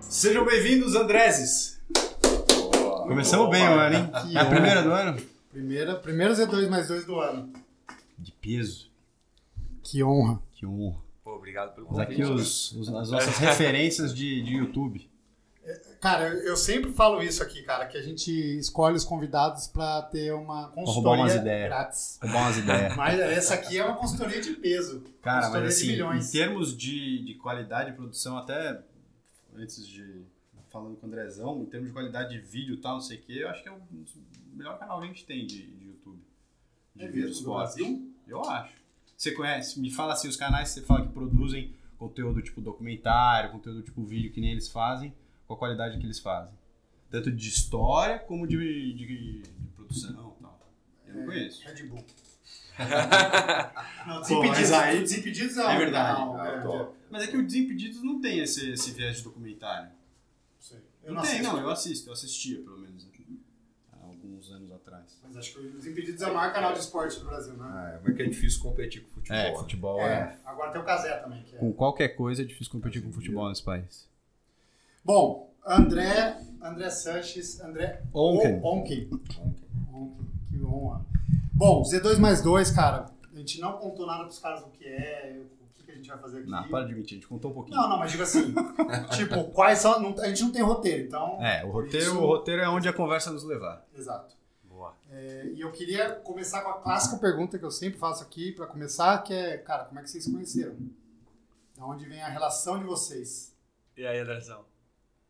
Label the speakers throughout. Speaker 1: Sejam bem-vindos, Andreses! Começamos bem o ano, hein?
Speaker 2: Que
Speaker 1: É a
Speaker 2: honra.
Speaker 1: primeira do ano?
Speaker 2: Primeira, primeiro Z2 mais 2 do ano.
Speaker 1: De peso.
Speaker 2: Que honra.
Speaker 1: Que honra.
Speaker 3: Pô, obrigado pelo
Speaker 1: Mas aqui
Speaker 3: convite.
Speaker 1: os, os- as nossas referências de, de YouTube.
Speaker 2: Cara, eu eu sempre falo isso aqui, cara, que a gente escolhe os convidados pra ter uma
Speaker 1: roubar umas
Speaker 2: consultoria
Speaker 1: ideias.
Speaker 2: grátis.
Speaker 1: Roubar umas ideias.
Speaker 2: Mas essa aqui é uma consultoria de peso.
Speaker 1: Cara, mas
Speaker 2: Consultoria de
Speaker 1: assim,
Speaker 2: milhões.
Speaker 1: em termos de, de qualidade de produção, até antes de falando com o Andrezão, em termos de qualidade de vídeo e tal, não sei o quê, eu acho que é o melhor canal que a gente tem de, de YouTube.
Speaker 2: É mesmo, do
Speaker 1: esporte.
Speaker 2: Brasil?
Speaker 1: Eu acho. Você conhece, me fala assim, os canais que você fala que produzem conteúdo tipo documentário, conteúdo tipo vídeo que nem eles fazem, qual a qualidade que eles fazem. Tanto de história como de, de, de produção e tal. Eu
Speaker 2: É.
Speaker 1: não conheço.
Speaker 2: Red Bull.
Speaker 1: Pô,
Speaker 2: Não,
Speaker 1: mas
Speaker 2: Desimpedidos,
Speaker 1: aí-
Speaker 2: Desimpedidos é um
Speaker 1: É verdade.
Speaker 2: canal,
Speaker 1: é
Speaker 2: é,
Speaker 1: top. Mas é que o Desimpedidos não tem esse, esse viés de documentário.
Speaker 2: não sei.
Speaker 1: Eu não,
Speaker 2: Eu não
Speaker 1: tem,
Speaker 2: assisto,
Speaker 1: não. Eu assisto. Eu assistia, pelo menos. né? Há alguns anos atrás.
Speaker 2: mas acho que o Desimpedidos é o maior canal de esporte do Brasil, né?
Speaker 3: Ah, é, mas que é difícil competir com futebol. né?
Speaker 1: futebol
Speaker 2: É, agora tem o Casé também, que é
Speaker 1: Com qualquer coisa é difícil competir com futebol nesse país.
Speaker 2: Bom, André, André Sanches, André
Speaker 1: Onken.
Speaker 2: O- Onken. Onken, que honra. Bom, Z2 mais 2, cara, a gente não contou nada pros caras do que é, o que, que a gente vai fazer aqui.
Speaker 1: Não, para de mentir. A gente contou um pouquinho.
Speaker 2: não, não, mas digo assim, tipo, quais são, não- a gente não tem roteiro, então...
Speaker 1: É, o
Speaker 2: por
Speaker 1: roteiro,
Speaker 2: isso-
Speaker 1: o roteiro é onde a conversa nos levar.
Speaker 2: Exato.
Speaker 3: Boa.
Speaker 2: É, E eu queria começar com a clássica pergunta que eu sempre faço aqui pra começar, que é, cara, como é que vocês se conheceram? Da onde vem a relação de vocês?
Speaker 4: E aí, Andrezão?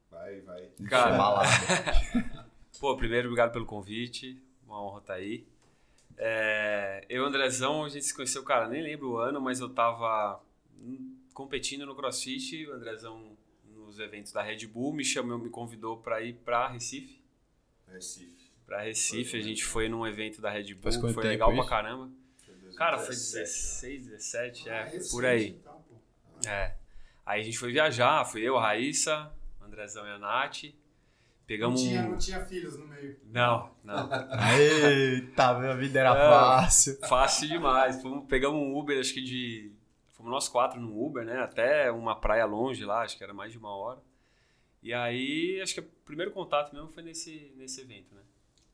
Speaker 3: Vai, vai.
Speaker 1: É
Speaker 3: Cara,
Speaker 1: balada.
Speaker 4: Pô, primeiro, obrigado pelo convite. Uma honra estar aí. É, eu e o Andrezão, a gente se conheceu, cara, nem lembro o ano, mas eu tava hum, competindo no CrossFit. O Andrezão, nos eventos da Red Bull, me chamou, me convidou pra ir pra Recife.
Speaker 3: Recife.
Speaker 4: Pra Recife,
Speaker 3: Foi,
Speaker 4: a
Speaker 3: né?
Speaker 4: gente foi num evento da Red Bull.
Speaker 1: Faz quanto
Speaker 4: foi
Speaker 1: tempo
Speaker 4: legal
Speaker 1: isso?
Speaker 4: pra caramba. Cara, foi
Speaker 3: 17.
Speaker 4: 16, 17, é,
Speaker 2: Ah, recente,
Speaker 4: por aí.
Speaker 2: então, pô.
Speaker 4: É. Aí a gente foi viajar, fui eu, a Raíssa, o Andrezão e a Nath.
Speaker 2: Não
Speaker 4: Pegamos
Speaker 2: tinha, não
Speaker 4: um.
Speaker 2: tinha filhos no meio.
Speaker 4: Não, não.
Speaker 1: Eita, minha vida era
Speaker 4: É.
Speaker 1: fácil.
Speaker 4: Fácil demais. Fomos, pegamos um Uber, acho que de. Fomos nós quatro num Uber, né? Até uma praia longe lá, acho que era mais de uma hora. E aí, acho que o primeiro contato mesmo foi nesse, nesse evento, né?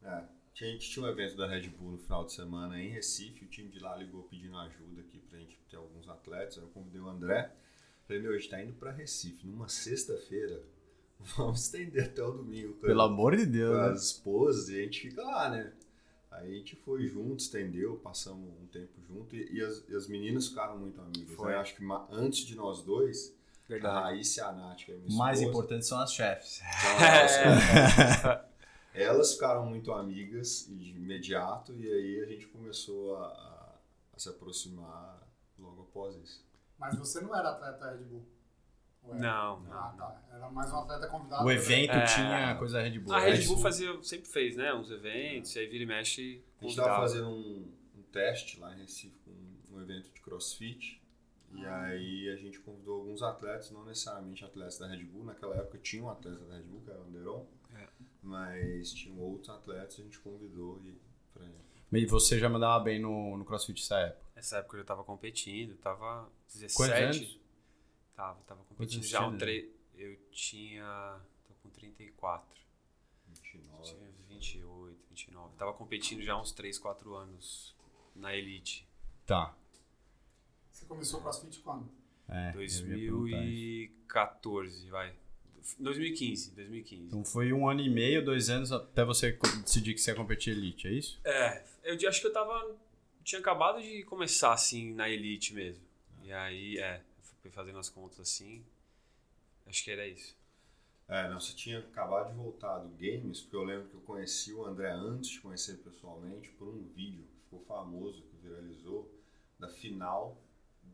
Speaker 3: É. Tinha- A gente tinha um evento da Red Bull no final de semana em Recife. O time de lá ligou pedindo ajuda aqui pra gente ter alguns atletas. Aí eu convidei o André. Falei, meu, a gente tá indo pra Recife numa sexta-feira. Vamos estender até o domingo. cara.
Speaker 1: Pelo amor de
Speaker 3: com
Speaker 1: Deus. né?
Speaker 3: as esposas e a gente fica lá, né? Aí a gente foi junto, estendeu, passamos um tempo junto e, e as, e as meninas ficaram muito amigas.
Speaker 4: Foi.
Speaker 3: né? Acho que ma- antes de nós dois, a Raíssa e a Nath, que é minha
Speaker 1: Mais
Speaker 3: esposa,
Speaker 1: importante são as chefes.
Speaker 3: então
Speaker 4: É.
Speaker 3: elas, elas ficaram muito amigas de imediato e aí a gente começou a, a- a se aproximar logo após isso.
Speaker 2: Mas você não era atleta da Red Bull? Ou era?
Speaker 4: Não,
Speaker 2: Ah,
Speaker 4: não.
Speaker 2: tá. Era mais um atleta
Speaker 3: Ah,
Speaker 2: convidado.
Speaker 1: O evento
Speaker 4: É.
Speaker 1: tinha coisa Red Bull.
Speaker 4: A Red
Speaker 1: né?
Speaker 4: Bull fazia, sempre fez, né? Uns eventos, aí vira e mexe.
Speaker 3: A gente estava
Speaker 4: convidava.
Speaker 3: fazendo um, um teste lá em Recife com um, um evento de crossfit. E aí a gente convidou alguns atletas, não necessariamente atletas da Red Bull. Naquela época tinha um atleta da Red Bull, que era o Anderon.
Speaker 4: É.
Speaker 3: Mas tinham outros atletas, a gente convidou e pra
Speaker 1: E você já mandava bem no, no CrossFit nessa época.
Speaker 4: Nessa época eu já tava competindo, eu tava 17.
Speaker 1: anos?
Speaker 4: Tava, tava competindo
Speaker 1: anos
Speaker 4: já.
Speaker 1: tinha,
Speaker 4: Um
Speaker 1: né?
Speaker 4: tre... Eu tinha. tô com 34.
Speaker 3: 29.
Speaker 4: Tinha 28, 29. Tava competindo já há uns 3, 4 anos na Elite.
Speaker 1: Tá.
Speaker 2: Você começou crossfit quando?
Speaker 1: É, eu ia perguntar isso.
Speaker 4: 2014, vai. 2015, 2015.
Speaker 1: Então foi um ano e meio, dois anos, até você co- decidir que você ia competir Elite, é isso?
Speaker 4: É, eu de- acho que eu tava. Tinha acabado de começar assim na Elite mesmo.
Speaker 1: Ah.
Speaker 4: E aí, é, fui fazendo as contas assim. Acho que era isso.
Speaker 3: É, não, você tinha acabado de voltar do Games, porque eu lembro que eu conheci o André antes de conhecer pessoalmente por um vídeo que ficou famoso, que viralizou, da final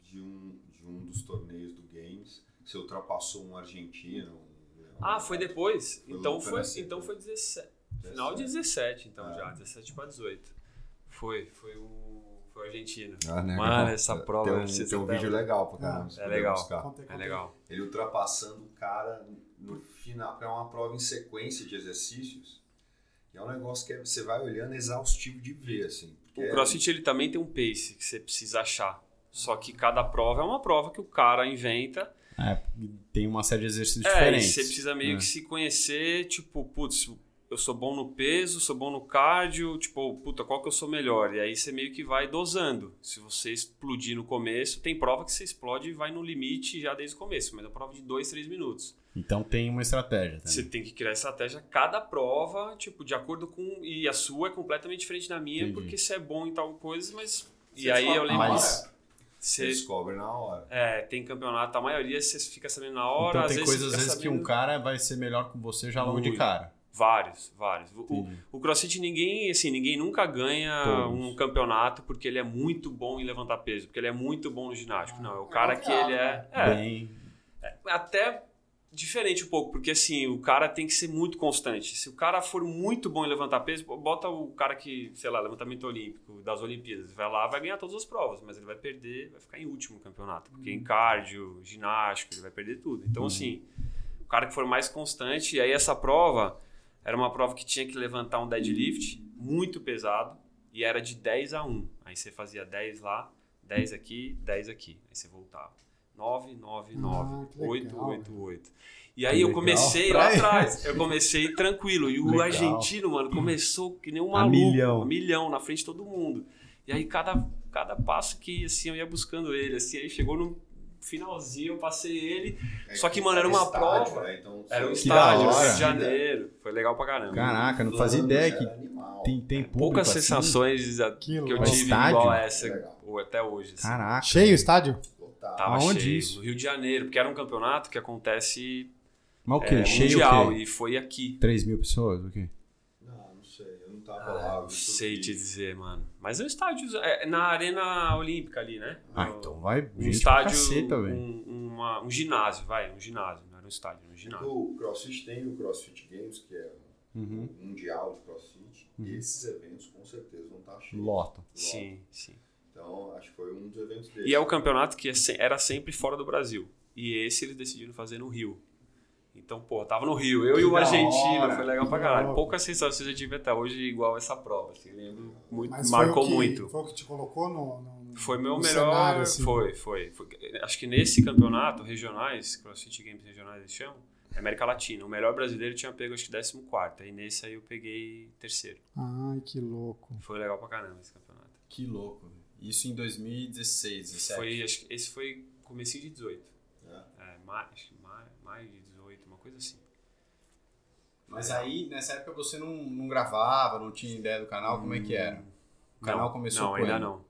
Speaker 3: de um, de um dos torneios do Games. Você ultrapassou um argentino. um-
Speaker 4: Ah, foi depois?
Speaker 3: Foi Ah.
Speaker 4: então,
Speaker 3: louco,
Speaker 4: foi,
Speaker 3: né?
Speaker 4: então foi 17. Final de 17, então já. 17 para 18. Foi, foi o. Foi o argentino.
Speaker 3: Ah, né,
Speaker 4: Mano,
Speaker 3: legal.
Speaker 4: essa prova
Speaker 3: tem um,
Speaker 4: eu preciso
Speaker 3: tem um
Speaker 4: dela.
Speaker 3: vídeo legal pra caramba. se
Speaker 4: É
Speaker 3: puder
Speaker 4: legal.
Speaker 3: buscar.
Speaker 2: Contei,
Speaker 4: É
Speaker 2: contei.
Speaker 4: legal.
Speaker 3: Ele ultrapassando o cara no final, porque é uma prova em sequência de exercícios. E é um negócio que é- você vai olhando exaustivo de ver, assim. porque
Speaker 4: O
Speaker 3: é-
Speaker 4: CrossFit ele também tem um pace que você precisa achar. Só que cada prova é uma prova que o cara inventa
Speaker 5: É, tem uma série de exercícios
Speaker 4: É, e
Speaker 5: diferentes.
Speaker 4: você precisa meio
Speaker 5: né?
Speaker 4: que se conhecer, tipo, putz, eu sou bom no peso, sou bom no cardio, tipo, puta, qual que eu sou melhor? E aí você meio que vai dosando. Se você explodir no começo, tem prova que você explode e vai no limite já desde o começo, mas é uma prova de dois, três minutos.
Speaker 5: Então tem uma estratégia. Também.
Speaker 4: Você tem que criar estratégia a cada prova, tipo, de acordo com. E a sua é completamente diferente da minha,
Speaker 5: Entendi.
Speaker 4: porque você é bom em tal coisa, mas.
Speaker 3: Você
Speaker 4: e aí eu
Speaker 3: descobre
Speaker 4: lembro.
Speaker 3: na hora,
Speaker 5: Mas-
Speaker 3: Você
Speaker 4: Você
Speaker 3: descobre na hora.
Speaker 4: é, tem campeonato, a maioria você fica sabendo na hora,
Speaker 5: Então
Speaker 4: às
Speaker 5: tem
Speaker 4: vezes.
Speaker 5: coisas
Speaker 4: você
Speaker 5: às
Speaker 4: fica
Speaker 5: vezes que um
Speaker 4: sabendo-
Speaker 5: cara vai ser melhor com você já logo de
Speaker 4: Muito.
Speaker 5: cara.
Speaker 4: Vários, vários. O- O,
Speaker 5: Entendi.
Speaker 4: o CrossFit ninguém, assim, ninguém nunca ganha
Speaker 5: Todos.
Speaker 4: um campeonato porque ele é muito bom em levantar peso, porque ele é muito bom no ginástico. Não, é o
Speaker 2: É
Speaker 4: cara que
Speaker 2: confiável,
Speaker 4: ele é,
Speaker 2: né?
Speaker 4: é
Speaker 5: Bem,
Speaker 4: até diferente um pouco, porque assim, o cara tem que ser muito constante. Se o cara for muito bom em levantar peso, bota o cara que, sei lá, levantamento olímpico das Olimpíadas, vai lá, vai ganhar todas as provas, mas ele vai perder, vai ficar em último no campeonato, porque em cardio, ginástico, ele vai perder tudo. Então, assim, o cara que for mais constante, e aí essa prova era uma prova que tinha que levantar um deadlift muito pesado e era de 10 a 1. Aí você fazia 10 lá, 10 aqui, 10 aqui. Aí você voltava. 9, 9, 9,
Speaker 2: Ah, que
Speaker 4: 8,
Speaker 2: legal,
Speaker 4: 8, 8. E
Speaker 5: Que
Speaker 4: aí eu
Speaker 5: legal.
Speaker 4: comecei lá
Speaker 5: Pra-
Speaker 4: atrás. Eu comecei tranquilo. E o
Speaker 5: Legal.
Speaker 4: argentino, mano, começou que nem um
Speaker 5: A
Speaker 4: maluco.
Speaker 5: milhão.
Speaker 4: um milhão na frente de todo mundo. E aí cada, cada passo que ia, assim, eu ia buscando ele, assim, aí chegou no finalzinho, eu passei ele.
Speaker 3: É
Speaker 4: Só que, mano, era uma
Speaker 3: estádio,
Speaker 4: prova.
Speaker 3: né? Então,
Speaker 4: Era um
Speaker 3: você-
Speaker 4: estádio,
Speaker 5: da
Speaker 4: no
Speaker 5: hora.
Speaker 4: Rio de Janeiro. Foi legal pra caramba.
Speaker 5: caraca, não
Speaker 3: Planos,
Speaker 5: fazia ideia que
Speaker 3: era um animal.
Speaker 5: tem, tem público
Speaker 4: Poucas
Speaker 5: assim.
Speaker 4: sensações a-
Speaker 2: Que
Speaker 4: que eu
Speaker 2: louco.
Speaker 4: tive
Speaker 5: Estádio?
Speaker 4: igual a essa
Speaker 3: Legal.
Speaker 4: ou até hoje. assim.
Speaker 5: Caraca.
Speaker 2: Cheio o estádio?
Speaker 3: Lotado.
Speaker 4: Tava
Speaker 5: Aonde
Speaker 4: cheio,
Speaker 5: isso?
Speaker 4: no Rio de Janeiro, porque era um campeonato que acontece
Speaker 5: Mas o quê?
Speaker 4: é,
Speaker 5: Cheio
Speaker 4: mundial
Speaker 5: o quê?
Speaker 4: e foi aqui.
Speaker 5: 3 mil pessoas? O quê?
Speaker 3: Não, não sei, eu não tava lá.
Speaker 4: Ah,
Speaker 3: eu
Speaker 4: não
Speaker 3: vi
Speaker 4: sei
Speaker 5: tipo.
Speaker 3: tudo
Speaker 4: te
Speaker 3: isso.
Speaker 4: dizer, mano. Mas é um estádio é, na Arena Olímpica ali, né?
Speaker 5: Ah,
Speaker 4: No-
Speaker 5: então vai.
Speaker 4: Um
Speaker 5: gente
Speaker 4: estádio,
Speaker 5: pra caceta, velho.
Speaker 4: um, uma- um ginásio, vai, um ginásio, não era um estádio, era um ginásio.
Speaker 3: O CrossFit tem o CrossFit Games, que é
Speaker 5: Uhum.
Speaker 3: o mundial de CrossFit,
Speaker 5: Uhum.
Speaker 3: e esses eventos com certeza vão estar cheios.
Speaker 5: Loto.
Speaker 4: Sim, sim.
Speaker 3: Então, acho que foi um dos eventos deles.
Speaker 4: E é o campeonato que é se- era sempre fora do Brasil. E esse eles decidiram fazer no Rio. Então, pô, tava no Rio, eu
Speaker 5: Que
Speaker 4: e o
Speaker 5: da
Speaker 4: argentino,
Speaker 5: hora,
Speaker 4: foi legal pra
Speaker 2: que
Speaker 4: caralho.
Speaker 2: louco.
Speaker 4: Poucas sensações eu tive até hoje igual essa prova, assim, lembro muito,
Speaker 2: Mas foi
Speaker 4: marcou
Speaker 2: o que-
Speaker 4: muito.
Speaker 2: Foi o que te colocou no. no
Speaker 4: Foi meu
Speaker 2: no
Speaker 4: melhor.
Speaker 2: cenário, assim.
Speaker 4: foi, foi, foi. Acho que nesse campeonato, regionais, CrossFit Games regionais eles chamam, é América Latina. O melhor brasileiro tinha pego acho que 14. Aí nesse aí eu peguei terceiro.
Speaker 2: Ai, que louco.
Speaker 4: Foi legal pra caramba esse campeonato.
Speaker 5: Que louco. velho. Isso em 2016, 17.
Speaker 4: Foi, acho que esse foi comecinho de 18.
Speaker 3: né?
Speaker 4: É, mais, acho que mais, mais de 18, uma coisa assim.
Speaker 5: Mas aí, nessa época, você não, não gravava, não tinha ideia do canal, como é que era? O canal
Speaker 4: não,
Speaker 5: começou
Speaker 4: Não,
Speaker 5: quando?
Speaker 4: ainda não.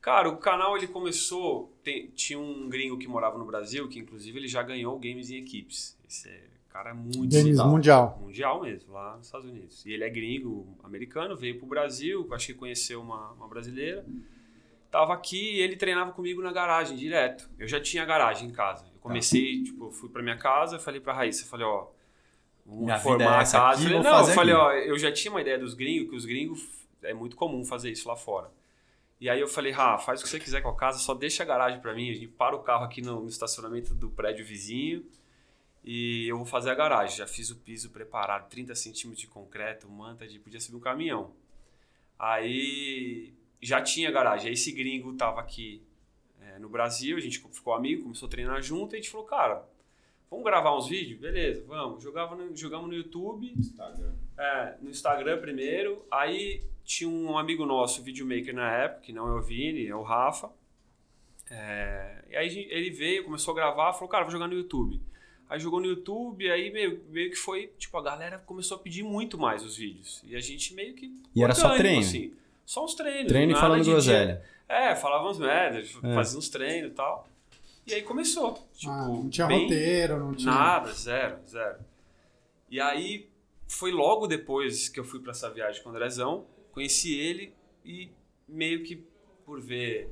Speaker 4: Cara, o canal ele começou. tem- tinha um gringo que morava no Brasil, que inclusive ele já ganhou games em equipes. Esse é- cara é muito
Speaker 2: Games
Speaker 4: soldado.
Speaker 2: Mundial.
Speaker 4: mundial mesmo, lá nos Estados Unidos. E ele é gringo, americano, veio pro Brasil, acho que conheceu uma, uma brasileira. Tava aqui e ele treinava comigo na garagem, direto. Eu já tinha garagem em casa.
Speaker 5: Tá.
Speaker 4: Eu comecei, tipo, eu fui pra minha casa, falei pra Raíssa, falei, ó, vamos
Speaker 5: Minha vida
Speaker 4: formar
Speaker 5: é
Speaker 4: a
Speaker 5: essa
Speaker 4: casa.
Speaker 5: aqui,
Speaker 4: falei,
Speaker 5: vou
Speaker 4: não,
Speaker 5: fazer
Speaker 4: eu falei,
Speaker 5: aqui.
Speaker 4: ó, eu já tinha uma ideia dos gringos, que os gringos é muito comum fazer isso lá fora. E aí eu falei, Rafa, faz o que você quiser com a casa, só deixa a garagem pra mim, a gente para o carro aqui no, no estacionamento do prédio vizinho e eu vou fazer a garagem. Já fiz o piso preparado, 30 centímetros de concreto, manta de. Podia subir um caminhão. Aí já tinha garagem. Aí esse gringo tava aqui é, no Brasil, a gente ficou amigo, começou a treinar junto e a gente falou, cara, vamos gravar uns vídeos? Beleza, vamos. Jogava no, jogamos no YouTube,
Speaker 3: Instagram.
Speaker 4: é, no Instagram primeiro. Aí tinha um amigo nosso, videomaker na época, que não é o Vini, é o Rafa. É, e aí a gente- ele veio, começou a gravar, falou, cara, vou jogar no YouTube. Aí jogou no YouTube, aí meio, meio que foi, tipo, a galera começou a pedir muito mais os vídeos. E a gente meio que.
Speaker 5: E era só
Speaker 4: orgânico,
Speaker 5: treino?
Speaker 4: assim. só uns treinos.
Speaker 5: Treino e
Speaker 4: nada
Speaker 5: falando
Speaker 4: de dia-
Speaker 5: groselha.
Speaker 4: É, falava uns merdas,
Speaker 5: É.
Speaker 4: fazia uns treinos e tal. E aí começou. Tipo,
Speaker 2: Ah, não tinha
Speaker 4: bem-
Speaker 2: roteiro, não tinha.
Speaker 4: Nada, zero, zero. E aí foi logo depois que eu fui pra essa viagem com o Andrezão, conheci ele e meio que por ver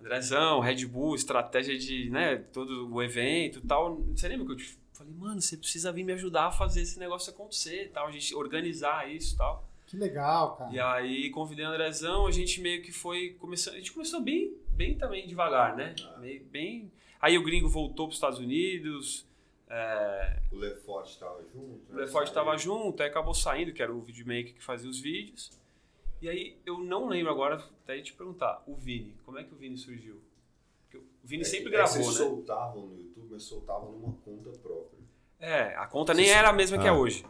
Speaker 4: Andrezão, Red Bull, estratégia de, né, todo o evento e tal. Você lembra que eu te falei, mano, você precisa vir me ajudar a fazer esse negócio acontecer, e tal, a gente organizar isso, e tal.
Speaker 2: Que legal, cara.
Speaker 4: E aí convidei o Andrezão, a gente meio que foi começando. A gente começou bem, bem também devagar, né? Meio- bem. Aí o gringo voltou para os Estados Unidos, é,
Speaker 3: O Lefort tava junto.
Speaker 4: o
Speaker 3: né?
Speaker 4: Lefort estava
Speaker 3: Saiu.
Speaker 4: junto, aí acabou saindo, que era o videomaker que fazia os vídeos. E aí eu não lembro agora, até ia te perguntar, o Vini, como é que o Vini surgiu? Porque eu- O Vini sempre
Speaker 3: é,
Speaker 4: gravou,
Speaker 3: é que
Speaker 4: né?
Speaker 3: vocês soltavam no YouTube, mas soltavam numa conta própria.
Speaker 4: É, a conta nem
Speaker 3: Vocês-
Speaker 4: era a mesma que é
Speaker 3: Ah.
Speaker 4: hoje.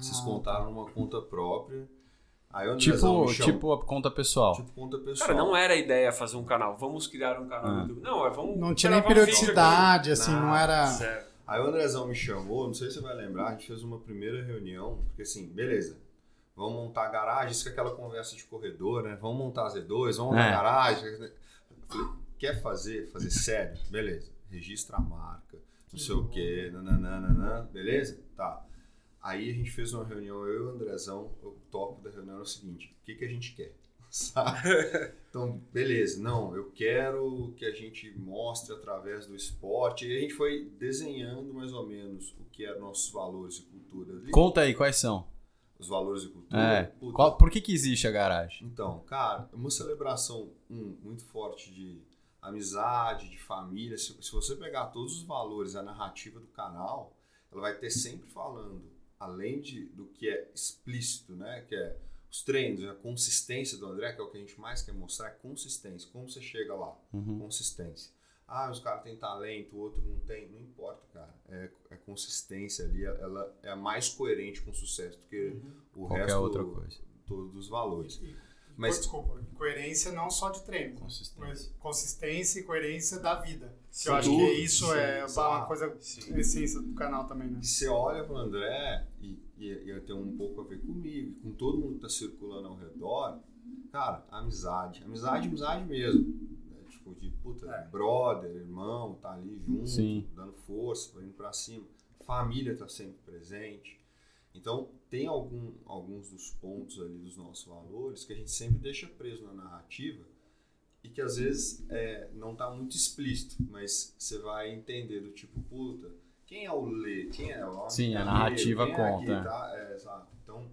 Speaker 3: Vocês contaram numa conta própria. Aí o Andrezão
Speaker 1: Tipo,
Speaker 3: me chamou-
Speaker 1: tipo a conta pessoal.
Speaker 3: tipo conta pessoal.
Speaker 4: Cara, não era a ideia fazer um canal. Vamos criar um canal
Speaker 5: Ah.
Speaker 4: no YouTube. Não, é vamos.
Speaker 2: Não tinha nem
Speaker 4: gravar um vídeo
Speaker 2: periodicidade,
Speaker 4: aqui.
Speaker 2: assim,
Speaker 4: Nada,
Speaker 2: não era.
Speaker 4: zero.
Speaker 3: Aí o Andrezão me chamou, não sei se você vai lembrar, a gente fez uma primeira reunião, porque assim, beleza, vamos montar a garagem, isso que é aquela conversa de corredor, né? Vamos montar a Z2, vamos montar
Speaker 1: É.
Speaker 3: a garagem. né? Falei, Quer fazer? Fazer sério? Beleza. Registra a marca, não sei o quê, nananana, beleza? Tá. Aí a gente fez uma reunião, eu e o Andrezão, o tópico da reunião era o seguinte, o que, que a gente quer? Sabe? Então, beleza, não, eu quero que a gente mostre através do esporte. E a gente foi desenhando mais ou menos o que eram nossos valores e cultura ali.
Speaker 1: Conta aí quais são.
Speaker 3: Os valores e cultura.
Speaker 1: É.
Speaker 3: Puta.
Speaker 1: Qual- por que, que existe a garagem?
Speaker 3: Então, cara, uma celebração um, muito forte de amizade, de família. Se, se você pegar todos os valores, a narrativa do canal, ela vai ter sempre falando, além de, do que é explícito, né? Que é os treinos, a consistência do André, que é o que a gente mais quer mostrar, é consistência. Como você chega lá?
Speaker 1: Uhum.
Speaker 3: consistência. Ah, os caras têm talento, o outro não tem. Não importa, cara. É, é consistência ali, ela é mais coerente com o sucesso do que o
Speaker 1: Uhum.
Speaker 5: é
Speaker 1: Qualquer
Speaker 3: resto
Speaker 1: outra coisa.
Speaker 3: todos os valores.
Speaker 2: Uhum. E-
Speaker 3: Mas-
Speaker 2: Pô, Desculpa, coerência não só de treino. Consistência. Consistência e coerência da vida.
Speaker 3: Sim.
Speaker 2: eu acho que isso
Speaker 3: Sim,
Speaker 2: é
Speaker 3: sim.
Speaker 2: uma coisa
Speaker 4: Sim.
Speaker 2: essência do canal também, né?
Speaker 3: E você olha pro André, e, e, e tem um pouco a ver comigo, e com todo mundo que tá circulando ao redor, cara, amizade. Amizade, amizade mesmo. né? Tipo, de puta, brother, irmão, tá ali junto,
Speaker 1: Sim.
Speaker 3: dando força, indo pra cima. Família tá sempre presente. Então, tem algum, alguns dos pontos ali dos nossos valores que a gente sempre deixa preso na narrativa e que às vezes é, não tá muito explícito, mas você vai entender do tipo, puta, quem é o Lê? Quem é o
Speaker 1: Sim, a
Speaker 3: quem é
Speaker 1: narrativa
Speaker 3: aqui,
Speaker 1: conta.
Speaker 3: tá? É, exato. Então,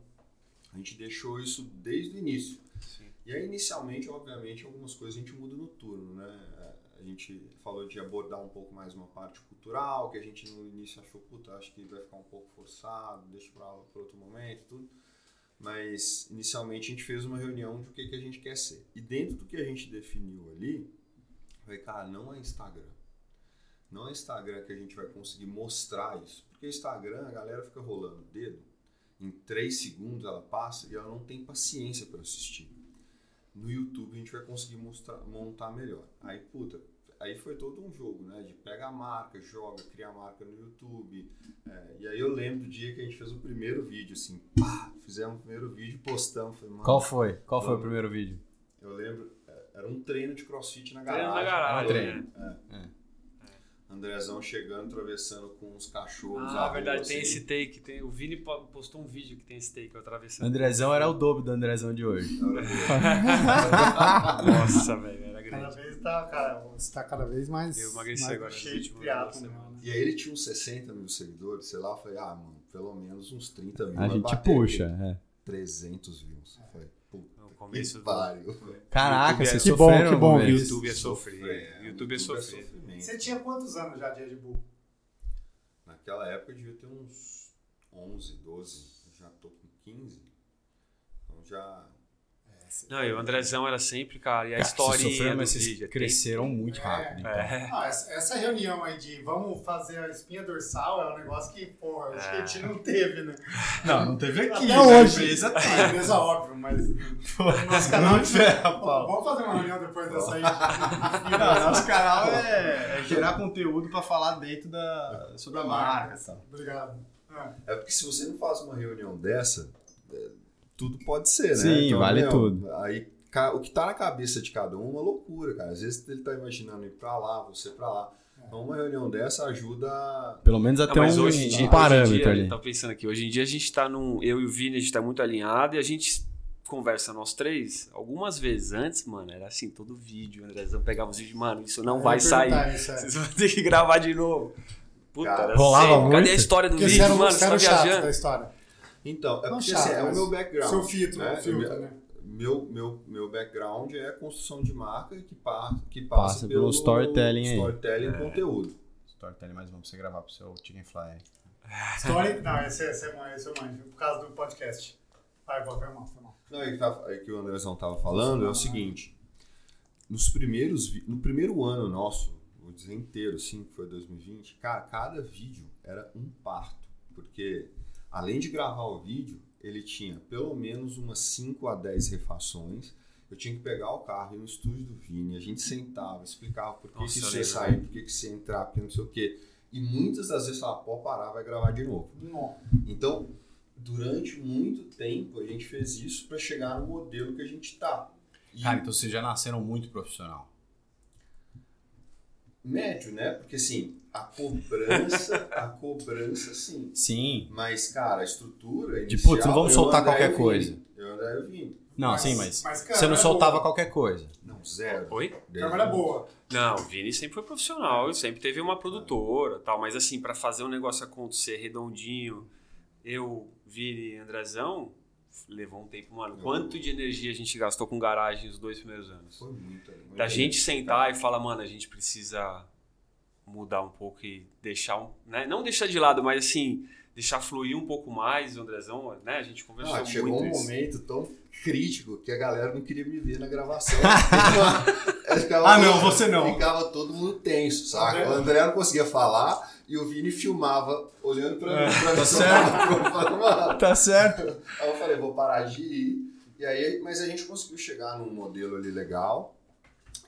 Speaker 3: a gente deixou isso desde o início.
Speaker 4: Sim.
Speaker 3: E aí, inicialmente, obviamente, algumas coisas a gente muda no turno, né? A gente falou de abordar um pouco mais uma parte cultural, que a gente no início achou, puta, acho que vai ficar um pouco forçado, deixa pra, pra outro momento e tudo. Mas, inicialmente, a gente fez uma reunião de o que, que a gente quer ser. E dentro do que a gente definiu ali, eu falei, cara, não é Instagram. Não é Instagram que a gente vai conseguir mostrar isso. Porque Instagram, a galera fica rolando o dedo, em 3 segundos ela passa e ela não tem paciência para assistir no YouTube a gente vai conseguir mostrar- montar melhor. Aí, puta, aí foi todo um jogo, né? De pega a marca, joga, cria a marca no YouTube. É, e aí eu lembro do dia que a gente fez o primeiro vídeo, assim, pá, fizemos o primeiro vídeo, postamos. Falei, mano,
Speaker 1: Qual foi? Qual foi o
Speaker 3: Vamos.
Speaker 1: primeiro vídeo?
Speaker 3: eu lembro, é, era um treino de crossfit na garagem.
Speaker 4: Treino na garagem.
Speaker 1: Ah, treino.
Speaker 4: né?
Speaker 3: Andrezão chegando, atravessando com os cachorros.
Speaker 4: Ah,
Speaker 3: a
Speaker 4: verdade,
Speaker 3: rua,
Speaker 4: tem
Speaker 3: assim.
Speaker 4: esse take. Tem, o Vini po- postou um vídeo que tem esse take eu atravessando.
Speaker 1: Andrezão era o dobro do Andrezão de hoje.
Speaker 4: Nossa, velho, era
Speaker 2: Cada
Speaker 4: grande.
Speaker 2: vez tá, cara, você tá cada vez mais.
Speaker 4: Eu emagreci
Speaker 2: mais
Speaker 4: agora
Speaker 2: cheio
Speaker 4: nos
Speaker 2: de
Speaker 4: últimos
Speaker 2: triatlon,
Speaker 4: semanas.
Speaker 2: mesmo, né?
Speaker 3: E aí ele tinha uns 60 mil seguidores, sei lá, eu falei, ah, mano, pelo menos uns 30 mil.
Speaker 1: A
Speaker 3: vai
Speaker 1: gente
Speaker 3: bater
Speaker 1: puxa.
Speaker 3: aqui.
Speaker 1: é.
Speaker 3: 300 views. Eu Falei, puta,
Speaker 4: No
Speaker 3: que
Speaker 4: começo do
Speaker 3: pariu.
Speaker 1: Caraca,
Speaker 4: YouTube é-
Speaker 1: vocês
Speaker 2: Que bom,
Speaker 1: sofreram
Speaker 2: que bom,
Speaker 1: um momento.
Speaker 2: viu?
Speaker 4: YouTube é sofrer. YouTube é sofrer.
Speaker 3: sofrimento.
Speaker 2: Você tinha quantos anos já de Red Bull?
Speaker 3: Naquela época eu devia ter uns 11, 12. Eu já tô com 15. Então já.
Speaker 2: É,
Speaker 4: Não, é. e o Andrezão era sempre, cara, e a
Speaker 1: Cara,
Speaker 4: história
Speaker 1: Vocês sofreram,
Speaker 4: do
Speaker 1: mas vocês
Speaker 4: vídeo. é
Speaker 1: cresceram muito
Speaker 2: É.
Speaker 1: rápido. então.
Speaker 4: É.
Speaker 2: Ah, essa essa reunião aí de vamos fazer a espinha dorsal é um negócio que, porra, acho que a
Speaker 4: Ah.
Speaker 2: gente não teve, né?
Speaker 5: Não, não teve aqui.
Speaker 2: Até
Speaker 5: mas A
Speaker 2: hoje.
Speaker 5: empresa
Speaker 2: Ah,
Speaker 5: tem.
Speaker 2: A empresa, óbvio, mas no nosso canal. a gente-
Speaker 5: ferra, Paulo.
Speaker 2: Vamos fazer uma reunião depois dessa aí.
Speaker 5: Não, nosso canal é, é gerar conteúdo pra falar dentro da, sobre a marca. Sabe?
Speaker 2: Obrigado. Ah,
Speaker 3: É porque se você não faz uma reunião dessa, é, tudo pode ser, né?
Speaker 1: Sim, vale tudo.
Speaker 3: Aí ca- o que tá na cabeça de cada um é uma loucura, cara. Às vezes ele tá imaginando ir pra lá, você pra lá. Então uma reunião dessa ajuda. a-
Speaker 1: Pelo menos
Speaker 4: Não,
Speaker 1: até
Speaker 4: mas
Speaker 1: um,
Speaker 4: hoje em dia,
Speaker 1: um parâmetro
Speaker 4: hoje em dia,
Speaker 1: ali.
Speaker 4: Eu tava pensando aqui, hoje em dia a gente tá num. Eu e o Vini, a gente tá muito alinhado e a gente conversa nós três. Algumas vezes antes, mano, era assim, todo vídeo, o Andrezão pegava os vídeos, mano, isso não
Speaker 2: eu
Speaker 4: vai
Speaker 2: ia
Speaker 4: sair.
Speaker 2: perguntar isso, é.
Speaker 4: Vocês vão ter que gravar de novo. Puta,
Speaker 3: Cara,
Speaker 4: era
Speaker 1: rolava
Speaker 4: sempre, Cadê
Speaker 1: muito?
Speaker 4: a história do
Speaker 2: Porque
Speaker 4: vídeo,
Speaker 2: você era o
Speaker 4: mano?
Speaker 2: você
Speaker 4: Você tá
Speaker 2: era o chato
Speaker 4: viajando.
Speaker 2: da história.
Speaker 3: Então, é
Speaker 2: Não
Speaker 3: porque
Speaker 2: chato,
Speaker 3: assim, é o
Speaker 2: mas
Speaker 3: meu background.
Speaker 2: Seu filtro,
Speaker 3: né?
Speaker 2: né? filtro,
Speaker 3: É-
Speaker 2: né?
Speaker 3: meu, meu, meu background é construção de marca que, pa, que passa,
Speaker 1: Passa pelo storytelling aí.
Speaker 3: storytelling
Speaker 2: É.
Speaker 3: e conteúdo.
Speaker 5: Storytelling mais uma pra você gravar pro seu Chicken Fly.
Speaker 2: Story. Não, esse, esse é mãe, esse é mãe, por causa do podcast. Vai, vou foi mal, foi mal.
Speaker 3: Não, e que tá- e que o é Andrezão tava falando é o seguinte. Nos primeiros, vi- no primeiro ano nosso, vou dizer inteiro, sim, que foi 2020, cara, cada vídeo era um parto. Porque além de gravar o vídeo, ele tinha pelo menos umas 5 a 10 refações. Eu tinha que pegar o carro e ir no estúdio do Vini, a gente sentava, explicava por que,
Speaker 4: Nossa,
Speaker 3: que
Speaker 4: eu
Speaker 3: você
Speaker 4: lembro.
Speaker 3: sair, por que, que você entrar, porque não sei o quê. E muitas das vezes falava, pô, parar, vai gravar de novo.
Speaker 2: Não.
Speaker 3: Então, durante muito tempo, a gente fez isso para chegar no modelo que a gente tá. E
Speaker 5: Cara, então vocês já nasceram muito profissional.
Speaker 3: médio, né? Porque assim, a cobrança, a cobrança, sim.
Speaker 5: Sim.
Speaker 3: Mas, cara, a estrutura.
Speaker 5: De,
Speaker 3: inicial,
Speaker 5: putz, não vamos
Speaker 3: eu,
Speaker 5: soltar
Speaker 3: André e
Speaker 5: qualquer
Speaker 3: Vini.
Speaker 5: coisa.
Speaker 3: Eu, André e o Vini.
Speaker 5: Não,
Speaker 2: Mas-
Speaker 5: sim, mas,
Speaker 2: mas, cara,
Speaker 5: você não
Speaker 2: é
Speaker 5: soltava
Speaker 2: boa.
Speaker 5: qualquer coisa.
Speaker 3: Não, zero.
Speaker 4: Oi?
Speaker 3: Desde-
Speaker 2: Câmera boa.
Speaker 4: Não, o Vini sempre foi profissional, ele sempre teve uma produtora tal, mas assim, pra fazer um negócio acontecer redondinho, eu, Vini e Andrezão, levou um tempo, mano. Quanto de energia a gente gastou com garagem os dois primeiros anos?
Speaker 3: Foi muito. né? muito
Speaker 4: Da gente sentar e falar, mano, a gente precisa mudar um pouco e deixar um. Né? Não deixar de lado, mas assim, deixar fluir um pouco mais, Andrezão, né? A gente conversou
Speaker 3: Ah, chegou um
Speaker 4: muito. isso.
Speaker 3: momento tão crítico que a galera não queria me ver na gravação. Ela ficava-
Speaker 5: Ah, não, você não.
Speaker 3: Ficava todo mundo tenso, sabe?
Speaker 2: André-
Speaker 3: O André não conseguia falar e o Vini filmava olhando pra
Speaker 4: É,
Speaker 3: mim.
Speaker 4: tá
Speaker 3: Pra mim,
Speaker 5: certo.
Speaker 3: Eu falava, "Mano."
Speaker 5: Tá certo.
Speaker 3: Aí eu falei, vou parar de ir. E aí, mas a gente conseguiu chegar num modelo ali legal.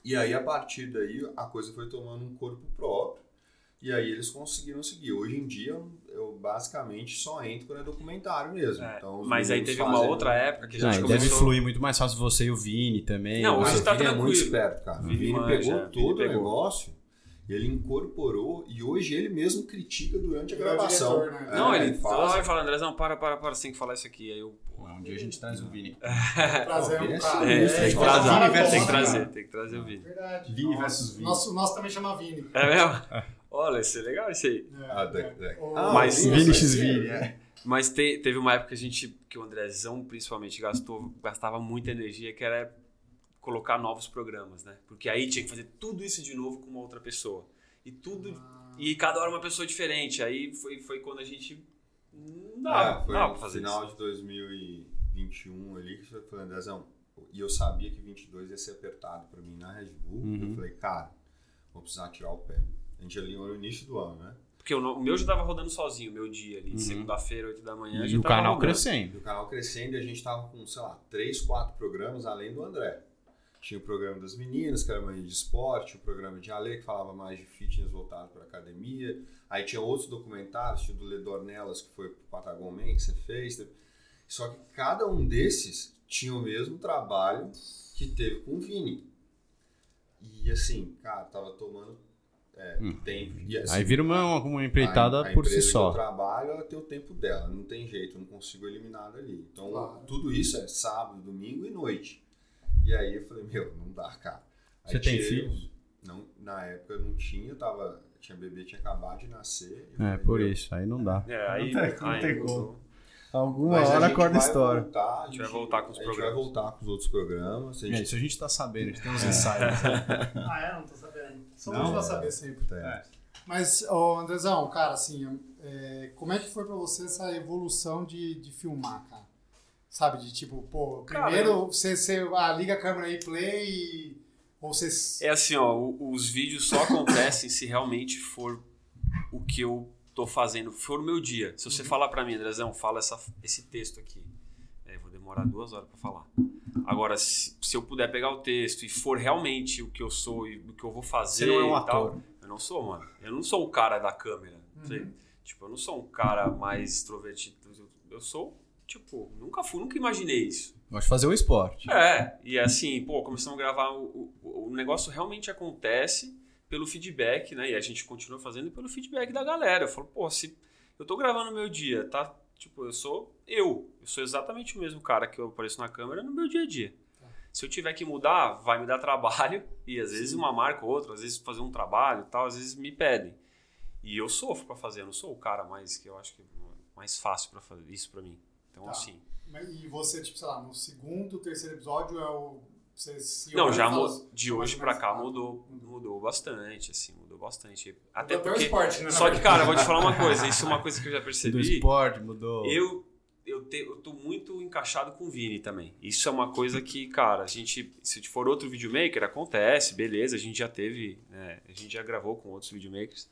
Speaker 3: E aí, a partir daí, a coisa foi tomando um corpo próprio. E aí eles conseguiram seguir. Hoje em dia, eu basicamente só entro quando é documentário mesmo.
Speaker 4: É,
Speaker 3: então, os
Speaker 4: mas aí
Speaker 3: meninos
Speaker 4: teve uma
Speaker 3: fazem- um
Speaker 4: outra época que a
Speaker 5: Não,
Speaker 4: gente
Speaker 5: e deve
Speaker 4: começou.
Speaker 5: fluir muito mais fácil você e o Vini também.
Speaker 4: Não,
Speaker 5: Mas-
Speaker 4: hoje
Speaker 3: Mas
Speaker 4: tá
Speaker 3: o Vini é muito
Speaker 4: tranquilo.
Speaker 3: esperto, cara. O
Speaker 4: Vini
Speaker 3: Vini
Speaker 4: manja,
Speaker 3: pegou
Speaker 4: é, Vini
Speaker 3: todo o
Speaker 4: pegou.
Speaker 3: negócio, ele incorporou e hoje ele mesmo critica durante a
Speaker 2: Ele é o
Speaker 3: gravação.
Speaker 2: diretor, né?
Speaker 4: Não,
Speaker 3: É,
Speaker 4: ele
Speaker 3: fala,
Speaker 4: fala assim. e fala, Andrezão, para, para, para, você tem que falar isso aqui. Aí eu, pô,
Speaker 5: Um dia a gente traz o Vini.
Speaker 2: Trazer um
Speaker 3: esse
Speaker 2: cara.
Speaker 4: É,
Speaker 3: é,
Speaker 4: tem que
Speaker 3: fala,
Speaker 4: trazer,
Speaker 3: fala,
Speaker 2: versus
Speaker 4: tem que
Speaker 2: Vini.
Speaker 4: trazer, tem que trazer o Vini.
Speaker 2: Verdade.
Speaker 5: Vini
Speaker 2: Nossa,
Speaker 5: versus Vini.
Speaker 2: Nosso, nosso também chama Vini.
Speaker 4: É mesmo? Olha, isso é legal isso aí.
Speaker 2: É,
Speaker 3: Ah, tá,
Speaker 2: é.
Speaker 3: tá.
Speaker 2: O-
Speaker 3: Ah,
Speaker 4: Mas-
Speaker 3: o
Speaker 5: Vini
Speaker 3: vai
Speaker 5: X
Speaker 3: ser. né?
Speaker 5: Vini, é.
Speaker 4: Mas te- teve uma época que a gente, que o Andrezão principalmente gastou, gastava muita energia, que era colocar novos programas, né? Porque aí tinha que fazer tudo isso de novo com uma outra pessoa. E tudo, e cada hora uma pessoa diferente. Aí foi, foi quando a gente não dava,
Speaker 3: Ah, foi
Speaker 4: não dava pra
Speaker 3: no
Speaker 4: fazer
Speaker 3: final
Speaker 4: isso.
Speaker 3: de 2021 ali que eu falei, Andrezão, e eu sabia que 22 ia ser apertado pra mim na Red Bull.
Speaker 5: Uhum.
Speaker 3: Eu falei, cara, vou precisar tirar o pé. A gente alinhou no início do ano, né?
Speaker 4: Porque o, no- o meu já tava rodando sozinho, o meu dia ali,
Speaker 5: Uhum.
Speaker 4: segunda-feira, 8 da manhã.
Speaker 5: E
Speaker 4: já
Speaker 5: o
Speaker 4: tava
Speaker 5: canal
Speaker 4: rodando.
Speaker 5: crescendo.
Speaker 3: E o canal crescendo e a gente tava com, sei lá, três, quatro programas além do André. Tinha o programa das meninas, que era mais de esporte, o programa de Ale, que falava mais de fitness voltado para academia. Aí tinha outros documentários, tinha o do Ledornelas, que foi pro Patagon Man, que você fez. né? Só que cada um desses tinha o mesmo trabalho que teve com o Vini. E assim, cara, tava tomando é,
Speaker 5: Hum.
Speaker 3: tempo. E, assim,
Speaker 5: Aí vira uma, uma empreitada
Speaker 3: a, a
Speaker 5: por si
Speaker 3: empresa
Speaker 5: só.
Speaker 3: Que eu trabalho, ela tem o tempo dela, não tem jeito, eu não consigo eliminar dali. Então,
Speaker 2: Claro.
Speaker 3: tudo isso é sábado, domingo e noite. E aí eu falei, meu, não dá, cara. Aí
Speaker 5: Você tem
Speaker 3: tirei
Speaker 5: filhos?
Speaker 3: os- Não, na época eu não tinha, eu tava, tinha bebê, tinha acabado de nascer. Eu
Speaker 5: É,
Speaker 3: falei,
Speaker 5: por
Speaker 3: meu,
Speaker 5: isso. Aí não dá.
Speaker 4: É, aí,
Speaker 5: Não tem- não
Speaker 4: aí-
Speaker 5: tem como. Alguma
Speaker 3: mas a
Speaker 1: hora
Speaker 3: gente
Speaker 1: acorda a
Speaker 3: vai
Speaker 1: história.
Speaker 3: Voltar,
Speaker 4: gente vai voltar com os
Speaker 3: A gente vai
Speaker 4: programas.
Speaker 3: voltar com os outros programas. A
Speaker 5: É,
Speaker 3: gente
Speaker 5: isso a gente tá sabendo, a gente tem uns ensaios.
Speaker 2: Ah, é? Não tô sabendo. Só
Speaker 3: Não,
Speaker 2: não, pra
Speaker 3: é.
Speaker 2: saber sempre.
Speaker 3: tá-
Speaker 2: Mas, ô, Andrezão, cara, assim, é, como é que foi pra você essa evolução de, de filmar, cara? Sabe, de tipo, pô,
Speaker 4: Cara,
Speaker 2: primeiro você, você ah, liga a câmera aí, play, e- ou você...
Speaker 4: É assim, ó, o- os vídeos só acontecem se realmente for o que eu tô fazendo, for o meu dia. Se
Speaker 5: Uhum.
Speaker 4: você falar pra mim, Andrezão, fala essa, esse texto aqui. É, eu vou demorar duas horas pra falar. Agora, se, se eu puder pegar o texto e for realmente o que eu sou e o que eu vou
Speaker 5: Você
Speaker 4: fazer
Speaker 5: não é um
Speaker 4: e tal,
Speaker 5: ator.
Speaker 4: eu não sou, mano. Eu não sou o cara da câmera.
Speaker 2: Uhum.
Speaker 4: Você- Tipo, eu não sou um cara mais extrovertido. Eu- Eu sou, tipo, nunca fui, nunca imaginei isso.
Speaker 5: Gosto de fazer o esporte.
Speaker 4: É, e assim, pô, começamos a gravar, o, o, o negócio realmente acontece pelo feedback, né? E a gente continua fazendo pelo feedback da galera. Eu falo, pô, se eu tô gravando meu dia, tá? Tipo, eu sou eu. Eu sou exatamente o mesmo cara que eu apareço na câmera no meu dia a dia. Se eu tiver que mudar, vai me dar trabalho. E às vezes uma marca ou outra, às vezes fazer um trabalho e tal, às vezes me pedem. E eu sofro pra fazer, eu não sou o cara mais que eu acho que é mais fácil pra fazer isso pra mim. Então,
Speaker 2: Tá.
Speaker 4: assim.
Speaker 2: Mas- E você, tipo, sei lá, no segundo, terceiro episódio é o... Você se
Speaker 4: Não,
Speaker 2: olha e
Speaker 4: já
Speaker 2: fala,
Speaker 4: mu- de
Speaker 2: mais
Speaker 4: hoje
Speaker 2: ou
Speaker 4: pra
Speaker 2: menos
Speaker 4: cá
Speaker 2: nada.
Speaker 4: mudou, mudou bastante, assim, mudou bastante. Até
Speaker 2: Até o
Speaker 4: porque
Speaker 2: esporte, né? na
Speaker 4: só que
Speaker 2: verdade?
Speaker 4: cara, eu vou te falar uma coisa, isso é uma coisa que eu já
Speaker 5: Do
Speaker 4: percebi.
Speaker 5: esporte mudou.
Speaker 4: Eu eu te, eu tô muito encaixado com o Vini também. Isso é uma coisa que, cara, a gente. Se for outro videomaker, acontece, beleza. A gente já teve. né, a gente já gravou com outros videomakers.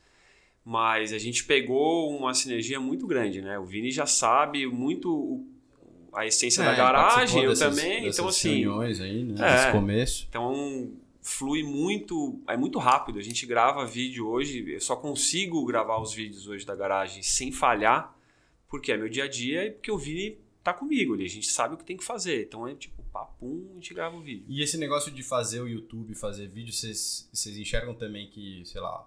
Speaker 4: Mas a gente pegou uma sinergia muito grande, né? O Vini já sabe muito o- a essência da
Speaker 1: É,
Speaker 4: garagem,
Speaker 1: participou
Speaker 4: eu
Speaker 1: dessas-
Speaker 4: também. Então,
Speaker 1: dessas
Speaker 4: assim.
Speaker 1: reuniões aí, né?
Speaker 4: é.
Speaker 1: Nesse começo.
Speaker 4: Então flui muito, é muito rápido. A gente grava vídeo hoje, eu só consigo gravar os vídeos hoje da garagem sem falhar, porque é meu dia a dia e porque o Vini tá comigo ali. A gente sabe o que tem que fazer. Então é tipo, papum, a gente grava o vídeo.
Speaker 1: E esse negócio de fazer o YouTube, fazer vídeo, vocês vocês enxergam também que, sei lá,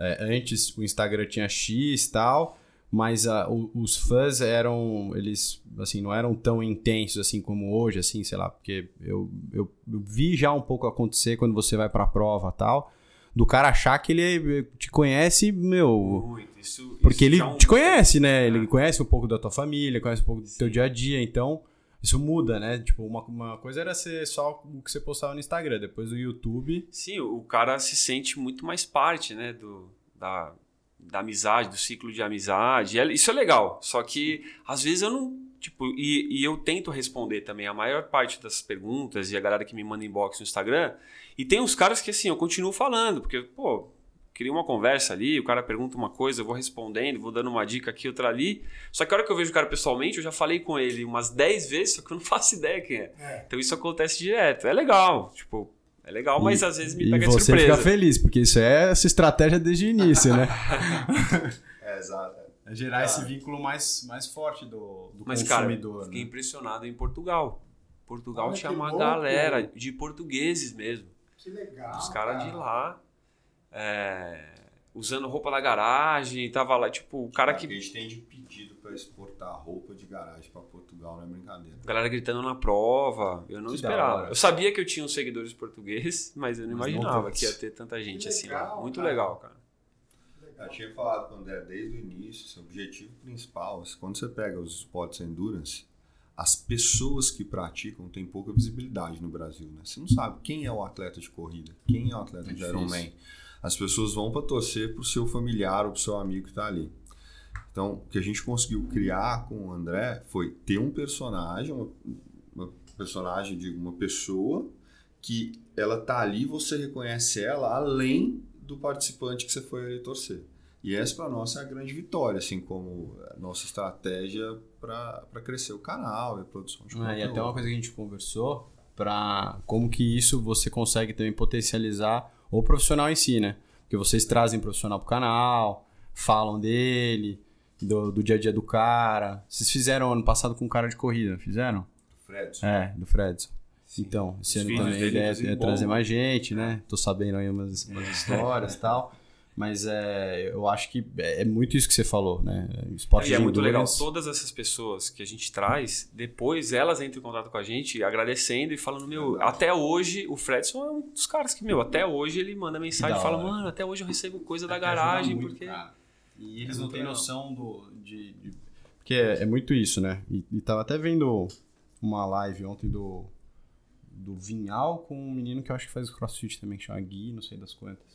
Speaker 1: é, antes o Instagram tinha X e tal, mas a- o- os fãs eram, eles, assim, não eram tão intensos assim como hoje, assim, sei lá, porque eu, eu, eu vi já um pouco acontecer quando você vai pra prova e tal, do cara achar que ele te conhece, meu,
Speaker 4: Muito. Isso,
Speaker 1: porque
Speaker 4: isso
Speaker 1: ele
Speaker 4: já é um-
Speaker 1: te conhece, né? Ele
Speaker 4: É.
Speaker 1: conhece um pouco da tua família, conhece um pouco do teu dia a dia, então isso muda, né? Tipo, uma, uma coisa era ser só o que você postava no Instagram, depois do YouTube.
Speaker 4: Sim, o cara se sente muito mais parte, né, do, da, da amizade, do ciclo de amizade. E é- Isso é legal, só que às vezes eu não, tipo, e, e eu tento responder também a maior parte das perguntas e a galera que me manda inbox no Instagram. E tem uns caras que, assim, eu continuo falando, porque, pô, queria uma conversa ali, o cara pergunta uma coisa, eu vou respondendo, vou dando uma dica aqui, outra ali. Só que a hora que eu vejo o cara pessoalmente, eu já falei com ele umas 10 vezes, só que eu não faço ideia quem é.
Speaker 2: É.
Speaker 4: Então isso acontece direto. É legal, tipo, é legal, mas
Speaker 1: E-
Speaker 4: às vezes me
Speaker 1: E
Speaker 4: pega de
Speaker 1: você
Speaker 4: surpresa.
Speaker 1: fica feliz, porque isso é essa estratégia desde o início, né?
Speaker 3: É, exato.
Speaker 5: É gerar
Speaker 3: Ah.
Speaker 5: esse vínculo mais, mais forte do, do
Speaker 4: Mas, cara,
Speaker 5: consumidor.
Speaker 4: eu fiquei
Speaker 5: né?
Speaker 4: impressionado em Portugal. Portugal
Speaker 2: Olha
Speaker 4: tinha
Speaker 2: que
Speaker 4: uma
Speaker 2: louco.
Speaker 4: galera de portugueses mesmo.
Speaker 2: Que legal.
Speaker 5: Ah,
Speaker 4: os caras
Speaker 5: tá.
Speaker 4: de lá, é, usando roupa da garagem, tava lá, tipo, o cara
Speaker 3: É,
Speaker 4: que.
Speaker 3: porque A gente tem de pedido pra exportar roupa de garagem pra Portugal, não é brincadeira.
Speaker 4: Galera gritando na prova, eu não
Speaker 5: Que da
Speaker 4: esperava.
Speaker 5: hora.
Speaker 4: Eu sabia que eu tinha uns seguidores portugueses, mas eu não
Speaker 5: Mas não
Speaker 4: imaginava
Speaker 5: tantos.
Speaker 4: que ia ter tanta gente
Speaker 2: Que
Speaker 4: assim
Speaker 2: legal,
Speaker 4: lá. Muito
Speaker 2: cara.
Speaker 4: legal, cara.
Speaker 3: Eu tinha falado com o André desde o início, seu objetivo principal, é quando você pega os esportes endurance, as pessoas que praticam têm pouca visibilidade no Brasil, né? Você não sabe quem é o atleta de corrida, quem é o atleta
Speaker 5: É
Speaker 3: de
Speaker 5: difícil.
Speaker 3: Ironman. As pessoas vão para torcer pro seu familiar ou pro seu amigo que tá ali. Então, o que a gente conseguiu criar com o André foi ter um personagem, uma, uma personagem de uma pessoa que ela tá ali, você reconhece ela além do participante que você foi ali torcer. E essa para nós é a grande vitória, assim como a nossa estratégia para crescer o canal e a produção
Speaker 4: Tipo,
Speaker 3: de
Speaker 1: Ah,
Speaker 4: é
Speaker 3: conteúdo.
Speaker 1: e até uma coisa que a gente conversou pra como que isso você consegue também potencializar o profissional em si, né? Porque vocês trazem profissional pro canal, falam dele, do, do dia a dia do cara. Vocês fizeram ano passado com um cara de corrida, não fizeram?
Speaker 3: Fred,
Speaker 1: É, do Fredson. Então, esse
Speaker 4: Os
Speaker 1: ano
Speaker 4: vídeos
Speaker 1: também a
Speaker 4: dele,
Speaker 1: ideia
Speaker 4: inclusive, É.
Speaker 1: é trazer
Speaker 4: bom.
Speaker 1: mais gente, né? Tô sabendo aí umas, umas histórias e tal. Mas é, eu acho que é é muito isso que você falou, né? Esporte
Speaker 4: E é
Speaker 1: de
Speaker 4: muito legal.
Speaker 1: endurance.
Speaker 4: Todas essas pessoas que a gente traz, depois elas entram em contato com a gente agradecendo e falando, meu,
Speaker 3: Verdade.
Speaker 4: até hoje, o Fredson é um dos caras que, meu, até hoje ele manda mensagem
Speaker 1: da
Speaker 4: e fala,
Speaker 1: hora.
Speaker 4: mano, até hoje eu recebo coisa da
Speaker 5: Ajuda
Speaker 4: garagem,
Speaker 5: muito,
Speaker 4: porque.
Speaker 5: cara. E eles
Speaker 4: É
Speaker 5: não
Speaker 4: muito
Speaker 5: têm
Speaker 4: legal.
Speaker 5: noção do, de, de
Speaker 1: Porque é, é muito isso, né? E, e tava até vendo uma live ontem do, do Vinhal com um menino que eu acho que faz crossfit também, que chama Gui, não sei das quantas.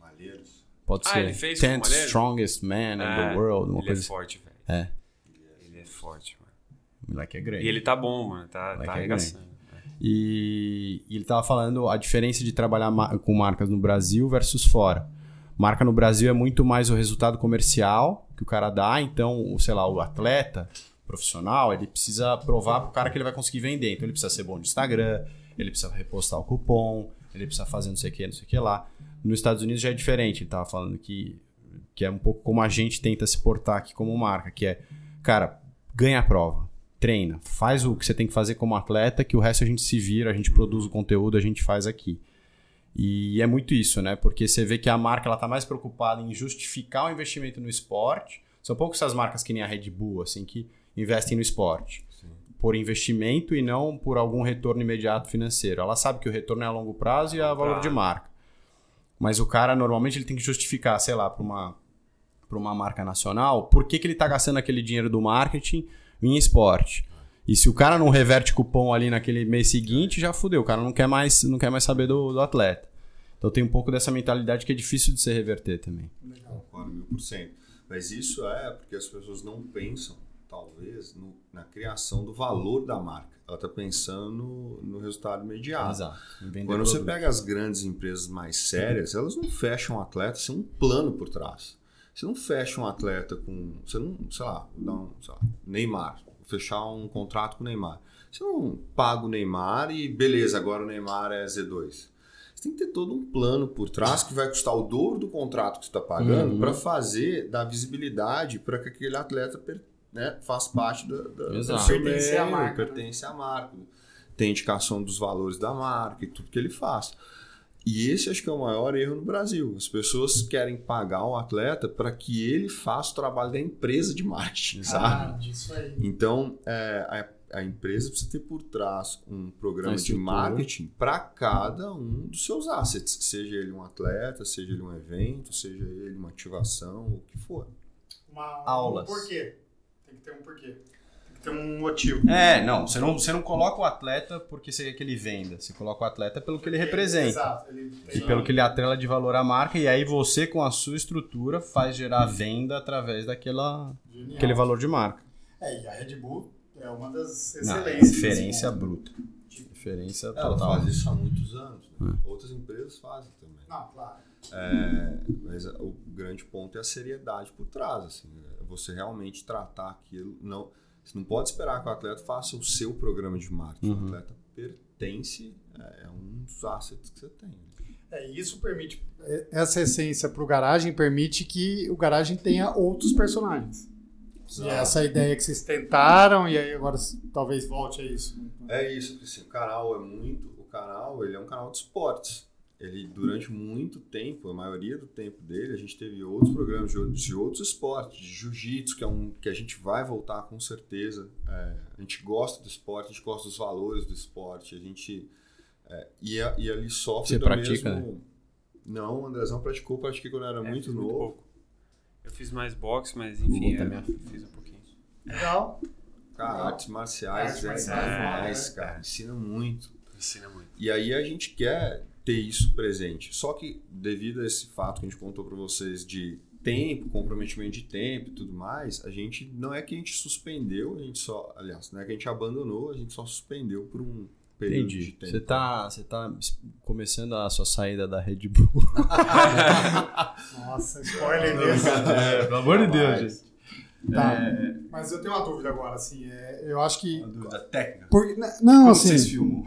Speaker 3: Malheiros.
Speaker 1: Pode
Speaker 4: Ah,
Speaker 1: ser.
Speaker 4: ele fez com o
Speaker 1: Tenth
Speaker 4: Malheiro?
Speaker 1: Strongest Man in
Speaker 4: É,
Speaker 1: the né, World, uma
Speaker 4: Ele é
Speaker 1: coisa assim.
Speaker 4: forte, velho.
Speaker 1: É.
Speaker 4: Ele é forte, mano.
Speaker 1: O moleque é grande.
Speaker 4: E ele tá bom, mano. Tá,
Speaker 1: Moleque
Speaker 4: tá
Speaker 1: é
Speaker 4: arregaçando.
Speaker 1: E, e ele estava falando a diferença de trabalhar ma- com marcas no Brasil versus fora. Marca no Brasil é muito mais o resultado comercial que o cara dá, então, o, sei lá, o atleta profissional, ele precisa provar pro cara que ele vai conseguir vender. Então ele precisa ser bom de Instagram, ele precisa repostar o cupom, ele precisa fazer não sei o que, não sei o que lá. Nos Estados Unidos já é diferente, ele tava falando que, que é um pouco como a gente tenta se portar aqui como marca, que é, cara, ganha a prova treina, faz o que você tem que fazer como atleta, que o resto a gente se vira, a gente produz o conteúdo, a gente faz aqui. E é muito isso, né? Porque você vê que a marca ela tá mais preocupada em justificar o investimento no esporte. São poucas essas marcas que nem a Red Bull, assim, que investem no esporte. Por investimento e não por algum retorno imediato financeiro. Ela sabe que o retorno é a longo prazo e a valor de marca. Mas o cara, normalmente, ele tem que justificar, sei lá, para uma, pra uma marca nacional, por que, que ele está gastando aquele dinheiro do marketing em esporte. E se o cara não reverte cupom ali naquele mês seguinte, já fudeu. O cara não quer mais, não quer mais saber do, do atleta. Então tem um pouco dessa mentalidade que é difícil de se reverter também.
Speaker 2: Legal.
Speaker 3: Concordo mil por cento. Mas isso é porque as pessoas não pensam talvez, no- na criação do valor da marca. Ela está pensando no, no resultado imediato.
Speaker 1: Exato. Em É vender
Speaker 3: Ah, Quando você
Speaker 1: produto.
Speaker 3: pega as grandes empresas mais sérias, elas não fecham um atleta sem um plano por trás. Você não fecha um atleta com. Você não, sei lá, vou dar um, sei lá, Neymar. Vou fechar um contrato com o Neymar. Você não paga o Neymar e beleza, agora o Neymar é Z2. Você tem que ter todo um plano por trás que vai custar o dobro do contrato que você está pagando
Speaker 1: Uhum.
Speaker 3: para fazer, dar visibilidade para que aquele atleta per- né, faça parte da, da, do
Speaker 1: Exato.
Speaker 3: seu
Speaker 2: Pertence à
Speaker 3: meio,
Speaker 2: marca, né?
Speaker 3: pertence à marca tem indicação dos valores da marca e tudo que ele faz. E esse acho que é o maior erro no Brasil. As pessoas querem pagar o atleta para que ele faça o trabalho da empresa de marketing, sabe?
Speaker 2: Ah, disso aí.
Speaker 3: Então, é, a, a empresa precisa ter por trás um
Speaker 1: Uma
Speaker 3: programa de
Speaker 1: estrutura.
Speaker 3: marketing para cada um dos seus assets, seja ele um atleta, seja ele um evento, seja ele uma ativação, o que for.
Speaker 2: Uma, um
Speaker 1: Aulas.
Speaker 2: porquê. Tem que ter um porquê. Tem que ter um motivo.
Speaker 1: É,
Speaker 5: não, você não, você não coloca o atleta porque você quer que ele venda. Você coloca o atleta pelo que ele representa.
Speaker 2: Exato. Ele tem
Speaker 5: E pelo que ele atrela de valor à marca, e aí você, com a sua estrutura, faz gerar venda através daquela,
Speaker 2: Genial.
Speaker 1: aquele valor de marca.
Speaker 2: É, e a Red Bull é uma das
Speaker 5: Não, é
Speaker 2: excelências.
Speaker 5: referência bruta. Referência
Speaker 3: Ela
Speaker 5: total.
Speaker 3: faz isso há muitos anos. né? Outras empresas fazem também.
Speaker 2: Não, claro.
Speaker 3: Mas a- o grande ponto é a seriedade por trás, assim, né? você realmente tratar aquilo, não, você não pode esperar que o atleta faça o seu programa de marketing,
Speaker 1: Uhum.
Speaker 3: o atleta pertence, é é um dos assets que você tem. né?
Speaker 2: É, e isso permite. é, Essa essência pro garagem permite que o garagem tenha outros personagens. E é essa ideia que vocês tentaram, e aí agora s- talvez volte a isso.
Speaker 3: É isso, porque assim, o canal é muito, o canal, ele é um canal de esportes, ele durante muito tempo, a maioria do tempo dele, a gente teve outros programas de, outros- de outros esportes, de jiu-jitsu, que é um que a gente vai voltar com certeza, É, a gente gosta do esporte, a gente gosta dos valores do esporte, a gente é, E, a- e ali sofre
Speaker 1: Você
Speaker 3: do
Speaker 1: pratica, né?
Speaker 3: mesmo... Não, o Andrezão praticou, pratiquei quando eu era
Speaker 4: É,
Speaker 3: muito
Speaker 4: fiz
Speaker 3: novo.
Speaker 4: pouco. Eu fiz mais boxe, mas enfim,
Speaker 1: Luta
Speaker 4: eu
Speaker 1: mesmo.
Speaker 4: fiz um pouquinho.
Speaker 2: Legal.
Speaker 3: Cara, artes marciais
Speaker 2: Artes
Speaker 3: é
Speaker 2: marciais,
Speaker 3: demais,
Speaker 2: é.
Speaker 3: cara. Ensina muito.
Speaker 4: Ensina muito.
Speaker 3: E aí a gente quer ter isso presente. Só que devido a esse fato que a gente contou pra vocês de tempo, comprometimento de tempo e tudo mais, a gente não é que a gente suspendeu, a gente só, aliás, não é que a gente abandonou, a gente só suspendeu por um período de
Speaker 1: Entendi.
Speaker 3: tempo.
Speaker 1: Você tá, você tá es- começando a sua saída da Red Bull.
Speaker 2: Nossa, spoiler desse.
Speaker 1: pelo amor
Speaker 3: de Deus, gente.
Speaker 2: Tá. Mas eu tenho uma dúvida agora, assim. é, eu acho que.
Speaker 5: Uma dúvida técnica.
Speaker 2: Por, não,
Speaker 5: Como
Speaker 2: assim.
Speaker 5: vocês filmam?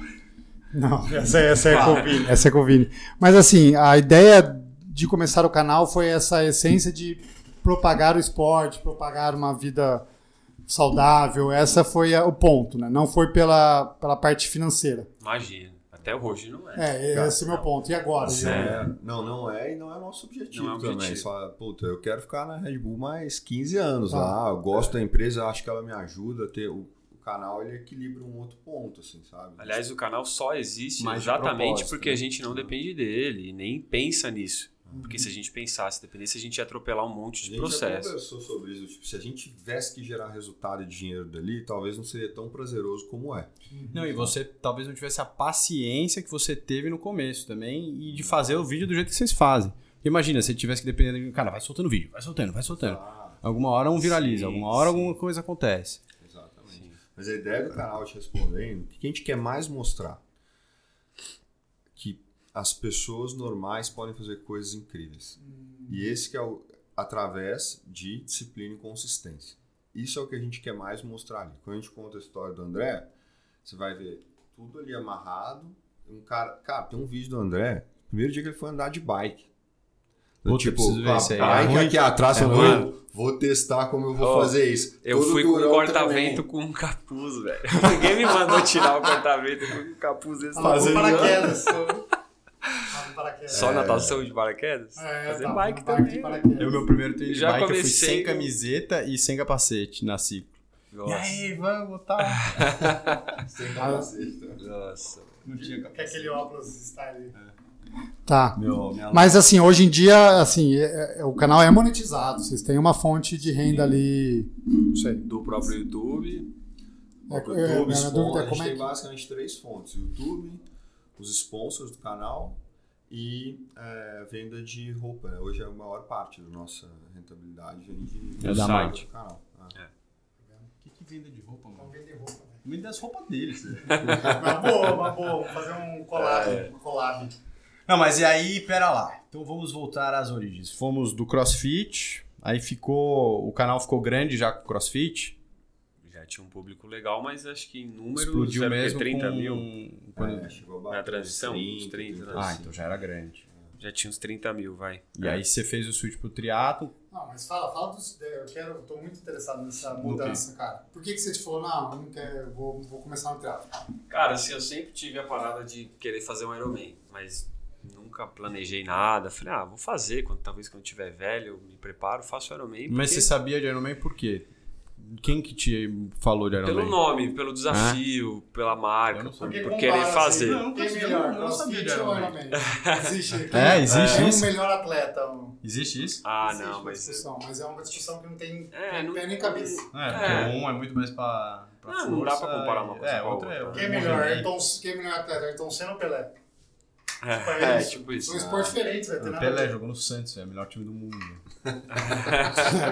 Speaker 2: Não, essa, essa é com o Vini. Essa é com o Vini. Mas assim, a ideia de começar o canal foi essa essência de propagar o esporte, propagar uma vida saudável. Essa foi a- o ponto, né? Não foi pela, pela parte financeira.
Speaker 4: Imagina. Até hoje não é.
Speaker 2: É, esse é o meu ponto. E agora?
Speaker 4: Certo.
Speaker 3: É, não, não é e não é nosso objetivo,
Speaker 4: Não é objetivo.
Speaker 3: também. Só, puta, eu quero ficar na Red Bull mais 15
Speaker 1: Tá.
Speaker 3: anos lá, eu gosto da empresa, acho que ela me ajuda a ter o, o canal, ele equilibra um outro ponto, assim, sabe?
Speaker 4: Aliás, o canal só existe
Speaker 5: Mais de
Speaker 4: exatamente
Speaker 5: propósito,
Speaker 4: porque
Speaker 5: né?
Speaker 4: a gente não depende dele e nem pensa nisso. Porque se a gente pensasse, dependesse, a gente ia atropelar um
Speaker 3: a
Speaker 4: monte de
Speaker 3: gente já
Speaker 4: processo.
Speaker 3: conversou sobre isso, tipo, se a gente tivesse que gerar resultado e dinheiro dali, talvez não seria tão prazeroso como é.
Speaker 1: Não, e você talvez não tivesse a paciência que você teve no começo também e de fazer o vídeo do jeito que vocês fazem. Imagina, se tivesse que depender de... um Cara, vai soltando vídeo, vai soltando, vai soltando.
Speaker 3: Ah,
Speaker 1: Alguma hora um viraliza,
Speaker 4: Sim,
Speaker 1: alguma hora
Speaker 4: sim.
Speaker 1: alguma coisa acontece.
Speaker 3: exatamente. Mas a ideia do canal é te respondendo, o que a gente quer mais mostrar? Que as pessoas normais podem fazer coisas incríveis. E
Speaker 1: Hum.
Speaker 3: esse que é o através de disciplina e consistência. Isso é o que a gente quer mais mostrar ali. Quando a gente conta a história do André, você vai ver tudo ali amarrado. Um cara, cara, tem um vídeo do André, primeiro dia que ele foi andar de bike. Tipo,
Speaker 1: Puta, eu preciso ver
Speaker 3: a
Speaker 1: isso aí.
Speaker 3: bike
Speaker 1: É ruim?
Speaker 3: aqui atrás,
Speaker 1: É
Speaker 3: falando, vou testar como eu vou
Speaker 4: Ó,
Speaker 3: fazer isso.
Speaker 4: Eu
Speaker 3: Todo
Speaker 4: fui com um
Speaker 3: durão
Speaker 4: corta-vento com um capuz, velho. Ninguém me mandou tirar o corta-vento com um capuz desse
Speaker 2: Alô,
Speaker 4: tamanho.
Speaker 2: paraquedas. Alô, paraquedas.
Speaker 4: Só natação de paraquedas?
Speaker 2: É,
Speaker 4: Fazer
Speaker 2: tá,
Speaker 4: bike
Speaker 2: um
Speaker 4: também.
Speaker 2: de
Speaker 4: velho.
Speaker 2: paraquedas.
Speaker 1: Eu, meu primeiro treino de
Speaker 4: Já
Speaker 1: bike, eu fui
Speaker 4: comecei
Speaker 1: sem
Speaker 4: com-
Speaker 1: camiseta e sem capacete na ciclo.
Speaker 4: Nossa.
Speaker 5: vamos, tá?
Speaker 3: também. Sem
Speaker 2: Ah,
Speaker 3: capacete, tá?
Speaker 4: Nossa.
Speaker 5: Não tinha
Speaker 2: Que é aquele óculos style. Tá.
Speaker 5: Meu, minha
Speaker 2: Mas assim, hoje em dia, assim, é- é- o canal é monetizado. Vocês têm uma fonte de renda ali. Não sei.
Speaker 4: Do próprio YouTube.
Speaker 2: É,
Speaker 3: YouTube,
Speaker 2: é, minha
Speaker 3: sponsor,
Speaker 2: dúvida é
Speaker 3: a gente
Speaker 2: como é
Speaker 3: tem
Speaker 2: que-
Speaker 3: basicamente três fontes: YouTube, os sponsors do canal e é, venda de roupa. né? Hoje é a maior parte da nossa rentabilidade vem de
Speaker 1: É da
Speaker 3: do
Speaker 1: marca.
Speaker 3: canal. né?
Speaker 4: É.
Speaker 5: venda de roupa,
Speaker 2: Vão
Speaker 5: mano.
Speaker 2: vender roupa, velho.
Speaker 5: Me dá as roupas deles. né?
Speaker 2: Uma boa, uma boa. Fazer um collab. Um collab.
Speaker 5: Não, mas e aí, pera lá. Então vamos voltar às origens.
Speaker 1: Fomos do CrossFit, aí ficou. O canal ficou grande já com o CrossFit.
Speaker 4: Já tinha um público legal, mas acho que em número
Speaker 1: explodiu
Speaker 4: deve ter
Speaker 1: mesmo.
Speaker 4: 30
Speaker 1: com-
Speaker 4: mil. É. Assim.
Speaker 1: quando-
Speaker 3: chegou a bater
Speaker 4: Na
Speaker 3: uns
Speaker 4: transição, uns 30,
Speaker 1: Ah,
Speaker 3: 35.
Speaker 1: então já era grande.
Speaker 4: Já tinha uns 30 mil, vai.
Speaker 1: E aí você fez o switch pro triatlo.
Speaker 2: Não, mas fala, fala dos. Eu quero, eu tô muito interessado nessa
Speaker 5: quê?
Speaker 2: mudança, cara. Por que, que você te falou, não, eu não quero, eu vou, vou começar no teatro?
Speaker 4: Cara, assim, eu sempre tive a parada de querer fazer um Ironman, mas nunca planejei nada. Falei, ah, vou fazer, quando, talvez quando eu tiver velho, eu me preparo, faço Ironman.
Speaker 1: Mas
Speaker 4: porque-
Speaker 1: você sabia de Ironman por quê? Quem que te falou de Ironman?
Speaker 4: Pelo nome, pelo desafio, pela
Speaker 1: Eu
Speaker 4: marca,
Speaker 1: não
Speaker 4: por,
Speaker 1: sabia.
Speaker 4: por
Speaker 2: compara,
Speaker 4: querer
Speaker 2: assim,
Speaker 4: fazer.
Speaker 5: não.
Speaker 2: Quem é
Speaker 5: Eu
Speaker 2: melhor,
Speaker 5: não sabia
Speaker 2: CrossFit
Speaker 5: de
Speaker 2: ou
Speaker 5: Ironman.
Speaker 2: Ironman? Existe.
Speaker 1: É, existe
Speaker 2: Quem é o
Speaker 1: isso?
Speaker 2: melhor atleta? um-
Speaker 1: Existe isso?
Speaker 4: Ah,
Speaker 2: existe
Speaker 4: não,
Speaker 2: uma
Speaker 4: mas.
Speaker 2: Discussão, mas é uma discussão que não tem
Speaker 4: É, não-
Speaker 2: pé nem cabeça.
Speaker 4: É.
Speaker 5: porque um é muito mais pra, pra
Speaker 4: Ah, não dá pra comparar uma
Speaker 5: e-
Speaker 4: coisa
Speaker 5: é,
Speaker 4: com a outra.
Speaker 5: outra.
Speaker 2: Quem é
Speaker 1: um
Speaker 2: melhor? Ayrton, quem é melhor atleta? Ayrton Senna ou Pelé?
Speaker 4: É, é, tipo isso.
Speaker 2: São esportes diferentes, vai ter
Speaker 5: O
Speaker 2: nada.
Speaker 5: Pelé jogou no Santos, é o melhor time do mundo.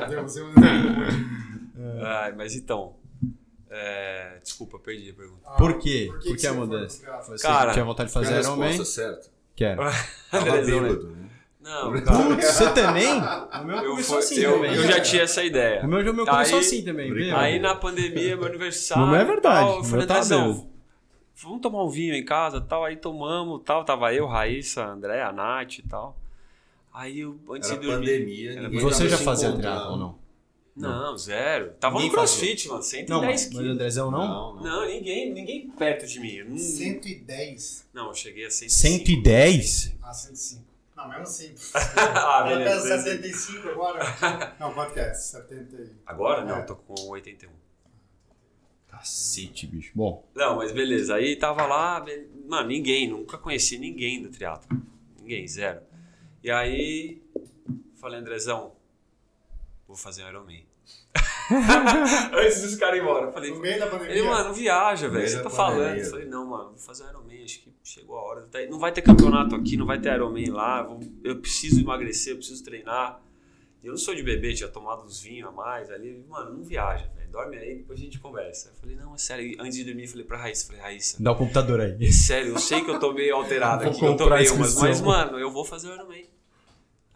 Speaker 2: Deus, eu não-
Speaker 1: É.
Speaker 4: Ai, mas então. é, desculpa, perdi a pergunta.
Speaker 2: Ah,
Speaker 1: Por quê?
Speaker 2: Por
Speaker 1: Por
Speaker 2: que
Speaker 1: que,
Speaker 2: que
Speaker 1: a
Speaker 2: você foi
Speaker 1: mudança?
Speaker 2: pro triatlo?
Speaker 1: Você
Speaker 4: Cara,
Speaker 1: tinha vontade de
Speaker 3: Quer a
Speaker 1: fazer Ironman?
Speaker 3: resposta certa?
Speaker 1: Quero.
Speaker 3: Tava
Speaker 4: Andrezão, né?
Speaker 3: bêbado, né?
Speaker 4: Não, cara.
Speaker 1: Putz, você também? O meu
Speaker 4: Eu,
Speaker 1: começou
Speaker 4: fui-
Speaker 1: assim
Speaker 4: eu-
Speaker 1: também.
Speaker 4: eu já tinha essa ideia.
Speaker 1: O meu, o meu
Speaker 4: Aí-
Speaker 1: começou assim também. viu?
Speaker 4: Aí na pandemia, meu aniversário.
Speaker 1: Não é verdade,
Speaker 4: e
Speaker 1: o
Speaker 4: Tal, eu
Speaker 1: meu
Speaker 4: falei,
Speaker 1: tá
Speaker 4: Andrezão, vamos tomar um vinho em casa tal. Aí tomamos tal. Tava eu, Raíssa, André, a Nath e tal. Aí eu, antes
Speaker 3: Era
Speaker 4: de dormir.
Speaker 3: pandemia,
Speaker 4: Era
Speaker 3: ninguém
Speaker 1: Você
Speaker 3: tava
Speaker 1: já
Speaker 3: se
Speaker 1: fazia
Speaker 3: encontrando.
Speaker 1: triatlo ou não?
Speaker 4: Não, zero. Tava
Speaker 1: Ninguém
Speaker 4: no crossfit, mano. 110
Speaker 1: mas
Speaker 4: quilos.
Speaker 1: Andrezão não?
Speaker 3: Não, não.
Speaker 4: Não, ninguém, ninguém perto de mim. Não,
Speaker 2: 110
Speaker 4: não eu cheguei a 105.
Speaker 1: 110?
Speaker 2: a 105. Não, mesmo assim.
Speaker 4: ah,
Speaker 2: Eu peso
Speaker 4: beleza.
Speaker 2: 75 agora. Não, quanto que é? 70 e...
Speaker 4: Agora não,
Speaker 2: É.
Speaker 4: eu tô com 81.
Speaker 1: Cacete, bicho. Bom,
Speaker 4: Não, mas beleza. Aí tava lá, be- mano, ninguém, nunca conheci ninguém do triatlo. Ninguém, zero. E aí falei, Andrezão, vou fazer um Ironman. Antes dos caras ir embora, eu falei,
Speaker 2: No meio da pandemia.
Speaker 4: ele, mano, viaja, velho. Você
Speaker 3: Primeira
Speaker 4: tá falando.
Speaker 3: pandemia.
Speaker 4: Eu falei, não, mano, vou fazer Ironman, acho que chegou a hora. Daí Não vai ter campeonato aqui, não vai ter Ironman lá. vou- Eu preciso emagrecer, eu preciso treinar. Eu não sou de bebê, tinha tomado uns vinhos a mais ali. Ele, Mano, não viaja, velho. Dorme aí, depois a gente conversa. Eu falei, não, é sério. E Antes de dormir, eu falei pra Raíssa, falei, Raíssa,
Speaker 1: dá o computador aí.
Speaker 4: é sério, eu sei que eu tô meio alterado
Speaker 1: Vou
Speaker 4: aqui, eu tô
Speaker 1: comprar a
Speaker 4: meio, mas, mas,
Speaker 1: inscrição. um,
Speaker 4: mano, eu vou fazer o Ironman.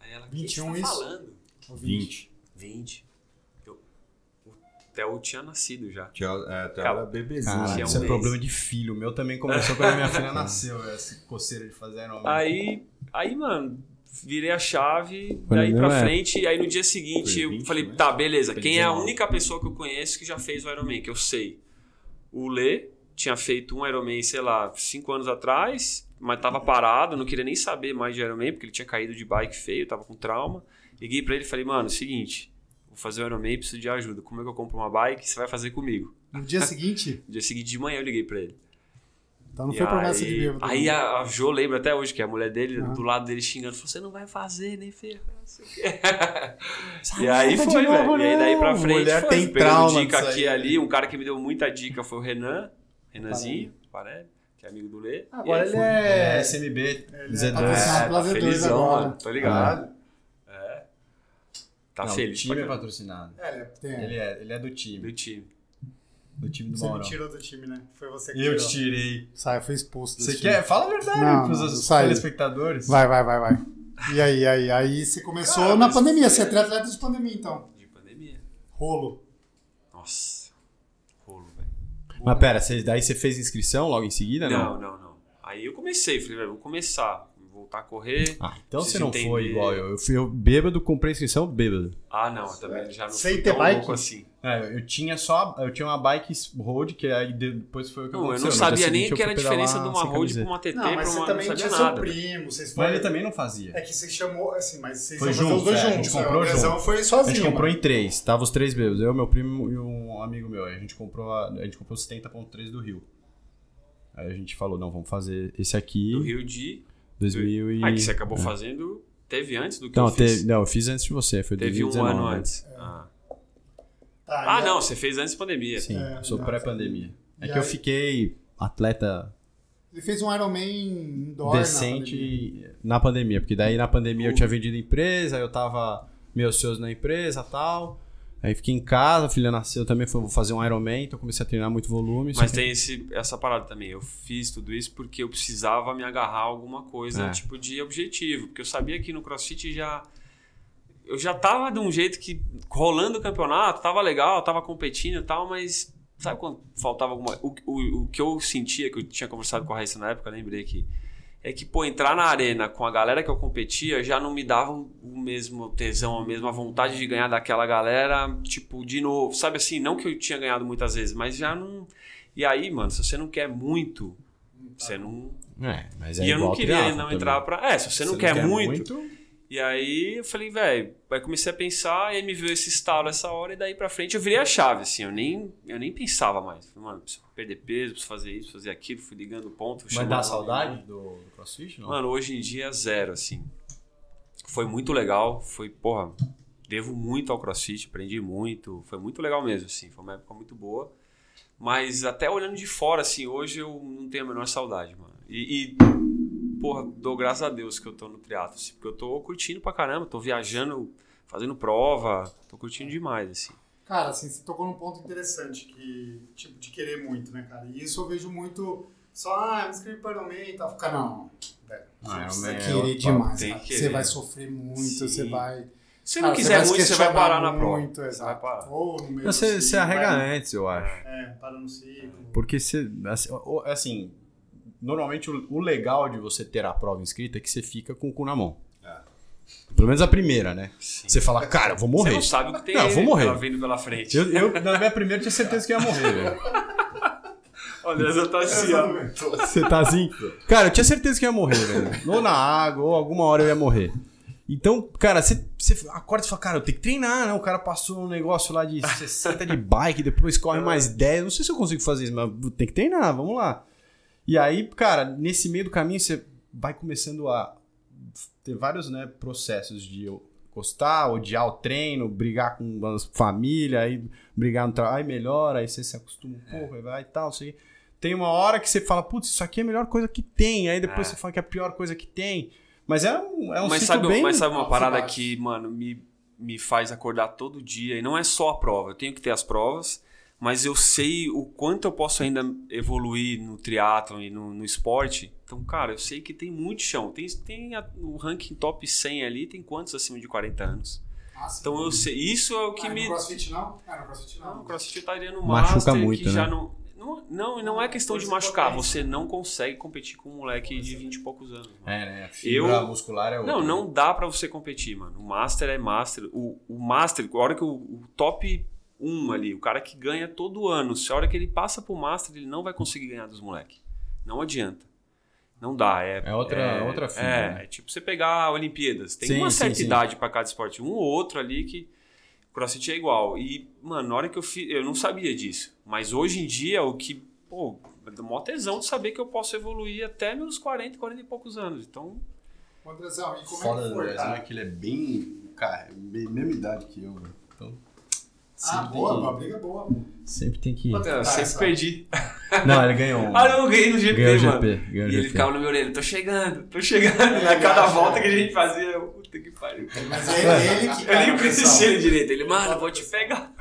Speaker 4: Aí ela, o que você
Speaker 2: 21
Speaker 4: tá
Speaker 2: isso?
Speaker 4: falando?
Speaker 3: 20.
Speaker 4: 20. Eu, o Theo tinha nascido já.
Speaker 3: Tinha, é, até
Speaker 4: Cara,
Speaker 3: era bebezinho. Então,
Speaker 1: Caralho,
Speaker 4: Tinha um
Speaker 1: isso é
Speaker 4: mês.
Speaker 1: problema de filho. O meu também começou quando a minha filha nasceu.
Speaker 5: Nasceu essa coceira de fazer Iron Man.
Speaker 4: Aí, aí, mano, virei a chave,
Speaker 1: Foi
Speaker 4: daí
Speaker 1: na
Speaker 4: pra
Speaker 1: mesma
Speaker 4: frente, e aí no dia seguinte
Speaker 3: Foi
Speaker 4: eu
Speaker 3: 20,
Speaker 4: falei,
Speaker 3: né?
Speaker 4: tá, beleza, quem é a
Speaker 1: 19.
Speaker 4: única pessoa que eu conheço que já fez o Ironman, que eu sei? O Lê tinha feito um Ironman, sei lá, cinco anos atrás, mas tava parado, não queria nem saber mais de Ironman, porque ele tinha caído de bike feio, tava com trauma. Liguei pra ele e falei, mano, é seguinte, vou fazer o Ironman, preciso de ajuda, como é que eu compro uma bike, você vai fazer comigo?
Speaker 2: No dia seguinte,
Speaker 4: No dia seguinte de manhã eu liguei pra ele.
Speaker 2: então não
Speaker 4: E
Speaker 2: foi promessa
Speaker 4: aí-
Speaker 2: de bêbado. né?
Speaker 4: Aí a, a Jo lembra até hoje que a mulher dele,
Speaker 2: Aham.
Speaker 4: do lado dele xingando, falou: Você não vai fazer, nem ferrar, não sei o quê. e aí foi, velho. E aí daí
Speaker 2: né?
Speaker 4: pra frente.
Speaker 1: Mulher
Speaker 4: foi,
Speaker 1: tem
Speaker 4: pegando
Speaker 1: trauma
Speaker 4: dica
Speaker 1: disso
Speaker 4: aqui
Speaker 1: aí.
Speaker 4: e ali. Um cara que me deu muita dica foi o Renan, Renanzinho, Parelli, que é amigo do Lê.
Speaker 2: Ah,
Speaker 5: Agora
Speaker 4: E aí
Speaker 5: ele
Speaker 4: foi-
Speaker 5: é SMB.
Speaker 2: patrocinado.
Speaker 5: Z10.
Speaker 4: É,
Speaker 2: Nossa,
Speaker 4: tá
Speaker 2: prazer dois
Speaker 4: felizão,
Speaker 2: agora.
Speaker 4: mano. Tô ligado. É. Tá
Speaker 5: Não,
Speaker 4: feliz.
Speaker 5: O time é
Speaker 4: pra caramba.
Speaker 5: patrocinado.
Speaker 2: É, ele tem-
Speaker 5: Ele é, ele é do time.
Speaker 4: Do time.
Speaker 5: Do time do
Speaker 2: Você me
Speaker 5: Maurão.
Speaker 2: tirou do time, né? Foi você que
Speaker 5: Eu
Speaker 2: tirou.
Speaker 5: te tirei.
Speaker 2: Sai, eu fui expulso do
Speaker 5: Você
Speaker 2: time.
Speaker 5: quer? Fala a verdade
Speaker 2: Não,
Speaker 5: pros
Speaker 2: não,
Speaker 5: os
Speaker 2: sai.
Speaker 5: telespectadores.
Speaker 2: Vai, vai, vai, vai. E aí, aí, aí você começou
Speaker 4: Cara,
Speaker 2: na
Speaker 4: mas-
Speaker 2: pandemia, você é triatleta de pandemia, então.
Speaker 4: De pandemia.
Speaker 2: Rolo.
Speaker 4: Nossa. Rolo, velho.
Speaker 1: Mas pera, você- daí você fez inscrição logo em seguida? Não.
Speaker 4: Não, não, não. Aí eu comecei, falei, velho, vou começar. Vou voltar a correr.
Speaker 1: Ah, então
Speaker 4: Preciso
Speaker 1: você não foi
Speaker 4: entender.
Speaker 1: igual eu. Eu fui eu bêbado, comprei inscrição bêbado.
Speaker 4: Ah, não, eu também já não
Speaker 2: Sem
Speaker 4: fui
Speaker 2: ter
Speaker 4: tão
Speaker 2: bike?
Speaker 4: louco assim.
Speaker 1: É, eu tinha só. Eu tinha uma bike road, que aí depois foi o que
Speaker 4: Não, eu
Speaker 1: aconteceu. né? No dia
Speaker 4: não sabia nem
Speaker 1: seguinte assim, eu
Speaker 4: que era a
Speaker 1: fui
Speaker 4: diferença de
Speaker 1: pedalar
Speaker 4: uma
Speaker 1: sem
Speaker 4: road pra
Speaker 1: camiseta.
Speaker 4: uma TT
Speaker 2: Não,
Speaker 4: pra
Speaker 2: mas você
Speaker 4: uma. Não
Speaker 2: também tinha
Speaker 4: sabia
Speaker 2: seu
Speaker 4: nada.
Speaker 2: primo, vocês
Speaker 1: Mas
Speaker 2: foram...
Speaker 1: ele também não fazia.
Speaker 2: É que você chamou, assim, mas vocês
Speaker 1: Foi
Speaker 2: iam fazer os
Speaker 1: junto,
Speaker 2: dois
Speaker 1: é, a gente
Speaker 2: juntos.
Speaker 1: comprou
Speaker 2: o Andrezão
Speaker 1: junto.
Speaker 2: foi
Speaker 1: A
Speaker 2: sozinho. né?
Speaker 1: gente
Speaker 4: assim,
Speaker 2: mano.
Speaker 1: comprou em três, tava os três bêbados. Eu, meu primo e um amigo meu. Aí A gente comprou, a, a gente comprou 70.3 do Rio. Aí a gente falou, não, vamos fazer esse aqui,
Speaker 4: Do Rio de.
Speaker 1: 2000 e...
Speaker 4: Ah, que você acabou fazendo. Teve antes do que
Speaker 1: não,
Speaker 4: eu fiz.
Speaker 1: teve- não, eu fiz antes de você, foi
Speaker 4: Teve um
Speaker 1: 2019,
Speaker 4: ano
Speaker 1: né?
Speaker 4: antes. Ah,
Speaker 2: Tá,
Speaker 4: Ah,
Speaker 2: e
Speaker 4: não, você fez antes da pandemia.
Speaker 1: Sim,
Speaker 2: É,
Speaker 1: eu sou
Speaker 2: não,
Speaker 1: pré-pandemia. É
Speaker 2: E
Speaker 1: que eu
Speaker 2: aí-
Speaker 1: fiquei atleta
Speaker 2: Ele fez um Iron Man indoor né? na pandemia.
Speaker 1: decente na pandemia. porque daí na pandemia eu tinha vendido a empresa, eu tava meio ocioso na empresa tal. Aí fiquei em casa, a filha nasceu também, falei, vou fazer um Ironman, então comecei a treinar muito volume. só
Speaker 4: Mas
Speaker 1: que-
Speaker 4: tem esse, essa parada também. Eu fiz tudo isso porque eu precisava me agarrar a alguma coisa,
Speaker 1: É.
Speaker 4: tipo, de objetivo. Porque eu sabia que no CrossFit já. Eu já tava de um jeito que. rolando o campeonato, tava legal, tava competindo e tal, mas. Sabe quando faltava alguma. O, o, o que eu sentia, que eu tinha conversado com a Raíssa na época, eu lembrei aqui. É que, pô, entrar na arena com a galera que eu competia já não me dava o o mesmo tesão, a mesma vontade de ganhar daquela galera, tipo, de novo. Sabe assim, não que eu tinha ganhado muitas vezes, mas já não. E aí, mano, se você não quer muito, você não.
Speaker 1: É, mas é
Speaker 4: e eu não
Speaker 1: igual
Speaker 4: queria
Speaker 1: triatlo
Speaker 4: não
Speaker 1: também.
Speaker 4: entrar pra. É, se você, não, quer, muito. E aí eu falei, velho, aí comecei a pensar, e aí me veio esse estalo essa hora, e daí pra frente eu virei a chave, assim, eu nem, eu nem pensava mais. Falei, mano, preciso perder peso, preciso fazer isso, fazer aquilo, fui ligando o ponto.
Speaker 1: Vai
Speaker 4: chamando-
Speaker 1: dar saudade do, do CrossFit? Não?
Speaker 4: Mano, hoje em dia zero, assim. Foi muito legal, foi, porra, devo muito ao CrossFit, aprendi muito, foi muito legal mesmo, assim, foi uma época muito boa. Mas até olhando de fora, assim, hoje eu não tenho a menor saudade, mano. E, e, porra, dou graças a Deus que eu tô no triatlo, assim, porque eu tô curtindo pra caramba, tô viajando, fazendo prova, tô curtindo demais, assim.
Speaker 2: Cara, assim, você tocou num ponto interessante que, tipo, de querer muito, né, cara? E isso eu vejo muito. Só, ah, me inscrevi para o meio e tal. Fica, não. velho, Você
Speaker 1: Ah,
Speaker 2: precisa
Speaker 1: é,
Speaker 2: querer
Speaker 1: é,
Speaker 2: demais,
Speaker 4: tem
Speaker 2: cara.
Speaker 4: que
Speaker 2: Você
Speaker 4: querer.
Speaker 2: vai sofrer muito,
Speaker 4: Sim.
Speaker 2: você Ah, vai.
Speaker 4: Se
Speaker 2: Cara,
Speaker 4: não quiser
Speaker 2: se
Speaker 4: muito, você vai parar na
Speaker 2: questionar
Speaker 4: prova.
Speaker 2: Muito,
Speaker 4: vai
Speaker 2: exato.
Speaker 4: parar.
Speaker 2: Ou no meio
Speaker 1: Você, você
Speaker 2: do ciclo,
Speaker 1: arrega né?
Speaker 2: vai-
Speaker 1: antes, eu acho.
Speaker 2: É, para no ciclo.
Speaker 1: Porque você. Assim, o- o- assim, normalmente o, o legal de você ter a prova inscrita é que você fica com o cu na mão.
Speaker 3: É.
Speaker 1: Pelo menos a primeira, né?
Speaker 4: Sim.
Speaker 1: Você fala, cara, eu vou
Speaker 4: Você
Speaker 1: morrer.
Speaker 4: não sabe o que tem
Speaker 1: Não, eu vou morrer.
Speaker 4: pela- vindo pela frente.
Speaker 1: Eu, eu, na minha primeira, tinha certeza que ia morrer, velho.
Speaker 4: Olha, eu tá assim, ó.
Speaker 3: Exatamente.
Speaker 1: Você tá assim. Cara, eu tinha certeza que eu ia morrer, velho. Ou na água, ou alguma hora eu ia morrer. Então, cara, você, você acorda e fala, cara, eu tenho que treinar, né? O cara passou um negócio lá de 60 de bike, depois corre mais 10. Não sei se eu consigo fazer isso, mas tem que treinar, vamos lá. E aí, cara, nesse meio do caminho, você vai começando a ter vários né, processos de eu gostar, odiar o treino, brigar com a família, aí brigar no trabalho, aí melhora, aí você se acostuma
Speaker 4: É.
Speaker 1: um pouco, aí vai e tal, sei. Tem uma hora que você fala, putz, isso aqui é a melhor coisa que tem. Aí depois
Speaker 4: É.
Speaker 1: você fala que é a pior coisa que tem. Mas é um, é um
Speaker 4: mas,
Speaker 1: ciclo
Speaker 4: sabe,
Speaker 1: bem...
Speaker 4: mas sabe uma
Speaker 2: alto e
Speaker 4: parada
Speaker 2: baixo.
Speaker 4: que, mano, me, me faz acordar todo dia? E não é só a prova. Eu tenho que ter as provas, mas eu sei o quanto eu posso ainda evoluir no triatlon e no, no esporte. Então, cara, eu sei que tem muito chão. Tem, tem a- o ranking top 100 ali, tem quantos acima de 40 anos?
Speaker 2: Ah, sim.
Speaker 4: Então, eu sei. Isso é o que
Speaker 2: Ah,
Speaker 4: me...
Speaker 2: No crossfit não? Ah, no crossfit
Speaker 4: Não,
Speaker 2: não.
Speaker 4: o CrossFit estaria no
Speaker 1: Machuca
Speaker 4: Master
Speaker 1: muito,
Speaker 4: que
Speaker 1: né?
Speaker 4: já não... Não, não, e não é questão de
Speaker 2: Coisa
Speaker 4: machucar.
Speaker 2: potente.
Speaker 4: Você não consegue competir com um moleque de 20 e poucos anos. mano.
Speaker 1: É, né?
Speaker 4: fibra Eu-
Speaker 1: muscular é
Speaker 4: Não, não dá pra você competir, mano. O Master é Master. O, o Master, a hora que o, o top 1 ali, o cara que ganha todo ano, se a hora que ele passa pro Master, ele não vai conseguir ganhar dos moleques. Não adianta. Não dá. É,
Speaker 1: É outra- outra fibra,
Speaker 4: É,
Speaker 1: né?
Speaker 4: é tipo você pegar Olimpíadas. Tem
Speaker 1: Sim,
Speaker 4: uma
Speaker 1: sim,
Speaker 4: certa
Speaker 1: sim.
Speaker 4: idade pra cada esporte. Um ou outro ali que crossfit é igual. E, mano, na hora que eu fiz, eu não sabia disso. Mas hoje em dia, o que. Pô, dá mó tesão de saber que eu posso evoluir até meus 40, 40 e poucos anos. Então,
Speaker 2: Ô, Andrezão, e como é
Speaker 1: Foda
Speaker 2: que
Speaker 1: do
Speaker 2: foi,
Speaker 1: Brasil
Speaker 2: cara?
Speaker 1: é que ele é bem. Cara, bem- mesma idade que eu, velho. Então.
Speaker 2: Ah,
Speaker 1: Sempre
Speaker 2: boa,
Speaker 1: tem
Speaker 2: uma briga boa. pô.
Speaker 1: que, sempre tem que.
Speaker 2: Quanto é que
Speaker 4: Então, eu
Speaker 2: tá
Speaker 4: sempre
Speaker 2: essa-
Speaker 4: perdi.
Speaker 1: Não, ele ganhou. um.
Speaker 4: Ah, não, eu ganhei no GP,
Speaker 1: Ganhou o
Speaker 4: mano.
Speaker 1: GP. Ganhou o
Speaker 4: E ele
Speaker 1: GP.
Speaker 4: ficava no meu orelho, tô chegando, tô chegando. E a cada volta que a gente fazia, eu, puta que pariu.
Speaker 2: Mas é ele que.
Speaker 4: Eu nem
Speaker 2: cara,
Speaker 4: conhecia
Speaker 2: pessoal.
Speaker 4: ele direito. Ele, mano, eu vou te pegar.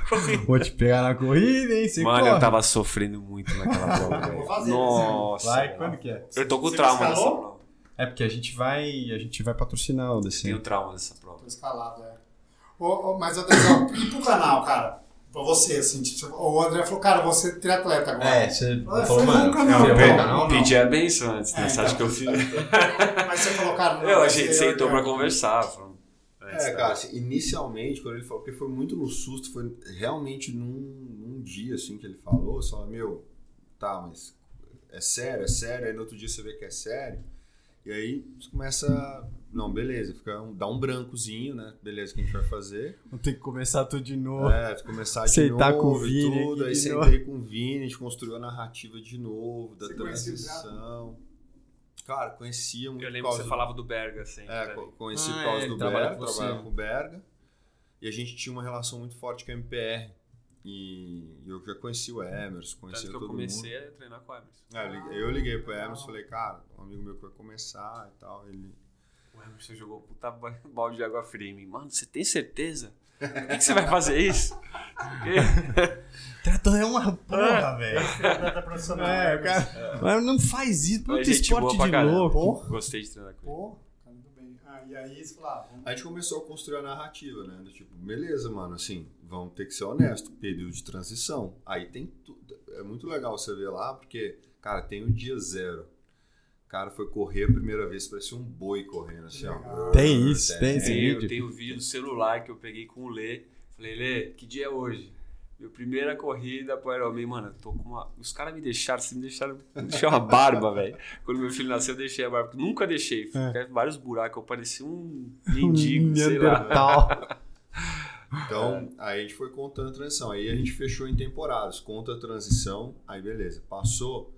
Speaker 1: Vou te pegar na corrida, hein? Você
Speaker 4: Mano,
Speaker 1: corre.
Speaker 4: eu tava sofrendo muito naquela prova,
Speaker 2: Vou
Speaker 4: velho.
Speaker 2: fazer,
Speaker 4: Nossa.
Speaker 1: Vai,
Speaker 4: mano.
Speaker 1: quando que é?
Speaker 4: Eu tô com
Speaker 2: Você
Speaker 4: trauma
Speaker 2: escalou?
Speaker 4: dessa prova.
Speaker 1: É porque a gente vai. A gente vai patrocinar o desse.
Speaker 4: Tenho trauma dessa prova.
Speaker 2: Tô escalado, é. Ô, ô, mas, Andrezão, e pro canal, cara? Pra você, assim, tipo, o André falou, cara, você é triatleta agora.
Speaker 1: você
Speaker 2: Ah, foi nunca, não,
Speaker 1: ferrou,
Speaker 2: pô.
Speaker 1: não.
Speaker 2: não.
Speaker 4: Pedi a benção antes, né?
Speaker 2: É,
Speaker 4: Você acha que eu fiz?
Speaker 2: Mas você falou, cara, não,
Speaker 4: Eu, a
Speaker 2: vai
Speaker 4: gente
Speaker 2: ser
Speaker 4: sentou pra
Speaker 2: orgânico.
Speaker 4: conversar. falou, antes,
Speaker 3: É,
Speaker 4: né?
Speaker 3: cara, assim, inicialmente, quando ele falou, porque foi muito no susto, foi realmente num, num dia assim que ele falou, você fala, meu, tá, mas é sério, é sério, aí no outro dia você vê que é sério, e aí você começa. Não, beleza, fica um- dá um brancozinho, né? Beleza, o que a gente vai fazer?
Speaker 1: Vou ter que começar tudo de novo.
Speaker 3: É, tu começar de
Speaker 1: Sentar
Speaker 3: novo
Speaker 1: com o Vini
Speaker 3: e tudo,
Speaker 1: aqui
Speaker 3: aí
Speaker 1: de
Speaker 3: sentei com o Vini, a gente construiu a narrativa de novo, da
Speaker 2: Você conhecia o
Speaker 3: transição. Cara, conhecia muito
Speaker 4: Eu
Speaker 3: por
Speaker 4: lembro que você
Speaker 3: causa do-
Speaker 4: falava do Berga sempre.
Speaker 3: é,
Speaker 4: né?
Speaker 3: co- conheci
Speaker 1: Ah,
Speaker 3: por causa
Speaker 1: é,
Speaker 3: do
Speaker 1: ele trabalha
Speaker 3: Berga,
Speaker 1: com você.
Speaker 3: trabalhava com o Berga. E a gente tinha uma relação muito forte com a MPR. E eu já conheci o Emerson,
Speaker 4: Tanto
Speaker 3: conhecia
Speaker 4: que eu
Speaker 3: todo
Speaker 4: comecei a treinar com a Emerson.
Speaker 3: mundo. É, eu liguei- eu liguei pro Emerson, falei, cara, um amigo meu que vai começar e tal. Ele,
Speaker 4: O Emerson jogou um puta ba- balde de água fria em mim. Mano, você tem certeza? Por que, que você vai fazer isso?
Speaker 1: Trator é uma porra, velho.
Speaker 2: Atleta profissional.
Speaker 1: É, o cara. Mas não faz isso,
Speaker 4: Mas
Speaker 1: puta
Speaker 4: é gente boa
Speaker 1: esporte
Speaker 4: pra
Speaker 1: de
Speaker 4: caramba.
Speaker 1: louco.
Speaker 4: Gostei de treinar com ele.
Speaker 2: Pô, cara, muito bem. Ah, e aí, sei lá, vamos-
Speaker 3: A gente começou a construir a narrativa, né? Do tipo, beleza, mano, assim, vamos ter que ser honesto, período de transição. Aí tem tudo. É muito legal você ver lá, porque, cara, tem o dia zero. O cara foi correr a primeira vez, parecia um boi correndo, assim, ó. É,
Speaker 1: Tem isso, tem esse
Speaker 4: Tem, É, eu
Speaker 1: vídeo.
Speaker 4: tenho o vídeo do celular que eu peguei com o Lê. Falei, Lê, que dia é hoje? Minha primeira corrida pro Ironman, mano, eu tô com uma... Os caras me deixaram, se me deixaram... me deixaram a barba, velho. Quando meu filho nasceu, eu deixei a barba. Nunca deixei. Fiquei Vários buracos, eu parecia um mendigo, sei
Speaker 1: É.
Speaker 4: lá.
Speaker 1: Neandertal.
Speaker 3: Então,
Speaker 1: É.
Speaker 3: aí a gente foi contando a transição. Aí
Speaker 1: Uhum.
Speaker 3: a gente fechou em temporadas. Conta a transição, aí beleza. Passou,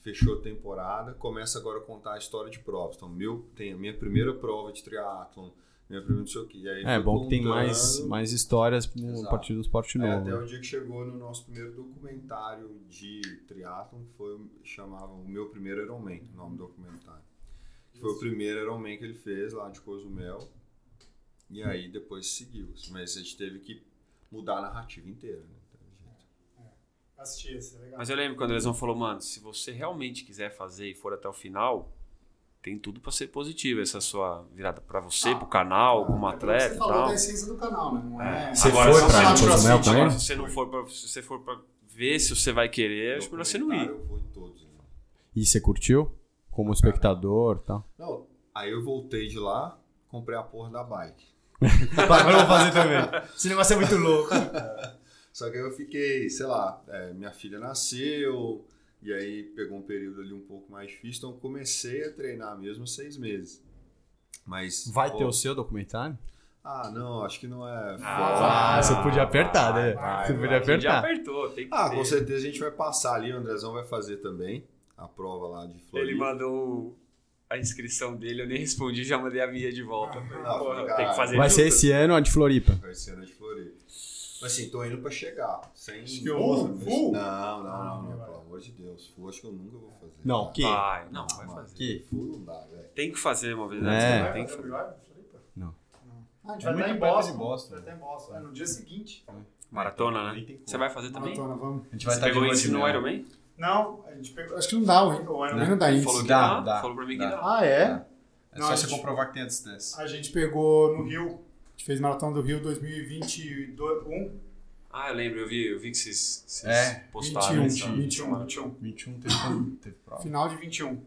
Speaker 3: fechou a temporada, começa agora a contar a história de provas. Então, meu, tem a minha primeira prova de triatlon, minha primeira não sei o quê. E aí
Speaker 1: É
Speaker 3: foi
Speaker 1: bom que tem mais,
Speaker 3: contando.
Speaker 1: mais histórias no- a
Speaker 3: Exato.
Speaker 1: partir do esporte
Speaker 3: É,
Speaker 1: novo.
Speaker 3: até
Speaker 1: né?
Speaker 3: o dia que chegou no nosso primeiro documentário de triatlon, que foi, o- chamava O Meu Primeiro Ironman, o nome do documentário. Que foi o primeiro Ironman que ele fez lá de Cozumel. E aí depois seguiu. Mas a gente teve que mudar a narrativa inteira. Né? Então, gente,
Speaker 2: assistir esse, é legal.
Speaker 4: Mas um eu lembro quando o Andrezão falou, mano, se você realmente quiser fazer e for até o final, tem tudo pra ser positivo essa sua virada pra você, pro canal, como
Speaker 2: É porque
Speaker 4: atleta
Speaker 2: Você
Speaker 4: e
Speaker 2: falou
Speaker 4: tal.
Speaker 2: da essência do canal, né? Não é...
Speaker 1: Você
Speaker 4: Agora,
Speaker 1: foi
Speaker 4: se
Speaker 1: pra tá né?
Speaker 4: você
Speaker 1: Cozumel
Speaker 4: for
Speaker 2: Crossfit,
Speaker 4: assistir,
Speaker 1: também?
Speaker 4: agora, Se você não for pra, se você for pra ver se você vai querer, acho melhor você não ir.
Speaker 3: documentário Eu vou em todos. né?
Speaker 1: E você curtiu? Como espectador e tal.
Speaker 3: Não, aí eu voltei de lá, comprei a porra da bike.
Speaker 1: Agora eu vou fazer também. Esse negócio é muito louco.
Speaker 3: Só que aí eu fiquei, sei lá, é, minha filha nasceu, e aí pegou um período ali um pouco mais difícil, então eu comecei a treinar mesmo seis meses. Mas.
Speaker 1: Vai
Speaker 3: pô,
Speaker 1: ter o seu documentário?
Speaker 3: Ah, não, acho que não é.
Speaker 4: Ah,
Speaker 1: você podia apertar, né?
Speaker 3: vai,
Speaker 1: você
Speaker 3: vai.
Speaker 1: podia
Speaker 4: Quem
Speaker 1: apertar.
Speaker 4: Já apertou, tem que
Speaker 3: Ah,
Speaker 4: ter.
Speaker 3: com certeza a gente vai passar ali, o Andrezão vai fazer também a prova lá de Floripa.
Speaker 4: Ele mandou a inscrição dele, eu nem respondi, já mandei a minha de volta.
Speaker 3: Ah,
Speaker 4: Porra,
Speaker 3: cara.
Speaker 4: tem que fazer
Speaker 1: Vai
Speaker 4: tudo.
Speaker 1: ser esse ano a de Floripa.
Speaker 3: Vai ser na de Floripa. Mas assim, tô indo pra chegar. Sem.
Speaker 2: Acho que eu vou-
Speaker 3: Não,
Speaker 2: vou.
Speaker 3: não, não, não,
Speaker 2: vai.
Speaker 3: pelo amor de Deus. Full acho que eu nunca vou fazer.
Speaker 1: Não,
Speaker 3: cara.
Speaker 1: que?
Speaker 4: Vai, não, vai
Speaker 3: mano,
Speaker 4: fazer.
Speaker 1: Que?
Speaker 3: Full não dá, velho.
Speaker 4: Tem que fazer uma vez,
Speaker 1: É.
Speaker 4: né?
Speaker 2: Vai
Speaker 4: Tem que
Speaker 2: fazer
Speaker 4: fazer.
Speaker 2: o Jordan, Floripa?
Speaker 1: Não.
Speaker 2: Ah, a gente
Speaker 5: É
Speaker 2: vai
Speaker 5: muito
Speaker 2: estar
Speaker 5: perto
Speaker 2: em
Speaker 5: de
Speaker 2: Boston.
Speaker 5: Boston.
Speaker 2: Vai estar em Boston. É, no dia seguinte.
Speaker 4: Maratona,
Speaker 5: Nem
Speaker 4: né?
Speaker 5: tem como.
Speaker 4: Você vai fazer também?
Speaker 2: Maratona, vamos.
Speaker 5: A gente
Speaker 1: tá
Speaker 5: vai
Speaker 4: Você
Speaker 5: estar de
Speaker 4: pegou
Speaker 5: lua de
Speaker 4: esse no
Speaker 5: mel.
Speaker 4: Ironman?
Speaker 2: Não, a gente pegou... Acho que não dá, o o Ironman não dá índice.
Speaker 4: Falou que
Speaker 5: Dá,
Speaker 4: dá,
Speaker 5: dá,
Speaker 4: falou pra mim
Speaker 5: dá.
Speaker 4: que dá.
Speaker 2: Ah, é?
Speaker 5: É
Speaker 2: Não,
Speaker 5: só
Speaker 2: a
Speaker 5: você
Speaker 2: gente-
Speaker 5: comprovar que tem a distância.
Speaker 2: A gente pegou no Rio. A gente fez Maratona do Rio 2021.
Speaker 4: Ah, eu lembro, eu vi, eu vi que vocês, vocês
Speaker 5: É,
Speaker 4: postaram
Speaker 2: 21,
Speaker 4: essa-
Speaker 2: 21, 21.
Speaker 5: 21 teve, quando teve prova.
Speaker 2: Final de 21.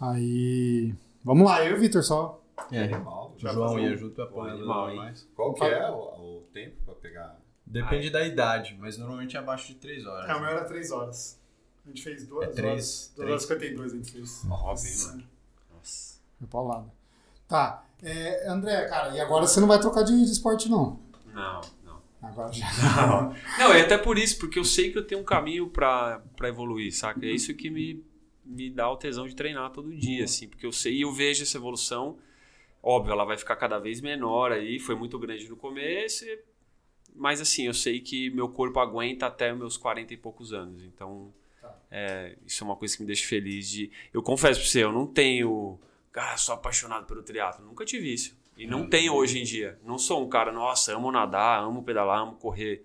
Speaker 2: Aí. Vamos lá, eu e o Vitor só.
Speaker 1: É.
Speaker 3: Animal.
Speaker 5: O João ia
Speaker 1: tá
Speaker 5: junto apoiando
Speaker 4: Animal,
Speaker 5: lá,
Speaker 4: hein?
Speaker 5: mas-
Speaker 3: Qual que é o, o tempo pra pegar?
Speaker 1: Depende
Speaker 4: Ah,
Speaker 1: da idade, mas normalmente é abaixo de 3 horas.
Speaker 2: É, o meu era 3 horas. A gente fez 2
Speaker 1: É três,
Speaker 2: horas. 2
Speaker 1: três.
Speaker 2: horas e 52 a gente fez.
Speaker 4: Óbvio, hein, mano. Nossa.
Speaker 2: Foi paulada. Tá. é, André, cara, e agora você não vai trocar de, de esporte, não.
Speaker 4: Não, não.
Speaker 2: Agora já.
Speaker 4: Não, e até por isso, porque eu sei que eu tenho um caminho pra, pra evoluir, saca? É isso que me, me dá o tesão de treinar todo dia, assim, porque eu sei e eu vejo essa evolução. Óbvio, ela vai ficar cada vez menor aí, foi muito grande no começo, e- mas assim, eu sei que meu corpo aguenta até meus 40 e poucos anos, então
Speaker 2: Tá.
Speaker 4: é, isso é uma coisa que me deixa feliz de... Eu confesso pra você, eu não tenho... Cara, sou apaixonado pelo triatlo, nunca tive isso. E não
Speaker 2: Uhum.
Speaker 4: tenho hoje em dia. Não sou um cara, nossa, amo nadar, amo pedalar, amo correr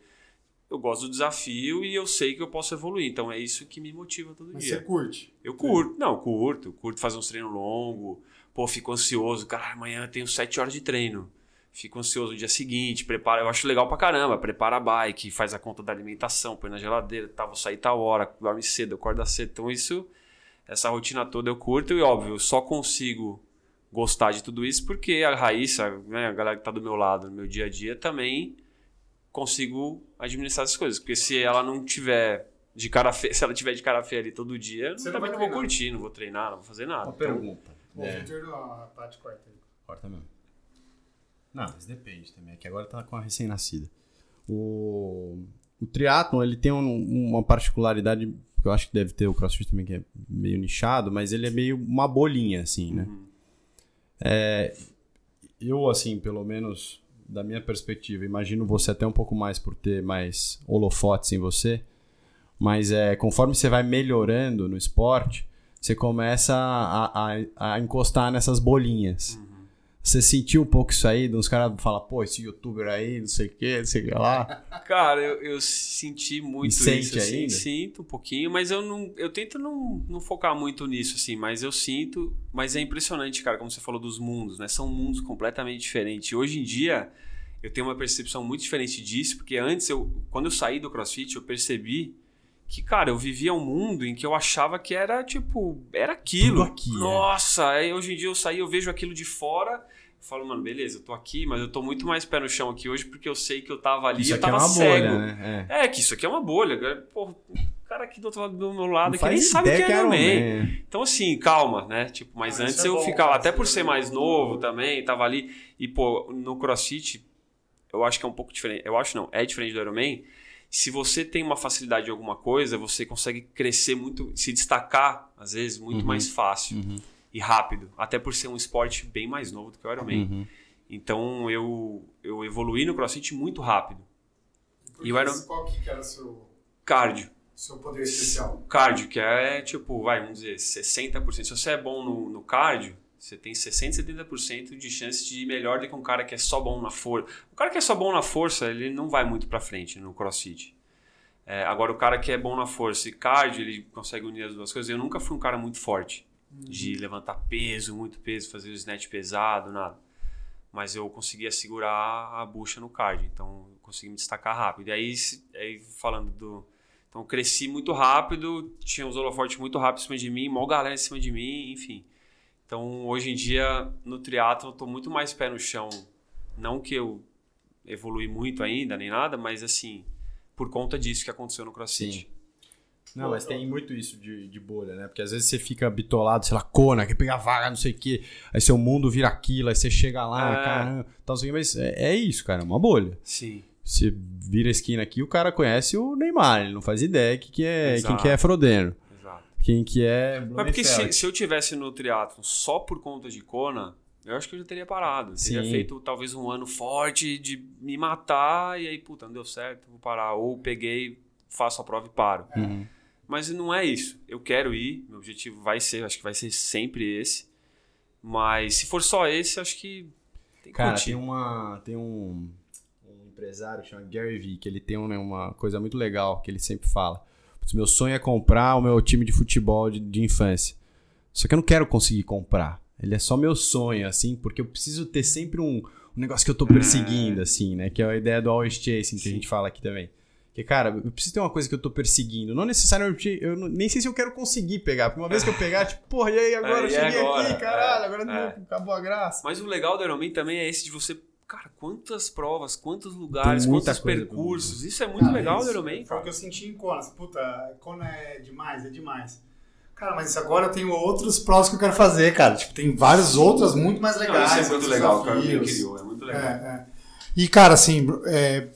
Speaker 4: eu gosto do desafio e eu sei que eu posso evoluir. Então é isso que me motiva todo
Speaker 2: Mas
Speaker 4: dia.
Speaker 2: você curte.
Speaker 4: Eu curto, não, curto, curto fazer uns treinos longos. Pô, fico ansioso, cara, amanhã eu tenho sete horas de treino. Fico ansioso no dia seguinte, prepara, eu acho legal pra caramba, prepara a bike, faz a conta da alimentação, põe na geladeira, tá, vou sair tal hora, dorme cedo, acorda cedo. Então isso, essa rotina toda eu curto e óbvio, eu só consigo gostar de tudo isso porque a Raíssa, né, a galera que tá do meu lado no meu dia a dia também consigo administrar essas coisas, porque se ela não tiver de cara feia, se ela tiver de cara feia ali todo dia, eu
Speaker 2: Você não vai
Speaker 4: também não vou
Speaker 2: treinar.
Speaker 4: curtir, não vou treinar, não vou fazer nada.
Speaker 5: Uma pergunta.
Speaker 2: Bom,
Speaker 5: É.
Speaker 2: Vitor, a parte quarta aí.
Speaker 1: Corta tá mesmo. Não, mas depende também. É que agora tá com a recém-nascida. O, o triatlon, ele tem um- uma particularidade que eu acho que deve ter o crossfit também, que é meio nichado, mas ele é meio uma bolinha, assim, né? É, eu, assim, pelo menos da minha perspectiva, imagino você até um pouco mais por ter mais holofotes em você, mas é, conforme você vai melhorando no esporte, você começa a, a, a encostar nessas bolinhas. Você sentiu um pouco isso aí, de uns caras falam, pô, esse youtuber aí, não sei o que, não sei o que lá.
Speaker 4: Cara, eu, eu senti muito
Speaker 1: E sente
Speaker 4: isso. assim,
Speaker 1: ainda?
Speaker 4: Sinto um pouquinho, mas eu não. Eu tento não, não focar muito nisso, assim, mas eu sinto. Mas é impressionante, cara, como você falou dos mundos, né? São mundos completamente diferentes. Hoje em dia, eu tenho uma percepção muito diferente disso, porque antes, eu, quando eu saí do CrossFit, eu percebi que, cara, eu vivia um mundo em que eu achava que era, tipo, era aquilo.
Speaker 1: Tudo aqui, é.
Speaker 4: Nossa, aí hoje em dia eu saí, eu vejo aquilo de fora. eu Falo, mano, beleza, eu tô aqui, mas eu tô muito mais pé no chão aqui hoje porque eu sei que eu tava ali, eu tava cego.
Speaker 1: é né?
Speaker 4: É, que isso aqui é uma bolha. cara. Pô, o cara aqui do outro lado do meu
Speaker 1: É. né?
Speaker 4: lado
Speaker 1: Não
Speaker 4: que nem
Speaker 1: faz
Speaker 4: sabe o que
Speaker 1: ideia
Speaker 4: é Iron Man.
Speaker 1: Iron Man.
Speaker 4: Então, assim, calma, né? Tipo, mas
Speaker 2: Ah,
Speaker 4: antes
Speaker 2: isso é
Speaker 4: eu
Speaker 2: bom,
Speaker 4: ficava,
Speaker 2: cara,
Speaker 4: até
Speaker 2: isso
Speaker 4: por
Speaker 2: é
Speaker 4: ser
Speaker 2: bom.
Speaker 4: mais novo também, tava ali. E, pô, no crossfit, eu acho que é um pouco diferente. Eu acho não, é diferente do Iron Man. Se você tem uma facilidade em alguma coisa, você consegue crescer muito, se destacar, às vezes, muito
Speaker 1: Uhum.
Speaker 4: mais fácil
Speaker 1: Uhum.
Speaker 4: e rápido. Até por ser um esporte bem mais novo do que o Iron Man.
Speaker 1: Uhum.
Speaker 4: Então, eu, eu evoluí no crossfit muito rápido. E o Iron-
Speaker 2: Qual que era o seu,
Speaker 4: Cardio.
Speaker 2: seu poder especial?
Speaker 4: cardio, que é tipo, vai, vamos dizer, 60%. Se você é bom no, no cardio, você tem 60, 70% de chance de ir melhor do que um cara que é só bom na força. O cara que é só bom na força, ele não vai muito pra frente no crossfit. É, agora, o cara que é bom na força e cardio, ele consegue unir as duas coisas. Eu nunca fui um cara muito forte, de levantar peso, muito peso, fazer o snatch pesado, nada. Mas eu conseguia segurar a bucha no cardio, então eu consegui me destacar rápido. E aí, se- aí falando do, então eu cresci muito rápido, tinha os holofortes muito rápido em cima de mim, mó galera em cima de mim, enfim. Então hoje em dia no triatlo eu tô muito mais pé no chão. Não que eu evolui muito ainda, nem nada, mas assim, por conta disso que aconteceu no CrossFit.
Speaker 1: Não, mas tem muito isso de, de bolha, né? Porque às vezes você fica bitolado, sei lá, cona, quer pegar vaga, não sei o quê. Aí seu mundo vira aquilo, aí você chega lá,
Speaker 4: É.
Speaker 1: caramba, tal, não sei o quê. Mas é, é isso, cara, é uma bolha.
Speaker 4: Sim.
Speaker 1: Você vira a esquina aqui, o cara conhece o Neymar, ele não faz ideia que que é, quem
Speaker 4: Exato.
Speaker 1: que é Frodeno,
Speaker 4: Exato.
Speaker 1: quem que é
Speaker 4: Mas porque se,
Speaker 1: Blumenfeld.
Speaker 4: se eu tivesse no triatlo só por conta de Kona, eu acho que eu já teria parado.
Speaker 1: Sim.
Speaker 4: Teria feito talvez um ano forte de me matar e aí, puta, não deu certo, vou parar. Ou peguei, faço a prova e paro.
Speaker 1: Uhum.
Speaker 4: Mas não é isso. Eu quero ir, meu objetivo vai ser, acho que vai ser sempre esse. Mas se for só esse, acho que tem que
Speaker 1: Cara,
Speaker 4: curtir.
Speaker 1: tem, uma, tem um, um empresário que chama Gary Vee, que ele tem uma, uma coisa muito legal que ele sempre fala. "Putz, Meu sonho é comprar o meu time de futebol de, de infância. Só que eu não quero conseguir comprar. Ele é só meu sonho, assim, porque eu preciso ter sempre um, um negócio que eu tô perseguindo, assim, né? Que é a ideia do always chasing que a gente fala aqui também. Porque, cara, eu preciso ter uma coisa que eu tô perseguindo. Não necessariamente. Eu não- nem sei se eu quero conseguir pegar. Porque uma vez que eu pegar, tipo, porra, e aí agora?
Speaker 4: É,
Speaker 1: eu
Speaker 4: e é
Speaker 1: cheguei
Speaker 4: agora?
Speaker 1: aqui, caralho,
Speaker 4: É,
Speaker 1: agora não-
Speaker 4: é.
Speaker 1: acabou a graça.
Speaker 4: Mas o legal do Ironman também é esse de você, cara, quantas provas, quantos lugares,
Speaker 1: Tem muita
Speaker 4: quantos
Speaker 1: coisa
Speaker 4: percursos. Isso é muito
Speaker 2: Cara,
Speaker 4: legal
Speaker 2: Ah, isso
Speaker 4: do Ironman,
Speaker 2: Foi o
Speaker 4: cara.
Speaker 2: que eu senti em Conas. Puta, Conas é demais, é demais. Cara, mas agora eu tenho outros prós que eu quero fazer, cara. Tipo, tem várias outras muito mais
Speaker 4: Não,
Speaker 2: legais.
Speaker 4: isso é muito
Speaker 2: outros
Speaker 4: legal, cara. Me
Speaker 2: desafios.
Speaker 4: criou, é muito
Speaker 2: É,
Speaker 4: legal.
Speaker 2: é. E, cara, assim, é,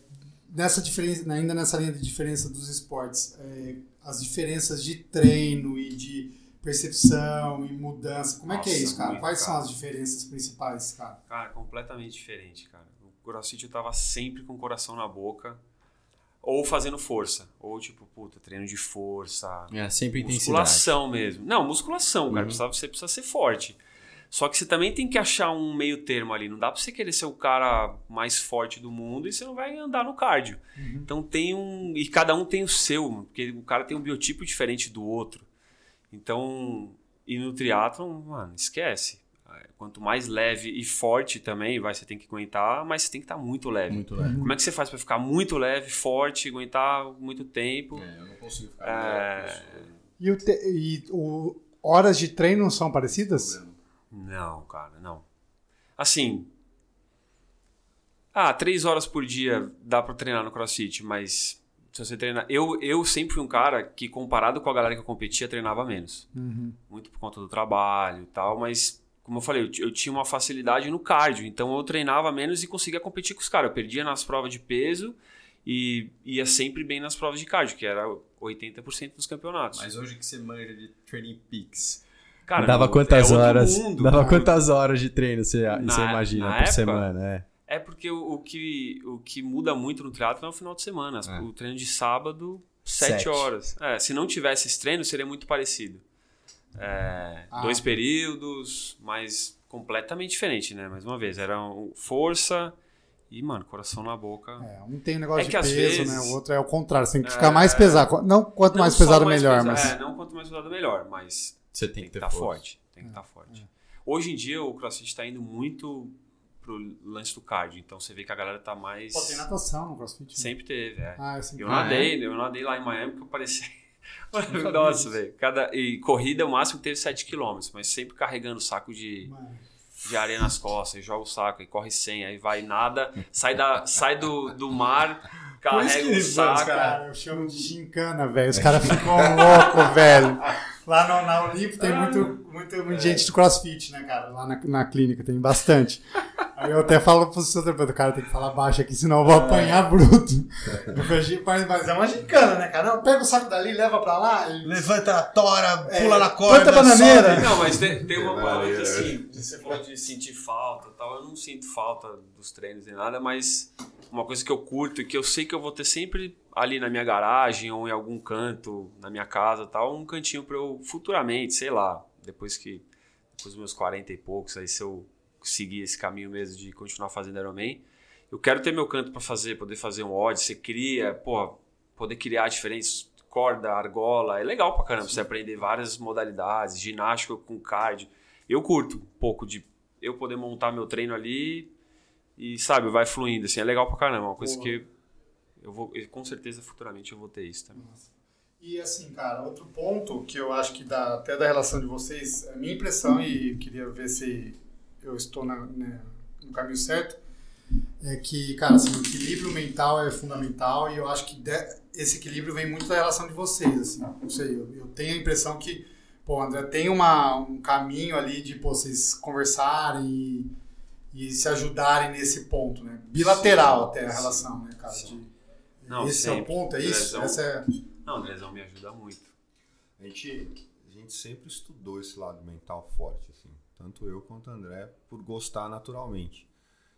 Speaker 2: nessa diferença, ainda nessa linha de diferença dos esportes, é, as diferenças de treino e de percepção e mudança, como é que é
Speaker 4: Nossa,
Speaker 2: isso, cara?
Speaker 4: muito,
Speaker 2: Quais são
Speaker 4: cara.
Speaker 2: as diferenças principais, cara?
Speaker 4: Cara, completamente diferente, cara. O CrossFit eu tava sempre com o coração na boca, ou fazendo força, ou tipo, puta, treino de força,
Speaker 1: É, sempre intensidade. Uhum.
Speaker 4: Musculação mesmo. Não, musculação, cara. Precisa- você precisa ser forte. Só que você também tem que achar um meio termo ali. Não dá pra você querer ser o cara mais forte do mundo e você não vai andar no cardio.
Speaker 1: Uhum.
Speaker 4: Então tem um. E cada um tem o seu, porque o cara tem um biotipo diferente do outro. Então, e no triatlon, mano, esquece. Quanto mais leve e forte também, vai, você tem que aguentar, mas você tem que estar muito leve.
Speaker 1: Muito leve.
Speaker 4: Como é que você faz pra ficar muito leve, forte, aguentar muito tempo?
Speaker 1: É, eu não consigo ficar
Speaker 4: É.
Speaker 1: melhor que isso.
Speaker 2: E, o te- e o- horas de treino são parecidas?
Speaker 4: Não, cara, não. Assim. Ah, três horas por dia dá pra treinar no CrossFit, mas se você treinar. Eu, eu sempre fui um cara que, comparado com a galera que eu competia, treinava menos.
Speaker 2: Uhum.
Speaker 4: Muito por conta do trabalho e tal, mas, como eu falei, eu, ti- eu tinha uma facilidade no cardio, então eu treinava menos e conseguia competir com os caras. Eu perdia nas provas de peso e ia sempre bem nas provas de cardio, que era 80% dos campeonatos.
Speaker 1: Mas hoje que você manja de Training Peaks.
Speaker 4: cara,
Speaker 1: dava
Speaker 4: é
Speaker 1: quantas
Speaker 4: outro
Speaker 1: horas?
Speaker 4: mundo,
Speaker 1: dava
Speaker 4: cara.
Speaker 1: quantas horas de treino você, você
Speaker 4: Na-
Speaker 1: imagina
Speaker 4: na
Speaker 1: por
Speaker 4: época?
Speaker 1: semana? É.
Speaker 4: É porque o, o que, o que muda muito no triatlo é o final de semana. As-
Speaker 1: É.
Speaker 4: O treino de sábado, 7
Speaker 1: Sete.
Speaker 4: horas. É, se não tivesse esse treino, seria muito parecido. É,
Speaker 2: Ah.
Speaker 4: Dois períodos, mas completamente diferente, né? Mais uma vez, era um- força e, mano, coração na boca.
Speaker 2: É, um tem um negócio
Speaker 4: É
Speaker 2: de
Speaker 4: que às
Speaker 2: peso,
Speaker 4: vezes-
Speaker 2: né? O outro é o contrário, você tem que ficar mais pesado. Não quanto
Speaker 4: Não
Speaker 2: mais
Speaker 4: só
Speaker 2: pesado, melhor,
Speaker 4: pesa-
Speaker 2: mas.
Speaker 4: É, não quanto mais pesado, melhor, mas
Speaker 1: Você tem
Speaker 4: tem
Speaker 1: que
Speaker 4: que Tá
Speaker 1: ter
Speaker 4: estar
Speaker 1: força.
Speaker 4: forte. Tem
Speaker 2: É.
Speaker 4: que estar forte. Hoje em dia, o crossfit tá indo muito pro lance do cardio, então você vê que a galera tá mais...
Speaker 2: Pô, tem natação no crossfit. né?
Speaker 4: Sempre teve, é.
Speaker 2: Ah, é sempre.
Speaker 4: Eu
Speaker 1: Ah,
Speaker 4: nadei, eu nadei lá em Miami que eu parecia. Nossa, velho. Cada... E corrida, o máximo que teve 7km, mas sempre carregando saco de,
Speaker 2: Mano,
Speaker 4: de areia nas costas, e joga o saco, e corre 100, aí vai nada, sai, da, sai do, do mar,
Speaker 5: isso que
Speaker 4: carrega o
Speaker 5: eles vão, os
Speaker 4: saco.
Speaker 5: caras.
Speaker 2: Cara, eu chamo de gincana, velho.
Speaker 5: É.
Speaker 2: Os caras ficam loucos, velho. Lá no, na Olimpo tem muito, muito, muito
Speaker 5: É.
Speaker 2: gente do crossfit, né, cara? Lá na, na clínica tem bastante. Aí eu até falo pro seu terapeuta, cara, tem que falar baixo aqui, senão eu
Speaker 5: É.
Speaker 2: vou apanhar bruto. Eu falei, "Gi- Mas, mas é uma gincana, né, cara? Não, pega o saco dali, leva pra lá. e-
Speaker 5: Levanta a tora,
Speaker 2: É,
Speaker 5: pula na corda.
Speaker 2: planta bananeira.
Speaker 5: sobe.
Speaker 4: Não, mas tem, tem uma
Speaker 3: Que
Speaker 4: parada que
Speaker 3: maneiro,
Speaker 4: assim, você falou de sentir falta e tal. Eu não sinto falta dos treinos nem nada, mas uma coisa que eu curto e que eu sei que eu vou ter sempre ali na minha garagem ou em algum canto, na minha casa e tal, um cantinho pra eu futuramente, sei lá, depois que. Depois dos meus 40 e poucos, aí se eu seguir esse caminho mesmo de continuar fazendo Ironman, eu quero ter meu canto pra fazer, poder fazer um odd, você cria, pô, poder criar diferentes corda, argola, é legal pra caramba você aprender várias modalidades, ginástica com cardio. Eu curto um pouco de eu poder montar meu treino ali e sabe, vai fluindo assim, é legal pra caramba, é uma coisa
Speaker 2: Boa.
Speaker 4: que eu vou eu- com certeza futuramente eu vou ter isso também.
Speaker 2: E assim, cara, outro ponto que eu acho que dá até da relação de vocês, a minha impressão, e queria ver se eu estou na- né, no caminho certo, é que, cara, assim, o equilíbrio mental é fundamental e eu acho que de- esse equilíbrio vem muito da relação de vocês, assim. Não sei, eu, eu tenho a impressão que, pô, André, tem uma, um caminho ali de pô, vocês conversarem e, e se ajudarem nesse ponto, né? Bilateral
Speaker 3: Sim,
Speaker 2: até a
Speaker 3: sim,
Speaker 2: relação, né, cara?
Speaker 3: sim.
Speaker 2: De-
Speaker 4: Não,
Speaker 2: esse é o
Speaker 4: sempre.
Speaker 2: ponto, é isso?
Speaker 4: Lesão.
Speaker 2: Essa é...
Speaker 4: Não, Andrezão me ajuda muito.
Speaker 3: A gente, a gente sempre estudou esse lado mental forte, assim, tanto eu quanto o André, por gostar naturalmente.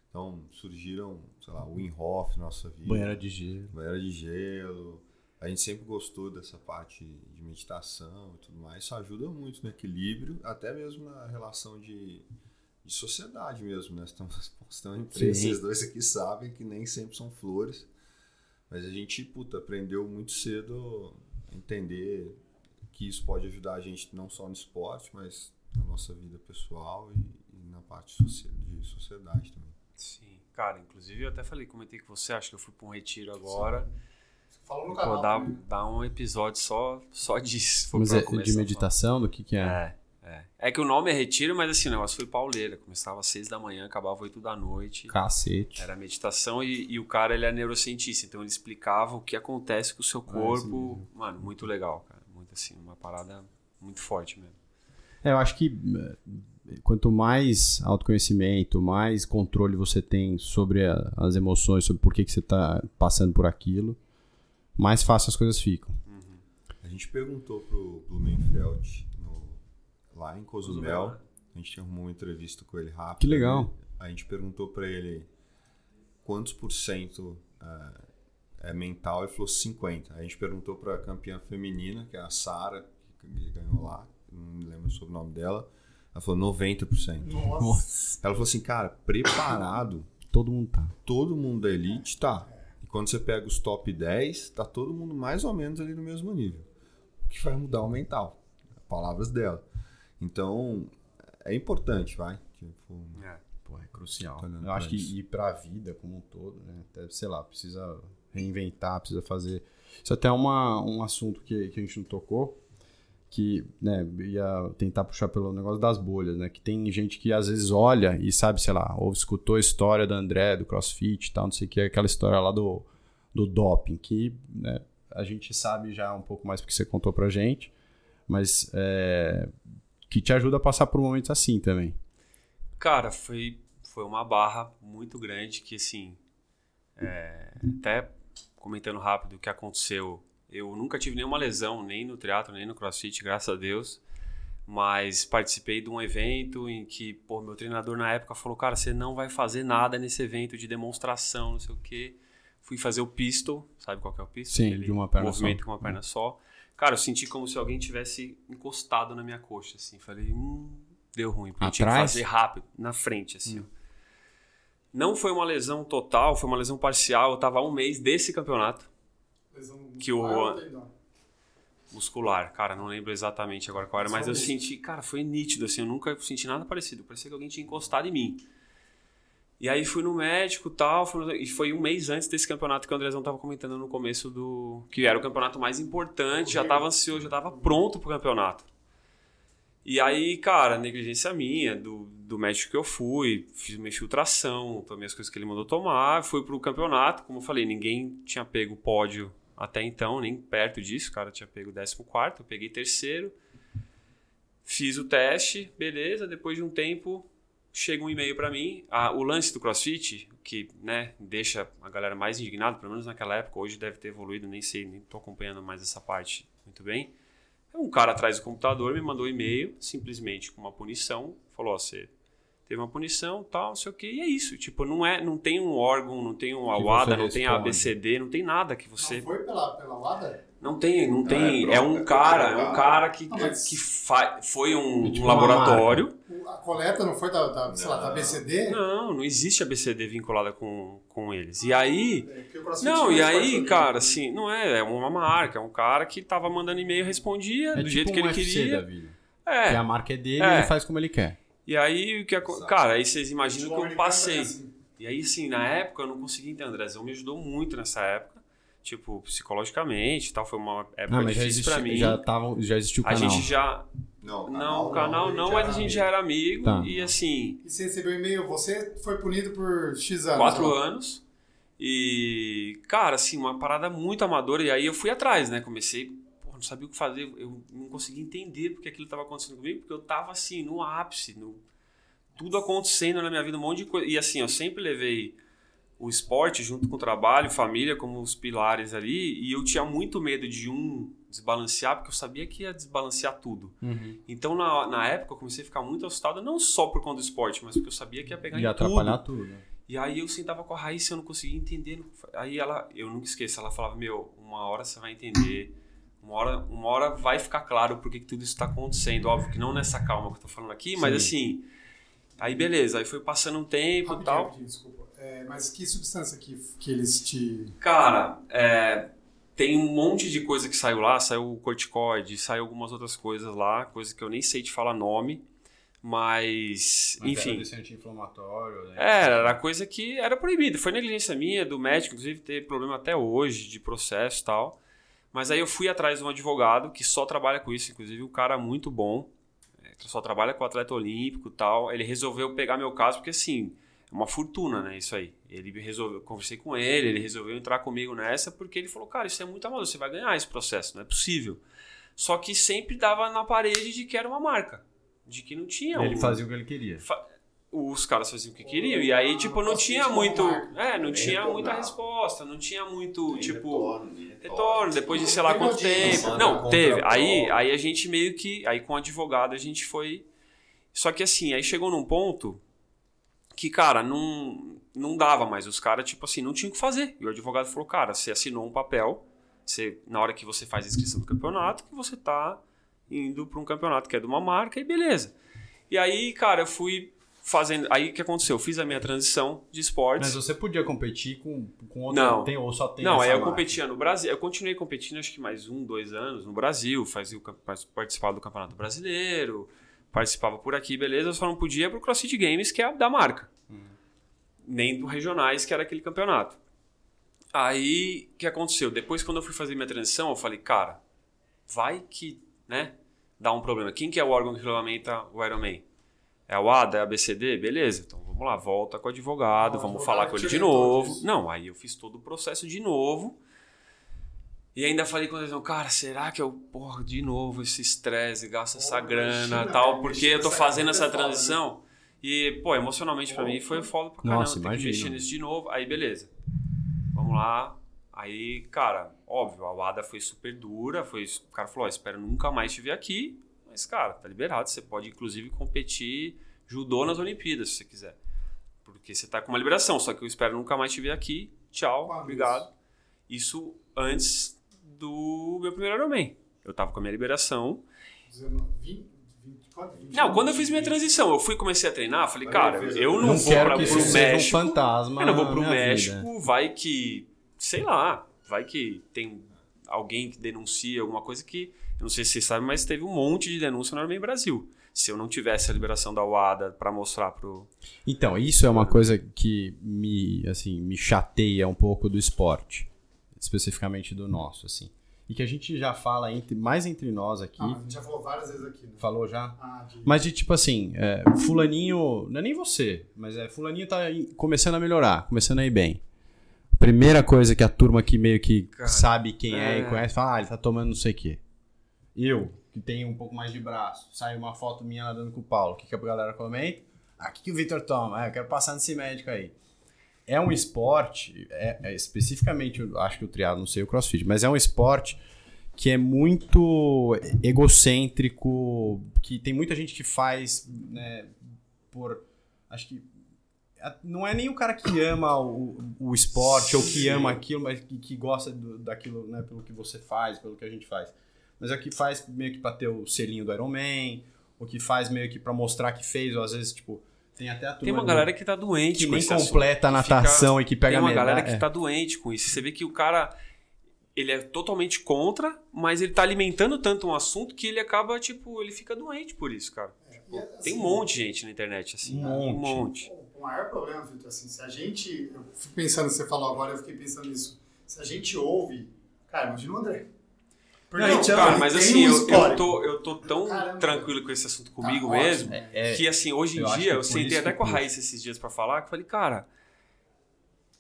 Speaker 3: Então surgiram, sei lá, o Inhoff na nossa vida,
Speaker 1: Banheira de gelo.
Speaker 3: banheira de gelo. A gente sempre gostou dessa parte de meditação e tudo mais. Isso ajuda muito no equilíbrio, até mesmo na relação de, de sociedade mesmo, né? Estamos, estamos em três,
Speaker 1: Sim.
Speaker 3: vocês dois aqui sabem que nem sempre são flores. Mas a gente, puta, aprendeu muito cedo a entender que isso pode ajudar a gente não só no esporte, mas na nossa vida pessoal e, e na parte socie- de sociedade também.
Speaker 4: Sim. Cara, inclusive eu até falei, comentei com você, acho que eu fui pra um retiro agora.
Speaker 2: Falou no
Speaker 4: Vou
Speaker 2: canal.
Speaker 4: dar,
Speaker 2: né?
Speaker 4: dar um episódio só só disso. se for
Speaker 1: Mas
Speaker 4: pra
Speaker 1: é
Speaker 4: começar
Speaker 1: de
Speaker 4: a falar.
Speaker 1: meditação, do que que é?
Speaker 4: É, é. É que o nome é Retiro, mas assim, o negócio foi pauleira. Começava às seis da manhã, acabava oito da noite.
Speaker 1: Cacete.
Speaker 4: Era meditação e, e o cara, ele é neurocientista, então ele explicava o que acontece com o
Speaker 1: Ah,
Speaker 4: seu corpo. Mano, muito legal, cara. Muito assim, uma parada muito forte mesmo.
Speaker 1: É, eu acho que eh, quanto mais autoconhecimento, mais controle você tem sobre a- as emoções, sobre por que, que você está passando por aquilo, mais fácil as coisas ficam.
Speaker 3: A gente perguntou pro Blumenfeld no- lá em Cozumel.
Speaker 4: Cozumel, né?
Speaker 3: A gente arrumou uma entrevista com ele rápido.
Speaker 1: Que legal.
Speaker 3: A gente perguntou pra ele quantos por cento ah, é mental. Ele falou 50. A gente perguntou pra campeã feminina, que é a Sara, que ganhou lá, não me lembro sobre o nome dela. Ela falou 90%.
Speaker 2: Nossa.
Speaker 3: Ela falou assim, cara, preparado,
Speaker 1: Todo mundo tá.
Speaker 3: todo mundo da elite tá. E quando você pega os top 10, tá todo mundo mais ou menos ali no mesmo nível. O que vai mudar o mental. Palavras dela. Então, é importante, vai. Tipo,
Speaker 4: É.
Speaker 1: Pô, é crucial.
Speaker 3: Tô olhando
Speaker 1: Eu acho
Speaker 3: pra
Speaker 1: que
Speaker 3: isso.
Speaker 1: ir pra vida como um todo, né? Até, sei lá, precisa reinventar, precisa fazer. Isso até é uma, um assunto que, que a gente não tocou, que né, ia tentar puxar pelo negócio das bolhas, né? Que tem gente que às vezes olha e sabe, sei lá, ou escutou a história do André, do CrossFit e tal, não sei o que, aquela história lá do, do doping, que né, a gente sabe já um pouco mais porque você contou pra gente, mas é, que te ajuda a passar por momentos assim também.
Speaker 4: Cara, foi, foi uma barra muito grande que, assim, é, até comentando rápido o que aconteceu, eu nunca tive nenhuma lesão, nem no teatro, nem no crossfit, graças a Deus, mas participei de um evento em que, pô, meu treinador na época falou, cara, você não vai fazer nada nesse evento de demonstração, não sei o quê, Fui fazer o pistol, sabe qual que é o pistol?
Speaker 1: Sim,
Speaker 4: Aquele
Speaker 1: de uma perna
Speaker 4: movimento
Speaker 1: só.
Speaker 4: com uma perna só. Cara, eu senti como se alguém tivesse encostado na minha coxa, assim. Falei, hum, deu ruim. Porque eu tinha que
Speaker 1: Atrás?
Speaker 4: fazer rápido, na frente, assim. ó. Não foi uma lesão total, foi uma lesão parcial. Eu tava há um mês desse campeonato Que
Speaker 2: Ah,
Speaker 4: o- muscular. Cara, não lembro exatamente agora qual era, mas eu senti, cara, foi nítido, assim, eu nunca senti nada parecido. Parecia que alguém tinha encostado em mim. E aí fui no médico e tal, fui no- e foi um mês antes desse campeonato que o Andrezão tava comentando no começo do. que era o campeonato mais importante, já tava ansioso, já tava pronto pro campeonato. E aí, cara, negligência minha, do, do médico que eu fui, fiz minha infiltração, tomei as coisas que ele mandou tomar, fui pro campeonato, como eu falei, ninguém tinha pego pódio até então, nem perto disso, cara, eu tinha pego 14, eu peguei terceiro, fiz o teste, beleza, depois de um tempo chega um e-mail pra mim, Ah, o lance do CrossFit, que, né, deixa a galera mais indignada, pelo menos naquela época, hoje deve ter evoluído, nem sei, nem tô acompanhando mais essa parte muito bem, um cara atrás do computador me mandou um e-mail, simplesmente com uma punição, falou, ó, você teve uma punição, tal, não sei o quê, e é isso. Tipo, não é, não tem um órgão, não tem um
Speaker 1: Que
Speaker 4: AWADA,
Speaker 1: você
Speaker 4: não tem
Speaker 1: responde.
Speaker 4: ABCD, não tem nada que você...
Speaker 2: Não foi pela, pela WADA?
Speaker 4: Não tem, não tem.
Speaker 3: é
Speaker 4: é, um
Speaker 3: próprio,
Speaker 4: cara,
Speaker 3: é
Speaker 4: é
Speaker 3: próprio.
Speaker 4: um cara que,
Speaker 2: Não, mas-
Speaker 4: que fa- foi um,
Speaker 1: É tipo
Speaker 4: um
Speaker 1: uma
Speaker 4: laboratório.
Speaker 2: O- A coleta não foi da, da, sei lá, da
Speaker 3: Não.
Speaker 1: É.
Speaker 2: BCD?
Speaker 4: Não, não existe ABCD vinculada com, com eles. E aí.
Speaker 2: É, porque o CrossFit
Speaker 4: Não, e
Speaker 2: faz parte
Speaker 4: aí,
Speaker 2: do-
Speaker 4: cara, assim, não é, é uma marca, é um cara que tava mandando e-mail, respondia do
Speaker 1: tipo
Speaker 4: jeito que
Speaker 1: um
Speaker 4: ele
Speaker 1: UFC
Speaker 4: queria.
Speaker 1: da vida.
Speaker 4: É.
Speaker 1: Que a marca é dele
Speaker 4: É.
Speaker 1: ele faz como ele quer.
Speaker 4: E aí, o que aco-
Speaker 3: Exato.
Speaker 4: cara, aí vocês
Speaker 2: O
Speaker 4: imaginam que eu
Speaker 2: americano é
Speaker 4: passei.
Speaker 2: assim.
Speaker 4: E aí, assim, na época eu não consegui entender. Andrezão me ajudou muito nessa época. Tipo, psicologicamente e tal. Foi uma época
Speaker 1: Não, mas já,
Speaker 4: É difícil pra
Speaker 1: existi,
Speaker 4: mim.
Speaker 1: já, tava, já existiu o
Speaker 4: a
Speaker 1: canal.
Speaker 4: gente já.
Speaker 3: Não, é
Speaker 4: Não, o canal não, mas a gente já era amigo.
Speaker 1: Tá.
Speaker 4: E assim,
Speaker 2: E você recebeu e-mail, você foi punido por X anos.
Speaker 1: né?
Speaker 4: quatro anos. E, cara, assim, uma parada muito amadora. E aí eu fui atrás, né? Comecei, pô, não sabia o que fazer. Eu não conseguia entender porque aquilo tava acontecendo comigo, porque eu tava, assim, no ápice, no... tudo acontecendo na minha vida, um monte de coisa. E, assim, eu sempre levei o esporte junto com o trabalho, família, como os pilares ali. E eu tinha muito medo de um desbalancear, porque eu sabia que ia desbalancear tudo.
Speaker 1: Uhum.
Speaker 4: Então, na, na época, eu comecei a ficar muito assustado, não só por conta do esporte, mas porque eu sabia que ia pegar
Speaker 1: E
Speaker 4: em tudo.
Speaker 1: atrapalhar tudo.
Speaker 4: E aí eu sentava com a Raíssa, eu não conseguia entender. não- Aí ela, eu nunca esqueço, ela falava, meu, uma hora você vai entender, uma hora, uma hora vai ficar claro por que que tudo isso está acontecendo. Óbvio que não nessa calma que eu tô falando aqui, mas assim, aí beleza, aí foi passando um tempo e
Speaker 2: Rapidinho,
Speaker 4: tal.
Speaker 2: rapidinho, desculpa. É, mas que substância que, que eles te.
Speaker 4: Cara, é, tem um monte de coisa que saiu lá, saiu o corticoide, saiu algumas outras coisas lá, coisa que eu nem sei te falar nome, mas, enfim. É,
Speaker 1: anti-inflamatório,
Speaker 4: Era, era coisa que era proibida. Foi negligência minha, do médico, inclusive ter problema até hoje de processo e tal. Mas aí eu fui atrás de um advogado que só trabalha com isso, inclusive um cara muito bom, é, que só trabalha com atleta olímpico e tal. Ele resolveu pegar meu caso, porque assim, é uma fortuna, né? Isso aí. Ele me resolveu, conversei com ele, ele resolveu entrar comigo nessa, porque ele falou: cara, isso é muito amador, você vai ganhar esse processo, não é possível. Só que sempre dava na parede de que era uma marca, de que não tinha
Speaker 1: Ele
Speaker 4: um-
Speaker 1: fazia o que ele queria.
Speaker 4: os caras faziam o que queriam e aí tipo não tinha muito é não
Speaker 3: Nem
Speaker 4: tinha muita
Speaker 3: retornava.
Speaker 4: resposta não tinha muito tipo
Speaker 3: é Retorno, né? nem
Speaker 4: retorno depois de sei lá quanto
Speaker 2: Pegadinha,
Speaker 4: tempo
Speaker 3: né?
Speaker 4: não
Speaker 3: Contra
Speaker 4: teve
Speaker 3: a
Speaker 4: aí
Speaker 3: prova.
Speaker 4: aí a gente meio que aí com o advogado a gente foi só que assim aí chegou num ponto que cara não não dava mais os caras tipo assim não tinham o que fazer e o advogado falou cara você assinou um papel você na hora que você faz a inscrição do campeonato que você tá indo para um campeonato que é de uma marca e beleza e aí cara eu fui fazendo aí o que aconteceu eu fiz a minha transição de esportes
Speaker 1: Mas você podia competir com, com outra
Speaker 4: Não.
Speaker 1: tem ou só tem
Speaker 4: não,
Speaker 1: essa
Speaker 4: aí eu
Speaker 1: marca?
Speaker 4: competia no Brasil. Eu continuei competindo acho que mais um, dois anos no Brasil. Fazia o, campe- participava do Campeonato Brasileiro, participava por aqui, beleza. Eu só não podia pro CrossFit Games, que é a da marca.
Speaker 1: Uhum.
Speaker 4: Nem do Regionais, que era aquele campeonato. Aí, o que aconteceu? Depois, quando eu fui fazer minha transição, eu falei, cara, vai que, né, dá um problema. Quem que é o órgão que regulamenta o Ironman? É o ADA, é a BCD? Beleza, então vamos lá, volta com o advogado,
Speaker 2: O
Speaker 4: vamos
Speaker 2: advogado
Speaker 4: falar com
Speaker 2: te
Speaker 4: ele de
Speaker 2: orientou
Speaker 4: novo.
Speaker 2: disso.
Speaker 4: Não, aí eu fiz todo o processo de novo. E ainda falei com eles, cara, será que eu, porra, de novo esse estresse, gasto essa
Speaker 2: Porra,
Speaker 4: grana
Speaker 2: imagina, né,
Speaker 4: e tal,
Speaker 2: cara,
Speaker 4: porque
Speaker 2: mexer
Speaker 4: eu tô
Speaker 2: nessa
Speaker 4: fazendo
Speaker 2: grana é
Speaker 4: essa
Speaker 2: foda, né?
Speaker 4: transição. E, pô, emocionalmente pra mim foi foda pra caramba,
Speaker 1: Nossa,
Speaker 4: ter que
Speaker 1: imagino.
Speaker 4: mexer nisso de novo. Aí, beleza. Vamos lá. Aí, cara, óbvio, a WADA foi super dura, foi, o cara falou, ó, espero nunca mais te ver aqui, mas, cara, tá liberado, você pode, inclusive, competir judô nas Olimpíadas, se você quiser. Porque você tá com uma liberação, só que eu espero nunca mais te ver aqui. tchau,
Speaker 2: Quadros.
Speaker 4: obrigado. Isso antes do meu primeiro Ironman. Eu tava com a minha liberação.
Speaker 2: 19, 20, 24, 20,
Speaker 1: é
Speaker 4: Não, quando eu fiz minha transição, eu fui comecei a treinar, falei,
Speaker 3: Mas
Speaker 4: cara,
Speaker 3: beleza.
Speaker 4: eu não,
Speaker 1: Não
Speaker 4: vou
Speaker 1: quero
Speaker 4: pra,
Speaker 1: que isso
Speaker 4: pro
Speaker 1: seja um
Speaker 4: México.
Speaker 1: fantasma.
Speaker 4: eu não vou
Speaker 1: na
Speaker 4: pro
Speaker 1: minha
Speaker 4: México,
Speaker 1: vida.
Speaker 4: vai que, sei lá, vai que tem alguém que denuncia alguma coisa que, eu não sei se vocês sabem, mas teve um monte de denúncia no Ironman Brasil. Se eu não tivesse a liberação da UADA pra mostrar pro,
Speaker 1: Então, isso é uma coisa que me, assim, me chateia um pouco do esporte, especificamente do nosso, assim. E que a gente já fala entre, mais entre nós aqui.
Speaker 2: Ah, mas a gente já falou várias vezes aqui, né?
Speaker 1: Falou já?
Speaker 2: Ah, de...
Speaker 1: Mas de tipo assim, é, fulaninho, não é nem você, mas é, fulaninho tá aí começando a melhorar, começando a ir bem. Primeira coisa que a turma que meio que
Speaker 4: Cara,
Speaker 1: sabe quem é, e
Speaker 4: é.
Speaker 1: conhece, fala, ah, ele tá tomando não sei o quê.
Speaker 5: Eu, que tenho um pouco mais de braço, sai uma foto minha nadando com o Paulo. O que, que a galera comenta? Ah, o que, que o Vitor toma? Ah, eu quero passar nesse médico aí.
Speaker 1: É um esporte, é, é especificamente, eu acho que o triado, não sei o crossfit, mas é um esporte que é muito egocêntrico, que tem muita gente que faz, né, por, acho que a- não é nem o cara que ama o, o esporte ou que
Speaker 5: Sim.
Speaker 1: ama aquilo, mas
Speaker 5: Que, que gosta do- daquilo, né, pelo que você faz, pelo que a gente faz. Mas é o que faz meio que pra ter o selinho do Iron Man, o que faz meio que pra mostrar que fez, ou às vezes, tipo, tem até a turma
Speaker 4: Tem uma
Speaker 5: do-
Speaker 4: galera que tá doente
Speaker 1: que
Speaker 4: com
Speaker 1: nem
Speaker 4: esse assunto.
Speaker 1: completa a
Speaker 4: Que fica-
Speaker 1: natação e que pega é.
Speaker 4: Tem uma
Speaker 1: medalha.
Speaker 4: galera que
Speaker 5: É.
Speaker 4: tá doente com isso. Você vê que o cara, ele é totalmente contra, mas ele tá alimentando tanto um assunto que ele acaba, tipo, ele fica doente por isso, cara.
Speaker 2: E, assim,
Speaker 4: Tem um monte de gente na internet, assim.
Speaker 1: Um
Speaker 4: Um
Speaker 1: monte.
Speaker 4: monte.
Speaker 2: O maior problema, Vitor, assim, se a gente. Eu fico pensando, você falou agora, eu fiquei pensando nisso. Se a gente ouve. Cara, imagina o André. Porque
Speaker 4: Não,
Speaker 2: ele
Speaker 4: cara,
Speaker 2: tem
Speaker 4: mas
Speaker 2: um
Speaker 4: assim, eu, eu,
Speaker 2: histórico.
Speaker 4: tô, eu tô tão
Speaker 2: Caramba.
Speaker 4: tranquilo com esse assunto comigo
Speaker 2: ótimo.
Speaker 4: mesmo,
Speaker 1: Tá É,
Speaker 4: que assim, hoje em
Speaker 1: eu acho
Speaker 4: dia,
Speaker 1: que
Speaker 4: eu
Speaker 1: por isso
Speaker 4: sentei até
Speaker 1: que
Speaker 4: com a
Speaker 1: puxa.
Speaker 4: Raíssa esses dias pra falar, que eu falei, cara,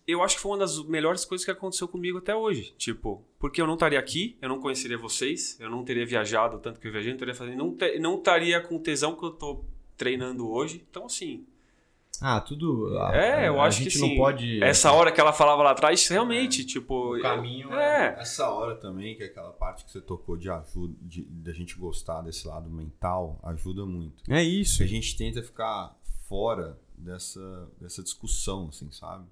Speaker 4: eu acho que foi uma das melhores coisas que aconteceu comigo até hoje. Tipo, porque eu não estaria aqui, eu não conheceria vocês, eu não teria viajado o tanto que eu viajei, não teria fazendo, não, te- não estaria com o tesão que eu tô treinando hoje. Então, assim,
Speaker 1: Ah, tudo. a-
Speaker 4: É, eu
Speaker 1: a
Speaker 4: acho
Speaker 1: gente
Speaker 4: que,
Speaker 1: não
Speaker 4: assim,
Speaker 1: pode.
Speaker 4: essa hora que ela falava lá atrás,
Speaker 1: É.
Speaker 4: realmente, tipo.
Speaker 5: O caminho
Speaker 4: É.
Speaker 3: Essa hora também, que é aquela parte que você tocou de ajuda, de, da gente gostar desse lado mental, ajuda muito.
Speaker 1: É
Speaker 3: Se
Speaker 1: isso.
Speaker 3: a gente tenta ficar fora dessa, dessa discussão, assim, sabe?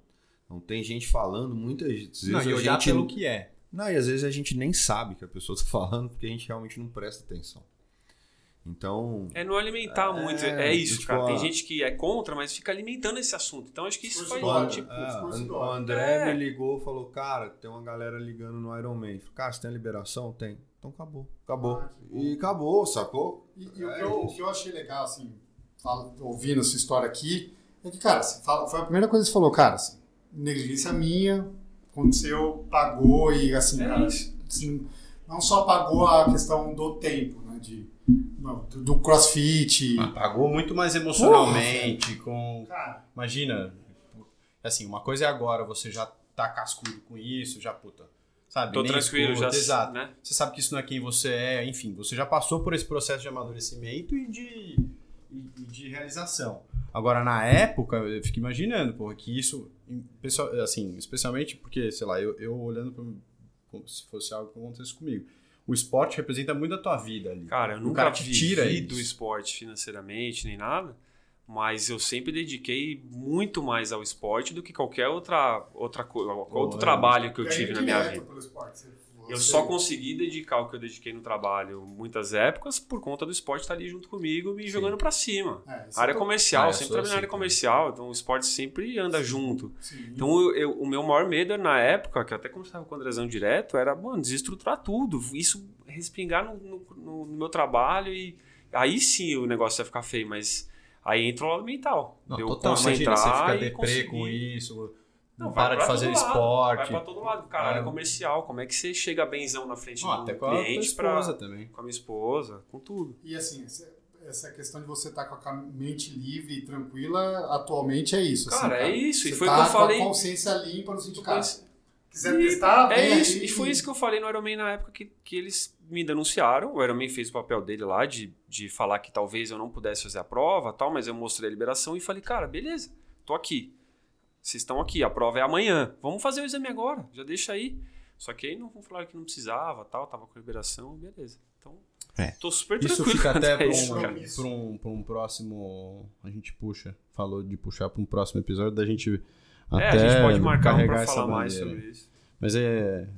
Speaker 3: Não tem gente falando, muitas vezes
Speaker 1: Não,
Speaker 3: a
Speaker 1: e olhar
Speaker 3: gente...
Speaker 1: pelo que é.
Speaker 3: Não, e às vezes a gente nem sabe que a pessoa tá falando, porque a gente realmente não presta atenção. Então,
Speaker 4: É não alimentar muito,
Speaker 3: É,
Speaker 4: é isso,
Speaker 3: tipo,
Speaker 4: cara.
Speaker 3: a-
Speaker 4: Tem gente que é contra, mas fica alimentando esse assunto. Então acho que isso
Speaker 2: Por
Speaker 4: faz,
Speaker 2: fora,
Speaker 4: tipo,
Speaker 2: é.
Speaker 3: Ah,
Speaker 2: discurso
Speaker 3: And-
Speaker 2: do
Speaker 3: o
Speaker 2: ódio.
Speaker 3: André
Speaker 4: É.
Speaker 3: me ligou e falou, cara, tem uma galera ligando no Iron Man. Eu falei, cara, você tem a liberação? Tem. Então acabou. Acabou.
Speaker 2: Ah, que bom.
Speaker 3: e acabou, sacou?
Speaker 2: E, e o, que eu, o que eu achei legal, assim, fal- ouvindo essa história aqui, é que, cara, você fala- foi a primeira coisa que você falou, cara, assim, negligência minha, aconteceu, pagou e, assim,
Speaker 4: É
Speaker 2: cara,
Speaker 4: isso.
Speaker 2: assim, não só pagou a questão do tempo, né, de, do, do crossfit,
Speaker 4: Ah,
Speaker 5: Pagou muito mais emocionalmente, com
Speaker 2: cara,
Speaker 5: Imagina, assim, uma coisa é agora, você já tá cascudo com isso, já puta, sabe?
Speaker 4: tô
Speaker 5: nem
Speaker 4: tranquilo,
Speaker 5: escuta,
Speaker 4: já.
Speaker 5: Exato.
Speaker 4: Né?
Speaker 5: Você sabe que isso não é quem você é, enfim, você já passou por esse processo de amadurecimento e de, e- e de realização. Agora, na época, eu fico imaginando, porra, que isso, em- pessoal- assim, especialmente porque, sei lá, eu, eu olhando pra, um, como se fosse algo que acontecesse comigo. O esporte representa muito a tua vida ali.
Speaker 4: Cara, eu
Speaker 5: O
Speaker 4: nunca
Speaker 5: cara que
Speaker 4: vivi
Speaker 5: tira
Speaker 4: do
Speaker 5: isso.
Speaker 4: esporte financeiramente nem nada, mas eu sempre dediquei muito mais ao esporte do que qualquer outra, outra coisa, qualquer
Speaker 5: Boa,
Speaker 4: outro
Speaker 5: né?
Speaker 4: trabalho que eu
Speaker 2: ganhei
Speaker 4: tive na minha
Speaker 2: direto
Speaker 4: vida.
Speaker 2: pelo esporte. Você-
Speaker 4: Eu
Speaker 2: você-
Speaker 4: só consegui dedicar o que eu dediquei no trabalho muitas épocas por conta do esporte estar ali junto comigo, me jogando pra cima.
Speaker 2: É, isso
Speaker 4: área
Speaker 2: eu-
Speaker 4: comercial,
Speaker 1: Ah, eu
Speaker 4: sempre
Speaker 1: sou
Speaker 4: trabalhei
Speaker 1: assim
Speaker 4: na área
Speaker 1: também.
Speaker 4: comercial, então o esporte sempre anda junto.
Speaker 2: sim.
Speaker 4: Então eu- eu- o meu maior medo na época, que eu até conversava com o Andrezão direto, era, mano, desestruturar tudo, isso respingar no, no- no- no meu trabalho e aí sim o negócio ia ficar feio, mas aí entra o lado mental.
Speaker 1: Não,
Speaker 4: eu
Speaker 1: total, imagina,
Speaker 4: concentrar
Speaker 1: você fica
Speaker 4: e
Speaker 1: deprê
Speaker 4: conseguir.
Speaker 1: com isso, não,
Speaker 4: Não, vai
Speaker 1: para de
Speaker 4: pra
Speaker 1: fazer
Speaker 4: todo lado,
Speaker 1: esporte.
Speaker 4: Vai pra todo lado, cara, área
Speaker 1: Ah.
Speaker 4: comercial, como é que você chega benzão na frente
Speaker 1: Não,
Speaker 4: do
Speaker 1: até com a tua
Speaker 4: cliente pra-
Speaker 1: esposa também.
Speaker 4: com a minha esposa, com tudo.
Speaker 2: E assim, essa- essa questão de você estar com a mente livre e tranquila, atualmente é isso. assim,
Speaker 4: Cara, é isso, e
Speaker 2: Você
Speaker 4: foi o
Speaker 2: tá
Speaker 4: que eu falei.
Speaker 2: com a consciência limpa no sentido, cara,
Speaker 4: Mas-
Speaker 2: quiser
Speaker 4: E
Speaker 2: testar,
Speaker 4: É
Speaker 2: vem
Speaker 4: isso,
Speaker 2: aqui.
Speaker 4: e foi isso que eu falei no Iron Man na época que, que eles me denunciaram. O Iron Man fez o papel dele lá de, de falar que talvez eu não pudesse fazer a prova tal, mas eu mostrei a liberação e falei, cara, beleza, tô aqui. Vocês estão aqui, a prova é amanhã. Vamos fazer o exame agora, já deixa aí. Só que aí não falaram que não precisava, tal, tava com liberação, beleza. Então,
Speaker 1: É.
Speaker 4: tô super
Speaker 1: Isso
Speaker 4: tranquilo.
Speaker 1: fica
Speaker 4: quanto
Speaker 1: até
Speaker 4: a
Speaker 1: pra
Speaker 4: isso,
Speaker 1: um,
Speaker 4: cara.
Speaker 2: cara.
Speaker 1: pra um- pra um próximo. A gente puxa. Falou de puxar pra um próximo episódio da gente
Speaker 4: é, a gente pode
Speaker 1: até
Speaker 4: marcar um
Speaker 1: carregar
Speaker 4: pra
Speaker 1: essa
Speaker 4: falar mais
Speaker 1: bandeira.
Speaker 4: sobre isso.
Speaker 1: Mas é.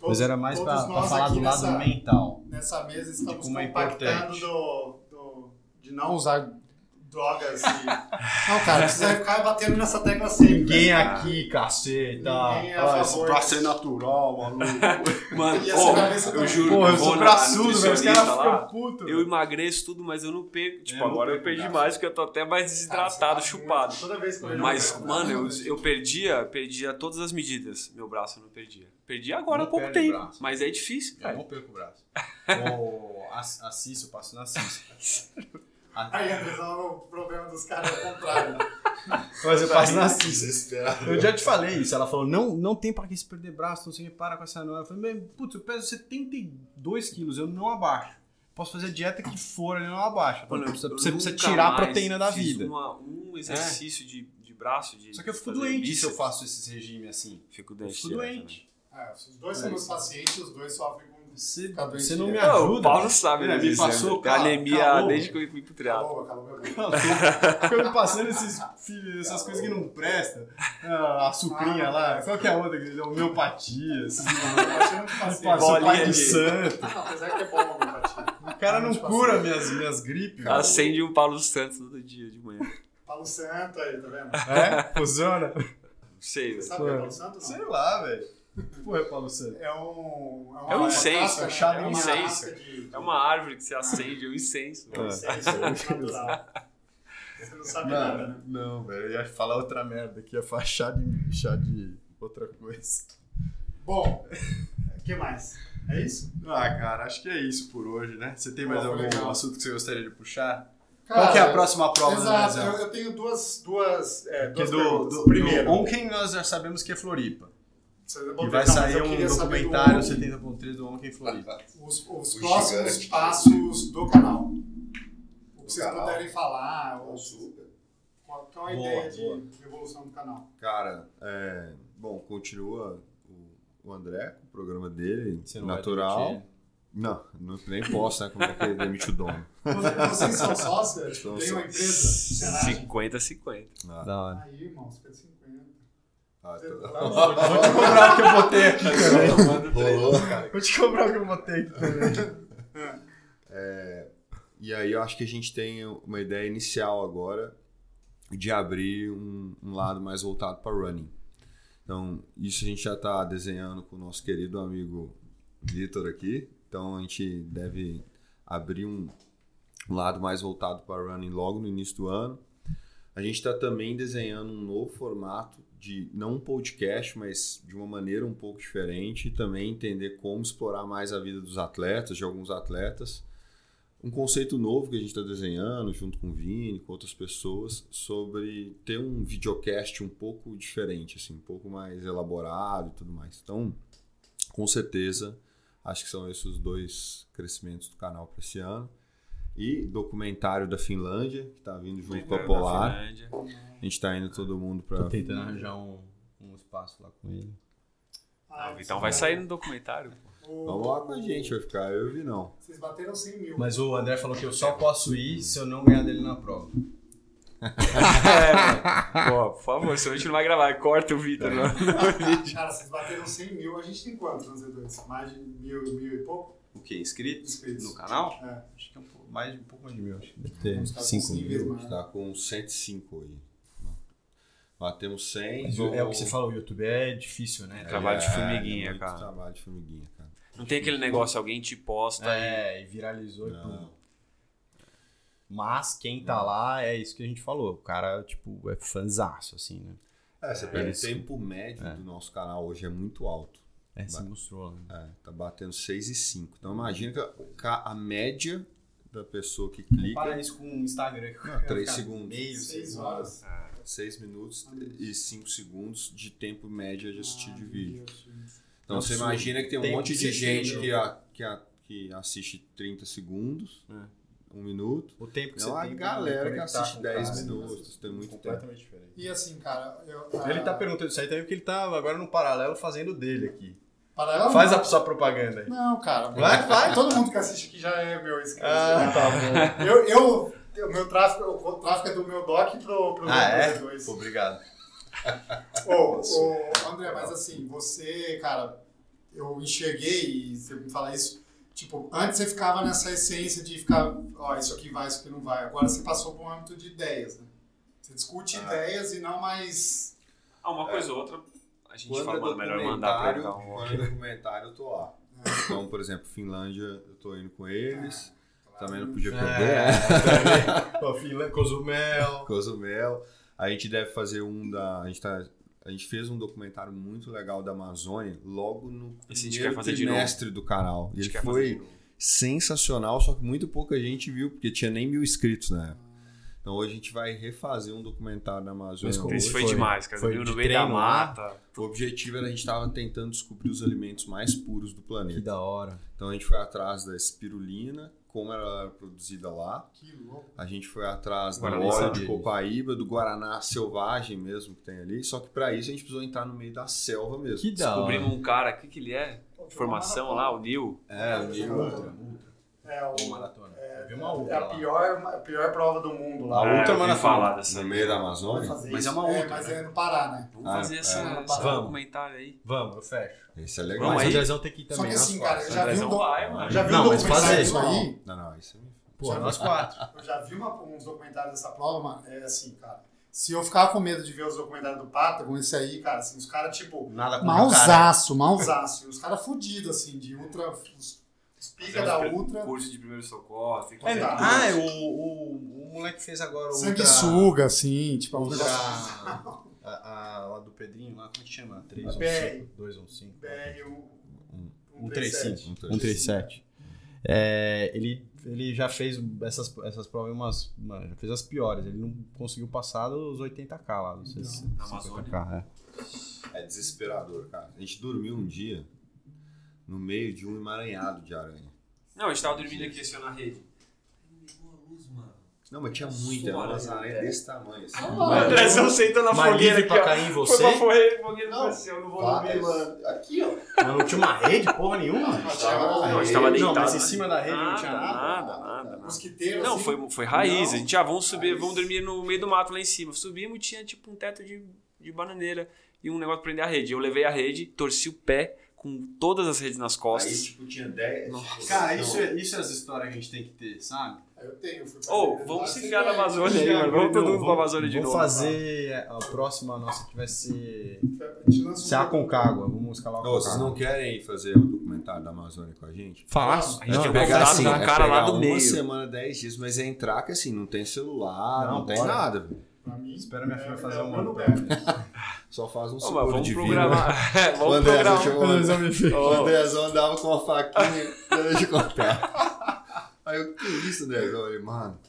Speaker 2: Todos-
Speaker 1: mas era mais pra,
Speaker 2: todos
Speaker 1: pra
Speaker 2: nós
Speaker 1: falar
Speaker 2: aqui
Speaker 1: do lado
Speaker 2: nessa-
Speaker 1: mental.
Speaker 2: Nessa mesa estamos
Speaker 1: como é
Speaker 2: compactando
Speaker 1: importante.
Speaker 2: do, do- de não usar drogas e... Não, cara, você vai ficar batendo nessa tecla sempre.
Speaker 1: Ninguém
Speaker 2: velho.
Speaker 1: aqui, caceta.
Speaker 2: Ninguém é a
Speaker 1: Ah,
Speaker 2: favor
Speaker 1: esse passo é
Speaker 2: disso.
Speaker 1: natural, maluco.
Speaker 4: Mano,
Speaker 2: E essa
Speaker 4: ó,
Speaker 2: cabeça
Speaker 4: eu
Speaker 2: tá-
Speaker 4: juro
Speaker 1: Porra,
Speaker 4: que
Speaker 1: eu
Speaker 4: eu vou
Speaker 1: sou
Speaker 4: na
Speaker 1: braçudo, velho. Os
Speaker 4: nutricionista
Speaker 1: caras
Speaker 4: lá,
Speaker 1: ficam putos.
Speaker 4: eu emagreço tudo, mas eu não perco. Tipo,
Speaker 1: eu não
Speaker 4: agora eu
Speaker 1: perco
Speaker 4: perdi
Speaker 1: graça.
Speaker 4: mais, porque eu tô até mais
Speaker 2: Cara, você
Speaker 4: desidratado,
Speaker 2: tá
Speaker 1: é-
Speaker 4: chupado.
Speaker 2: muito- Toda vez que eu
Speaker 4: Mas,
Speaker 2: olho-
Speaker 4: mano, eu, eu perdia, perdia todas as medidas. Meu braço eu não perdia. Perdi agora há
Speaker 5: Não
Speaker 4: pouco
Speaker 5: perde
Speaker 4: tempo.
Speaker 5: braço.
Speaker 4: Mas é difícil,
Speaker 5: Eu
Speaker 4: cara.
Speaker 5: não perco o braço. Ou a, a Cício, eu passo na Cício. A-
Speaker 2: Aí, Andrezão, é o problema dos caras é o contrário.
Speaker 5: Mas eu
Speaker 1: é
Speaker 5: passo na
Speaker 1: assim,
Speaker 5: Cício.
Speaker 3: Desesperado.
Speaker 5: Eu já te falei isso. Ela falou: não, não tem pra que se perder braço, não sei o que, para com essa não. Eu falei: "Meu, putz, eu peso 72 quilos, eu não abaixo. Posso fazer a dieta que for, eu não abaixo. Eu falei,
Speaker 4: Mano,
Speaker 5: você
Speaker 4: eu
Speaker 5: você precisa
Speaker 4: nunca
Speaker 5: tirar a
Speaker 4: mais
Speaker 5: proteína da
Speaker 4: fiz
Speaker 5: vida.
Speaker 4: uma- um exercício de, de braço, de.
Speaker 5: Só que eu fico
Speaker 4: fazer
Speaker 5: doente se
Speaker 4: bíceps.
Speaker 5: eu faço esses regimes assim.
Speaker 4: Fico
Speaker 5: Eu
Speaker 4: doente.
Speaker 5: fico
Speaker 4: direto, né?
Speaker 5: doente.
Speaker 2: É, os dois são meus pacientes, os dois sofrem com
Speaker 5: Você,
Speaker 2: Ficar doente
Speaker 5: você não me
Speaker 2: direto.
Speaker 4: Não,
Speaker 5: ajuda.
Speaker 4: o Paulo sabe,
Speaker 5: Ele
Speaker 4: né?
Speaker 5: É, me
Speaker 4: disso, né?
Speaker 5: passou,
Speaker 4: Tem
Speaker 5: cara,
Speaker 4: anemia
Speaker 5: calor.
Speaker 4: desde que eu fui pro triatlo.
Speaker 2: calor, calor, meu
Speaker 5: Não, tô- Ficou me passando esses filhos, essas coisas que não prestam. Ah, a sucrinha
Speaker 2: Ah,
Speaker 5: lá, qual que é a outra? que- Homeopatia, esses
Speaker 2: Apesar que é
Speaker 5: passou
Speaker 4: bolinha
Speaker 5: pai de
Speaker 4: de-
Speaker 5: santo.
Speaker 2: Apesar que é bom a homeopatia.
Speaker 5: O cara não
Speaker 4: Tipo assim.
Speaker 5: cura minhas, minhas gripes.
Speaker 4: Cara, Acende um Paulo Santos todo dia de manhã.
Speaker 2: Paulo Santo aí, tá vendo?
Speaker 5: É? Funciona?
Speaker 4: Não
Speaker 2: Você
Speaker 4: sei, velho.
Speaker 2: sabe o que é Paulo Santo?
Speaker 5: Sei
Speaker 2: Não.
Speaker 5: lá, velho. Porra, é Paulo Santo.
Speaker 2: É um...
Speaker 4: É um
Speaker 2: uma casca,
Speaker 4: incenso, é um
Speaker 2: né?
Speaker 5: chá de
Speaker 2: uma
Speaker 4: incenso.
Speaker 2: casca de-
Speaker 4: É uma árvore que você acende, é um incenso.
Speaker 2: É um incenso natural. Você não sabe nada, né?
Speaker 5: Mano, não, velho. Eu ia falar outra merda que ia falar chá de, chá de outra coisa.
Speaker 2: Bom, o que mais? É isso?
Speaker 5: Ah, cara, acho que é isso por hoje, né? Você tem mais
Speaker 2: Pô,
Speaker 5: algum
Speaker 2: legal.
Speaker 5: assunto que você gostaria de puxar? Qual que é a próxima prova do
Speaker 2: Exato,
Speaker 5: Brasil?
Speaker 2: eu, eu tenho duas, duas, é,
Speaker 5: Que
Speaker 2: duas
Speaker 5: do,
Speaker 2: perguntas.
Speaker 5: do,
Speaker 2: Primeiro,
Speaker 5: do Onken nós já sabemos que é Floripa.
Speaker 2: você vai
Speaker 5: E
Speaker 2: botar,
Speaker 5: vai
Speaker 2: mas
Speaker 5: sair
Speaker 2: eu
Speaker 5: um
Speaker 2: queria saber do
Speaker 5: documentário
Speaker 2: Onken.
Speaker 5: 70.3 do Onken Floripa.
Speaker 2: os, os
Speaker 3: O
Speaker 2: próximos
Speaker 3: gigante.
Speaker 2: passos do canal. O que vocês
Speaker 3: canal. Ah,
Speaker 2: puderem falar, ou
Speaker 3: Super.
Speaker 2: qual, qual a
Speaker 5: Boa,
Speaker 2: ideia de
Speaker 5: boa.
Speaker 2: evolução do canal.
Speaker 3: Cara, é, bom, continua o, o André com o programa dele,
Speaker 1: Você não vai né?
Speaker 3: natural.
Speaker 1: demitir
Speaker 3: Não, não, nem posso, né? Como é que ele demite o dono?
Speaker 2: Vocês, vocês são sócios?
Speaker 3: Sou
Speaker 2: Tem uma
Speaker 3: sócio.
Speaker 2: empresa? Será?
Speaker 4: 50-50.
Speaker 3: Ah,
Speaker 1: Da hora.
Speaker 2: Aí, irmão, você pede 50.
Speaker 3: ah,
Speaker 2: Você
Speaker 3: tá.
Speaker 2: vai longe.
Speaker 5: Vou te cobrar o que eu botei aqui também.
Speaker 3: Rolou, cara.
Speaker 5: Vou te cobrar o que eu botei aqui também.
Speaker 3: E aí eu acho que a gente tem uma ideia inicial agora de abrir um, um lado mais voltado para running. Então, isso a gente já está desenhando com o nosso querido amigo Vitor aqui. Então, a gente deve abrir um, um lado mais voltado para running logo no início do ano. A gente está também desenhando um novo formato de, não um podcast, mas de uma maneira um pouco diferente. E também entender como explorar mais a vida dos atletas, de alguns atletas um conceito novo que a gente está desenhando junto com o Vini, com outras pessoas, sobre ter um videocast um pouco diferente, assim, um pouco mais elaborado e tudo mais. Então, com certeza, acho que são esses os dois crescimentos do canal para esse ano. E documentário da Finlândia, que está vindo junto com a
Speaker 4: né?
Speaker 3: Polar. A gente está indo todo mundo para.
Speaker 1: Tô tentando arranjar um, um espaço lá com ele.
Speaker 2: Ah,
Speaker 4: Então vai sair no documentário. pô.
Speaker 2: O-
Speaker 3: Vamos lá com Então, a gente, vai ficar eu e o Vinão.
Speaker 2: Vocês bateram 100 mil.
Speaker 1: Mas o André falou que eu só posso ir se eu não ganhar dele na prova.
Speaker 4: É, mano. Pô, por favor, senão a gente não vai gravar. Corta o Vitor. né?
Speaker 2: Cara, vocês bateram 100 mil. A gente tem quantos nos E2? Mais de mil, mil e pouco?
Speaker 5: O que? Inscritos?
Speaker 2: Inscritos.
Speaker 5: No canal?
Speaker 2: É.
Speaker 5: Acho que é um pouco, mais de um pouco mais de mil. acho.
Speaker 1: Deve ter
Speaker 3: Tá
Speaker 2: Vamos ficar com
Speaker 1: 5
Speaker 2: cinco
Speaker 1: mil.
Speaker 2: vezes
Speaker 3: A
Speaker 2: mais.
Speaker 3: gente está com 105 hoje. Batemos 100.
Speaker 1: Mas É o
Speaker 3: vamos-
Speaker 1: que você falou, o YouTube é difícil, né?
Speaker 4: Trabalho de
Speaker 3: É,
Speaker 4: formiguinha,
Speaker 3: é muito
Speaker 4: cara.
Speaker 3: Trabalho de formiguinha, cara.
Speaker 4: Não tem aquele negócio, alguém te posta.
Speaker 1: É, e viralizou e tudo.
Speaker 3: Não.
Speaker 1: Mas quem tá lá é isso que a gente falou. O cara, tipo, é fanzaço, assim, né?
Speaker 3: É, você pega o
Speaker 1: Isso.
Speaker 3: tempo médio do nosso canal hoje é muito alto.
Speaker 1: É, se
Speaker 3: Vai.
Speaker 1: mostrou, né?
Speaker 3: É, tá batendo 6,5. Então imagina que a- ca- a, média da pessoa que clica
Speaker 1: isso com o Instagram.
Speaker 3: Não, três segundos.
Speaker 1: Meio,
Speaker 2: Seis horas.
Speaker 3: é 6 minutos e 5 segundos de tempo médio de assistir
Speaker 2: Ah,
Speaker 3: de vídeo. Então você
Speaker 1: Absurdo.
Speaker 3: imagina que tem um
Speaker 1: Tem
Speaker 3: monte de
Speaker 1: 16
Speaker 3: gente
Speaker 1: mil.
Speaker 3: que, a- que, a- que assiste 30 segundos,
Speaker 4: É.
Speaker 3: um minuto.
Speaker 1: O tempo que
Speaker 3: É
Speaker 1: você
Speaker 3: uma
Speaker 1: tem pra
Speaker 3: galera que
Speaker 1: conectar
Speaker 3: assiste
Speaker 1: com o
Speaker 3: 10
Speaker 1: cara.
Speaker 3: minutos, tem muito tempo.
Speaker 1: Completamente diferente.
Speaker 2: E assim, cara, eu.
Speaker 5: Ele tá
Speaker 2: ah,
Speaker 5: perguntando isso aí também porque ele tá agora no paralelo fazendo dele aqui.
Speaker 2: paralelo-
Speaker 5: Faz a sua propaganda aí.
Speaker 2: Não, cara.
Speaker 5: Vai, vai.
Speaker 2: Todo mundo que assiste aqui já é meu inscrito.
Speaker 5: Ah, tá
Speaker 2: bom. Eu, eu, o meu tráfico, o tráfico é do meu doc pro, pro
Speaker 5: Ah, é?
Speaker 2: pro dois.
Speaker 5: Obrigado.
Speaker 2: Ô, ô, André, mas assim, você, cara, eu enxerguei, e você me fala isso, tipo, antes você ficava nessa essência de ficar, ó, isso aqui vai, isso aqui não vai. Agora você passou para um âmbito de ideias, né? Você discute
Speaker 3: Ah.
Speaker 2: ideias e não mais...
Speaker 4: Ah, uma coisa ou outra, a gente
Speaker 3: Quando é
Speaker 4: fala, mano, melhor mandar pra ele
Speaker 3: documentário,
Speaker 4: dar um...
Speaker 3: quando é documentário, eu tô lá. Então, por exemplo, Finlândia, eu tô indo com eles.
Speaker 4: É,
Speaker 3: Também não
Speaker 2: É.
Speaker 3: podia perder.
Speaker 1: É.
Speaker 5: Finlândia, Cozumel.
Speaker 3: Cozumel. A gente deve fazer um da. A gente, tá, a gente fez um documentário muito legal da Amazônia logo no
Speaker 4: Esse a gente
Speaker 3: primeiro
Speaker 4: quer fazer de
Speaker 3: trimestre do canal.
Speaker 4: A
Speaker 3: E
Speaker 4: gente
Speaker 3: ele
Speaker 4: quer fazer de
Speaker 3: foi
Speaker 4: novo.
Speaker 3: sensacional, só que muito pouca gente viu, porque tinha nem mil inscritos na época. Então hoje a gente vai refazer um documentário da Amazônia.
Speaker 1: Mas como
Speaker 4: Isso foi,
Speaker 1: Foi-
Speaker 4: demais, cara.
Speaker 1: foi
Speaker 4: Viu?
Speaker 1: de
Speaker 4: no meio da
Speaker 1: treino lá.
Speaker 4: mata.
Speaker 3: O objetivo era a gente estava tentando descobrir os alimentos mais puros do
Speaker 1: Que
Speaker 3: planeta.
Speaker 1: da hora.
Speaker 3: Então a gente foi atrás da espirulina, como ela era produzida lá.
Speaker 2: Que louco.
Speaker 3: A gente foi atrás do
Speaker 4: Guaraná
Speaker 3: óleo
Speaker 1: Selvagem.
Speaker 3: de Copaíba, do Guaraná selvagem mesmo que tem ali. Só que para isso a gente precisou entrar no meio da selva mesmo.
Speaker 1: Que da hora.
Speaker 4: Descobrimos um cara, o que, que ele é? De formação lá, o Neil.
Speaker 3: É, o
Speaker 2: Uma
Speaker 3: Nilo.
Speaker 2: outra. É,
Speaker 1: Uma
Speaker 2: o,
Speaker 1: maratona. Eu vi uma
Speaker 2: é
Speaker 1: outra
Speaker 2: a,
Speaker 1: lá.
Speaker 2: pior, a pior prova do mundo lá.
Speaker 1: A outra
Speaker 4: é,
Speaker 1: maratona.
Speaker 4: falar dessa.
Speaker 3: No meio da
Speaker 2: Vamos
Speaker 3: Amazônia.
Speaker 2: fazer
Speaker 4: Mas
Speaker 2: isso.
Speaker 4: é uma outra,
Speaker 2: mas
Speaker 4: né?
Speaker 2: é no Pará, né?
Speaker 4: Vamos
Speaker 3: Ah,
Speaker 4: fazer essa,
Speaker 2: é.
Speaker 4: esse
Speaker 1: Vamos.
Speaker 4: documentário aí.
Speaker 1: Vamos, eu fecho.
Speaker 3: Esse é
Speaker 1: Não,
Speaker 3: legal.
Speaker 4: Vamos
Speaker 1: mas
Speaker 4: aí.
Speaker 1: o Andrezão tem que ir
Speaker 2: Só
Speaker 1: também.
Speaker 2: que
Speaker 1: nós
Speaker 2: assim,
Speaker 1: quatro. né?
Speaker 2: cara, eu já vi um
Speaker 4: Andrezão
Speaker 2: do-
Speaker 4: vai, mano.
Speaker 2: já vi um
Speaker 1: Não, mas
Speaker 2: documentário
Speaker 1: fazer.
Speaker 2: disso aí.
Speaker 3: Não, não, isso é...
Speaker 1: Pô, nós quatro.
Speaker 2: Eu já vi uma- uns documentários dessa prova, mano. É assim, cara. Se eu ficar com medo de ver os documentários do Patagon, esse aí, cara, assim, os caras, tipo,
Speaker 1: Nada contra o cara.
Speaker 2: mausaço, mausaço. E Os caras fudidos, assim, de ultra. Os, os pica da
Speaker 4: Fazemos
Speaker 2: ultra.
Speaker 4: Curso de primeiro socorro. tem que
Speaker 2: É,
Speaker 4: fazer
Speaker 2: tá.
Speaker 4: tudo.
Speaker 1: Ah, é, o, o, o moleque fez agora o.
Speaker 2: Sanguessuga, assim, tipo, um
Speaker 1: Outra,
Speaker 2: negócio.
Speaker 1: a, a lá do Pedrinho, lá, como é que chama? 3
Speaker 2: BR.
Speaker 1: 2 1 5.
Speaker 2: BR, um, um,
Speaker 1: 135.
Speaker 3: 137.
Speaker 1: 137. É, ele, ele já fez essas, essas provas, umas, mano, já fez as piores. Ele não conseguiu passar dos 80k lá, dos
Speaker 2: Não.
Speaker 1: 60,
Speaker 4: Na
Speaker 1: 50k. É.
Speaker 3: É desesperador, cara. A gente dormiu um dia no meio de um emaranhado de aranha.
Speaker 2: é.
Speaker 4: Não, a gente tava dormindo aqui assim ó, na rede. Aí ligou a luz, mano.
Speaker 3: Não, mas tinha muita. Era umas
Speaker 4: Sumaré.
Speaker 3: aranhas desse tamanho. assim.
Speaker 4: O Andrezão sentou na
Speaker 1: Mas
Speaker 4: fogueira
Speaker 1: livre
Speaker 4: aqui,
Speaker 1: pra
Speaker 4: ó.
Speaker 1: cair em
Speaker 4: Foi pra
Speaker 1: você?
Speaker 4: fogueira, fogueira
Speaker 3: Não.
Speaker 4: não. eu não vou dormir,
Speaker 3: Várias.
Speaker 4: mano.
Speaker 3: Aqui, ó.
Speaker 1: Mas não tinha uma rede, porra nenhuma?
Speaker 2: Não,
Speaker 3: tinha uma
Speaker 4: Não, a
Speaker 3: rede.
Speaker 4: gente tava
Speaker 1: Não,
Speaker 4: deitado.
Speaker 1: mas em
Speaker 4: né?
Speaker 1: cima da rede não tinha
Speaker 4: Nada, nada, nada.
Speaker 2: Mosquiteiro,
Speaker 4: Não,
Speaker 2: assim.
Speaker 4: foi, foi raiz. A gente, já vamos subir,
Speaker 2: Raiz.
Speaker 4: vamos dormir no meio do mato lá em cima. Subimos, tinha tipo um teto de, de bananeira e um negócio pra prender a rede. Eu levei a rede, torci o pé com todas as redes nas
Speaker 3: Aí,
Speaker 4: costas.
Speaker 3: tipo, tinha 10.
Speaker 4: Nossa.
Speaker 5: Cara, isso é, isso é as histórias que a gente tem que ter, sabe?
Speaker 2: Eu tenho, eu fui pra-
Speaker 4: Ô, vamos se enfiar na
Speaker 2: Lá,
Speaker 4: Amazônia
Speaker 1: é
Speaker 4: aí, mano. Vamos todo mundo pra Amazônia de
Speaker 1: Vou
Speaker 4: novo.
Speaker 1: fazer a próxima nossa que vai ser.
Speaker 2: a gente lança um
Speaker 1: Se a Concagua, vamos escalar
Speaker 3: Ô,
Speaker 1: o
Speaker 3: vocês não querem fazer um documentário da Amazônia com a gente?
Speaker 4: Falar?
Speaker 2: Não,
Speaker 4: A gente
Speaker 1: não,
Speaker 4: tinha
Speaker 1: pegar
Speaker 4: convidado
Speaker 1: assim,
Speaker 4: um
Speaker 1: é
Speaker 4: cara lá
Speaker 3: pegar
Speaker 4: do
Speaker 3: uma
Speaker 4: meio.
Speaker 3: semana, 10 dias, mas é entrar que assim, não tem celular, não,
Speaker 1: Não,
Speaker 3: tem
Speaker 1: bora.
Speaker 3: nada. velho.
Speaker 2: pra mim.
Speaker 1: Espera minha filha
Speaker 2: É,
Speaker 1: fazer
Speaker 2: é,
Speaker 1: um
Speaker 2: mano,
Speaker 1: ano.
Speaker 2: velho.
Speaker 3: Só faz um
Speaker 4: Ô,
Speaker 3: seguro
Speaker 4: mas vamos
Speaker 3: de vida.
Speaker 4: programar.
Speaker 3: O
Speaker 4: vamos
Speaker 3: Andrézão
Speaker 4: programar.
Speaker 3: chegou- O Andrézão andava com uma faquinha, deixa eu contar. Aí eu, que isso, Andrézão? Eu falei, mano,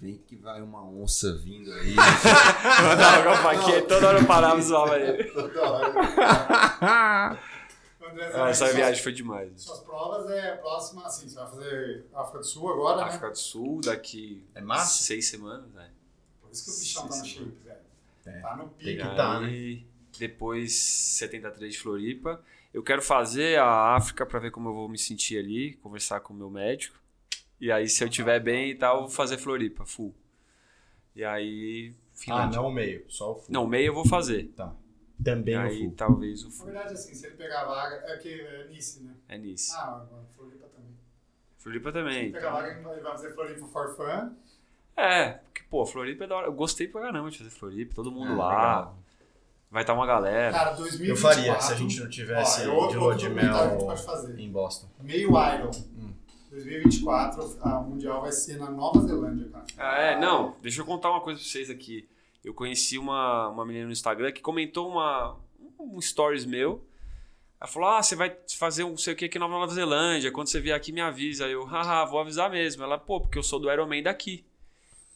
Speaker 3: vem que vai uma onça vindo aí. né?
Speaker 4: Eu tava com a faquinha, toda hora eu parava e zoava ele.
Speaker 3: Toda hora.
Speaker 2: André,
Speaker 4: Ah, Essa
Speaker 2: suas-
Speaker 4: viagem foi demais.
Speaker 2: Suas provas é próxima, assim, você vai fazer África do Sul agora, né?
Speaker 4: África do Sul, daqui
Speaker 1: É massa?
Speaker 4: seis semanas, né?
Speaker 2: Por isso que o bichão tá no shape, velho. Tá no
Speaker 1: Tem
Speaker 2: pique.
Speaker 1: que
Speaker 4: Aí,
Speaker 1: tá,
Speaker 4: Depois 73 de Floripa. Eu quero fazer a África pra ver como eu vou me sentir ali, conversar com o meu médico. E aí, se eu tiver bem e tal, eu vou fazer Floripa, full. E aí.
Speaker 1: Ah,
Speaker 4: Finlândia.
Speaker 1: não o meio, só o full.
Speaker 4: Não, meio eu vou fazer. E
Speaker 1: Também o
Speaker 4: aí,
Speaker 1: full.
Speaker 4: talvez o
Speaker 2: Na
Speaker 4: full.
Speaker 2: verdade, assim, se ele pegar a vaga, é que é Nice, né?
Speaker 4: É nisso.
Speaker 2: Ah, agora Floripa também.
Speaker 4: Floripa
Speaker 2: Se
Speaker 4: também.
Speaker 2: ele pegar a vaga, ele vai fazer Floripa for fun.
Speaker 4: É, porque, pô, Floripa é da hora. Eu gostei pra caramba de fazer Floripa, todo mundo
Speaker 1: É,
Speaker 4: lá.
Speaker 1: legal.
Speaker 4: Vai estar uma galera.
Speaker 2: Cara, 2024...
Speaker 1: Eu faria se a gente não
Speaker 2: Ó,
Speaker 1: tivesse
Speaker 2: é outro-
Speaker 1: de lua de
Speaker 2: outro documentário
Speaker 1: mel Hum.
Speaker 2: que a gente pode fazer.
Speaker 1: em Boston.
Speaker 2: Meio Iron. 2024, a Mundial vai ser na Nova Zelândia, cara.
Speaker 4: Ah, é, não. Deixa eu contar uma coisa pra vocês aqui. Eu conheci uma, uma menina no Instagram que comentou uma, um stories meu. Ela falou: Ah, você vai fazer um não sei o que aqui na Nova Zelândia. Quando você vier aqui, me avisa. Aí Eu, haha, vou avisar mesmo. Ela, pô, porque eu sou do Iron Man daqui.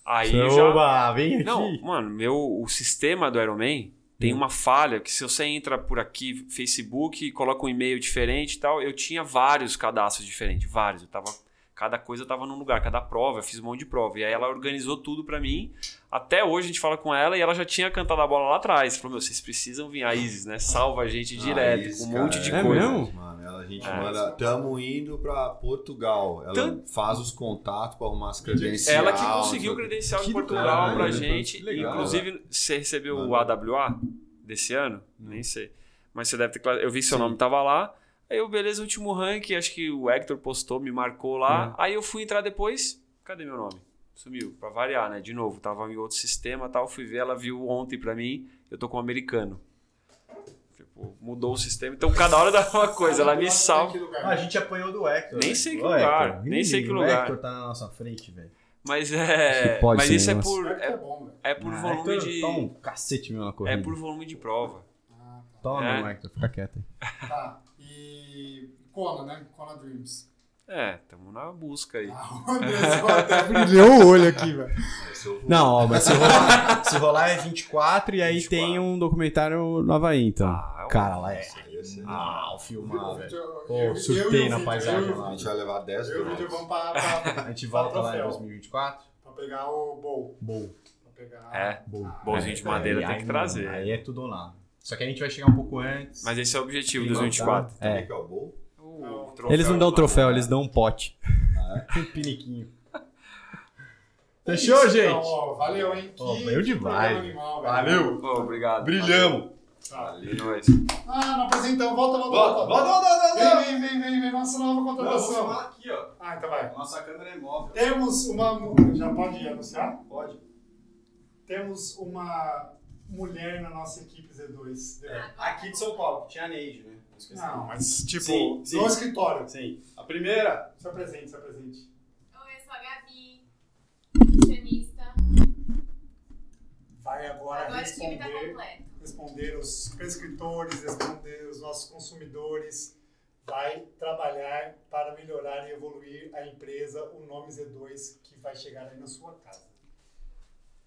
Speaker 4: Aí
Speaker 1: é
Speaker 4: eu já.
Speaker 1: Oba, vem aqui.
Speaker 4: Não, mano, meu, o sistema do Iron Man tem uma falha que se você entra por aqui, Facebook, coloca um e-mail diferente e tal, eu tinha vários cadastros diferentes, vários. Eu tava Cada coisa tava num lugar, cada prova, eu fiz um monte de prova. E aí ela organizou tudo pra mim. Até hoje a gente fala com ela e ela já tinha cantado a bola lá atrás. Falou, meu, vocês precisam vir, a Isis, né? Salva a gente direto,
Speaker 3: Ah, Isis,
Speaker 4: com um
Speaker 3: cara,
Speaker 4: monte de
Speaker 1: é
Speaker 4: coisa.
Speaker 1: mesmo?
Speaker 3: Mano, ela, a gente
Speaker 4: É.
Speaker 3: manda. Tamo indo pra Portugal. Ela
Speaker 4: Tan-
Speaker 3: faz os contatos pra arrumar as credenciais.
Speaker 4: É Ela que conseguiu o credencial
Speaker 5: Que
Speaker 4: de
Speaker 5: do
Speaker 4: Portugal
Speaker 3: caralho,
Speaker 4: pra
Speaker 3: né?
Speaker 4: gente.
Speaker 5: Legal. né?
Speaker 4: Inclusive, você recebeu o
Speaker 3: Mandou.
Speaker 4: AWA desse ano? Nem sei. Mas você deve ter. claro- Eu vi seu nome, tava lá. Aí eu, beleza, último rank, acho que o Hector postou, me marcou lá.
Speaker 5: É.
Speaker 4: Aí eu fui entrar depois. Cadê meu nome? Sumiu, pra variar, né? De novo, tava em outro sistema tal. Fui ver, ela viu ontem pra mim. Eu tô com um americano. Tipo, mudou o sistema. Então cada hora dá uma coisa, ela me salva.
Speaker 2: é
Speaker 5: A gente apanhou do Hector. né?
Speaker 4: Nem
Speaker 5: velho.
Speaker 4: sei que
Speaker 5: Ô,
Speaker 4: lugar,
Speaker 5: Hector,
Speaker 4: nem
Speaker 5: ih,
Speaker 4: sei que
Speaker 5: O
Speaker 4: lugar.
Speaker 5: Hector tá na nossa frente, velho.
Speaker 4: Mas é.
Speaker 1: Isso pode
Speaker 4: mas
Speaker 1: ser
Speaker 4: isso é
Speaker 1: negócio.
Speaker 4: por, é, é por
Speaker 5: um Ah,
Speaker 4: volume
Speaker 5: Hector
Speaker 4: de.
Speaker 5: Toma um cacete meu na
Speaker 4: É
Speaker 5: corrida.
Speaker 4: por volume de prova.
Speaker 2: Ah.
Speaker 1: Toma,
Speaker 4: É.
Speaker 1: Hector, fica quieto aí.
Speaker 2: Tá. E. Kona, né? Kona Dreams.
Speaker 4: É, estamos na busca aí.
Speaker 1: Então,
Speaker 2: Ah, meu Deus, agora até brilhou o olho aqui, velho.
Speaker 1: Não, ó, mas se rolar, se rolar é 24 e aí
Speaker 4: 24.
Speaker 1: tem um documentário no Havaí, então.
Speaker 4: Ah, é um-
Speaker 1: Cara, lá é.
Speaker 5: Ah, o filmar, velho.
Speaker 2: Eu-
Speaker 1: Pô,
Speaker 2: eu- eu
Speaker 1: surtei
Speaker 2: e o
Speaker 1: na
Speaker 2: vídeo,
Speaker 1: paisagem
Speaker 2: eu e o
Speaker 1: lá.
Speaker 3: A gente vai levar 10
Speaker 2: Eu e o vídeo
Speaker 3: graus.
Speaker 4: um
Speaker 2: vamos pra, pra,
Speaker 5: A gente volta
Speaker 2: pra
Speaker 5: lá em
Speaker 2: troféu,
Speaker 5: 2024?
Speaker 2: Pra pegar o bowl.
Speaker 1: Bom,
Speaker 2: Pra pegar.
Speaker 4: É,
Speaker 1: bom.
Speaker 4: bolzinho de madeira
Speaker 5: Aí,
Speaker 4: tem
Speaker 5: aí,
Speaker 4: que
Speaker 5: mano,
Speaker 4: trazer.
Speaker 5: Aí é tudo ou nada. Só que a gente vai chegar um pouco antes.
Speaker 4: Mas esse é o objetivo
Speaker 5: Tem que
Speaker 4: 2024.
Speaker 3: Sabe
Speaker 1: É.
Speaker 3: que é o bom?
Speaker 4: O troféu
Speaker 1: Eles não dão
Speaker 4: de
Speaker 1: troféu, eles dão um pote.
Speaker 5: um piniquinho. Fechou, gente?
Speaker 2: Então, ó, valeu, hein?
Speaker 5: Ó, valeu demais.
Speaker 2: programa Animal, velho.
Speaker 5: Valeu!
Speaker 4: madeira. Ô, obrigado.
Speaker 5: Brilhamos!
Speaker 2: Tá.
Speaker 4: Valeu. É nóis.
Speaker 2: Ah, não apresentamos. Volta, volta,
Speaker 5: Volta,
Speaker 2: volta.
Speaker 5: volta, volta, volta, volta.
Speaker 2: Vem, vem, vem, vem, vem. Nossa nova contratação.
Speaker 5: aqui, ó.
Speaker 2: Ah, então vai.
Speaker 5: Nossa câmera é móvel.
Speaker 2: Temos uma. mu- Já pode anunciar?
Speaker 5: Pode.
Speaker 2: Temos uma mulher na nossa equipe Z2.
Speaker 5: Aqui de São Paulo. Tinha a Neide, né? Não esqueci.
Speaker 2: Não, mas tipo,
Speaker 5: Sim, sim.
Speaker 2: no escritório.
Speaker 5: Sim. A primeira.
Speaker 2: Se apresente, se apresente.
Speaker 6: Oi, eu sou a Gabi, nutricionista.
Speaker 2: Vai agora,
Speaker 6: Agora o time tá
Speaker 2: responder,
Speaker 6: completo.
Speaker 2: responder os prescritores, responder os nossos consumidores. Vai trabalhar para melhorar e evoluir a empresa, o nome Z2, que vai chegar aí na sua casa.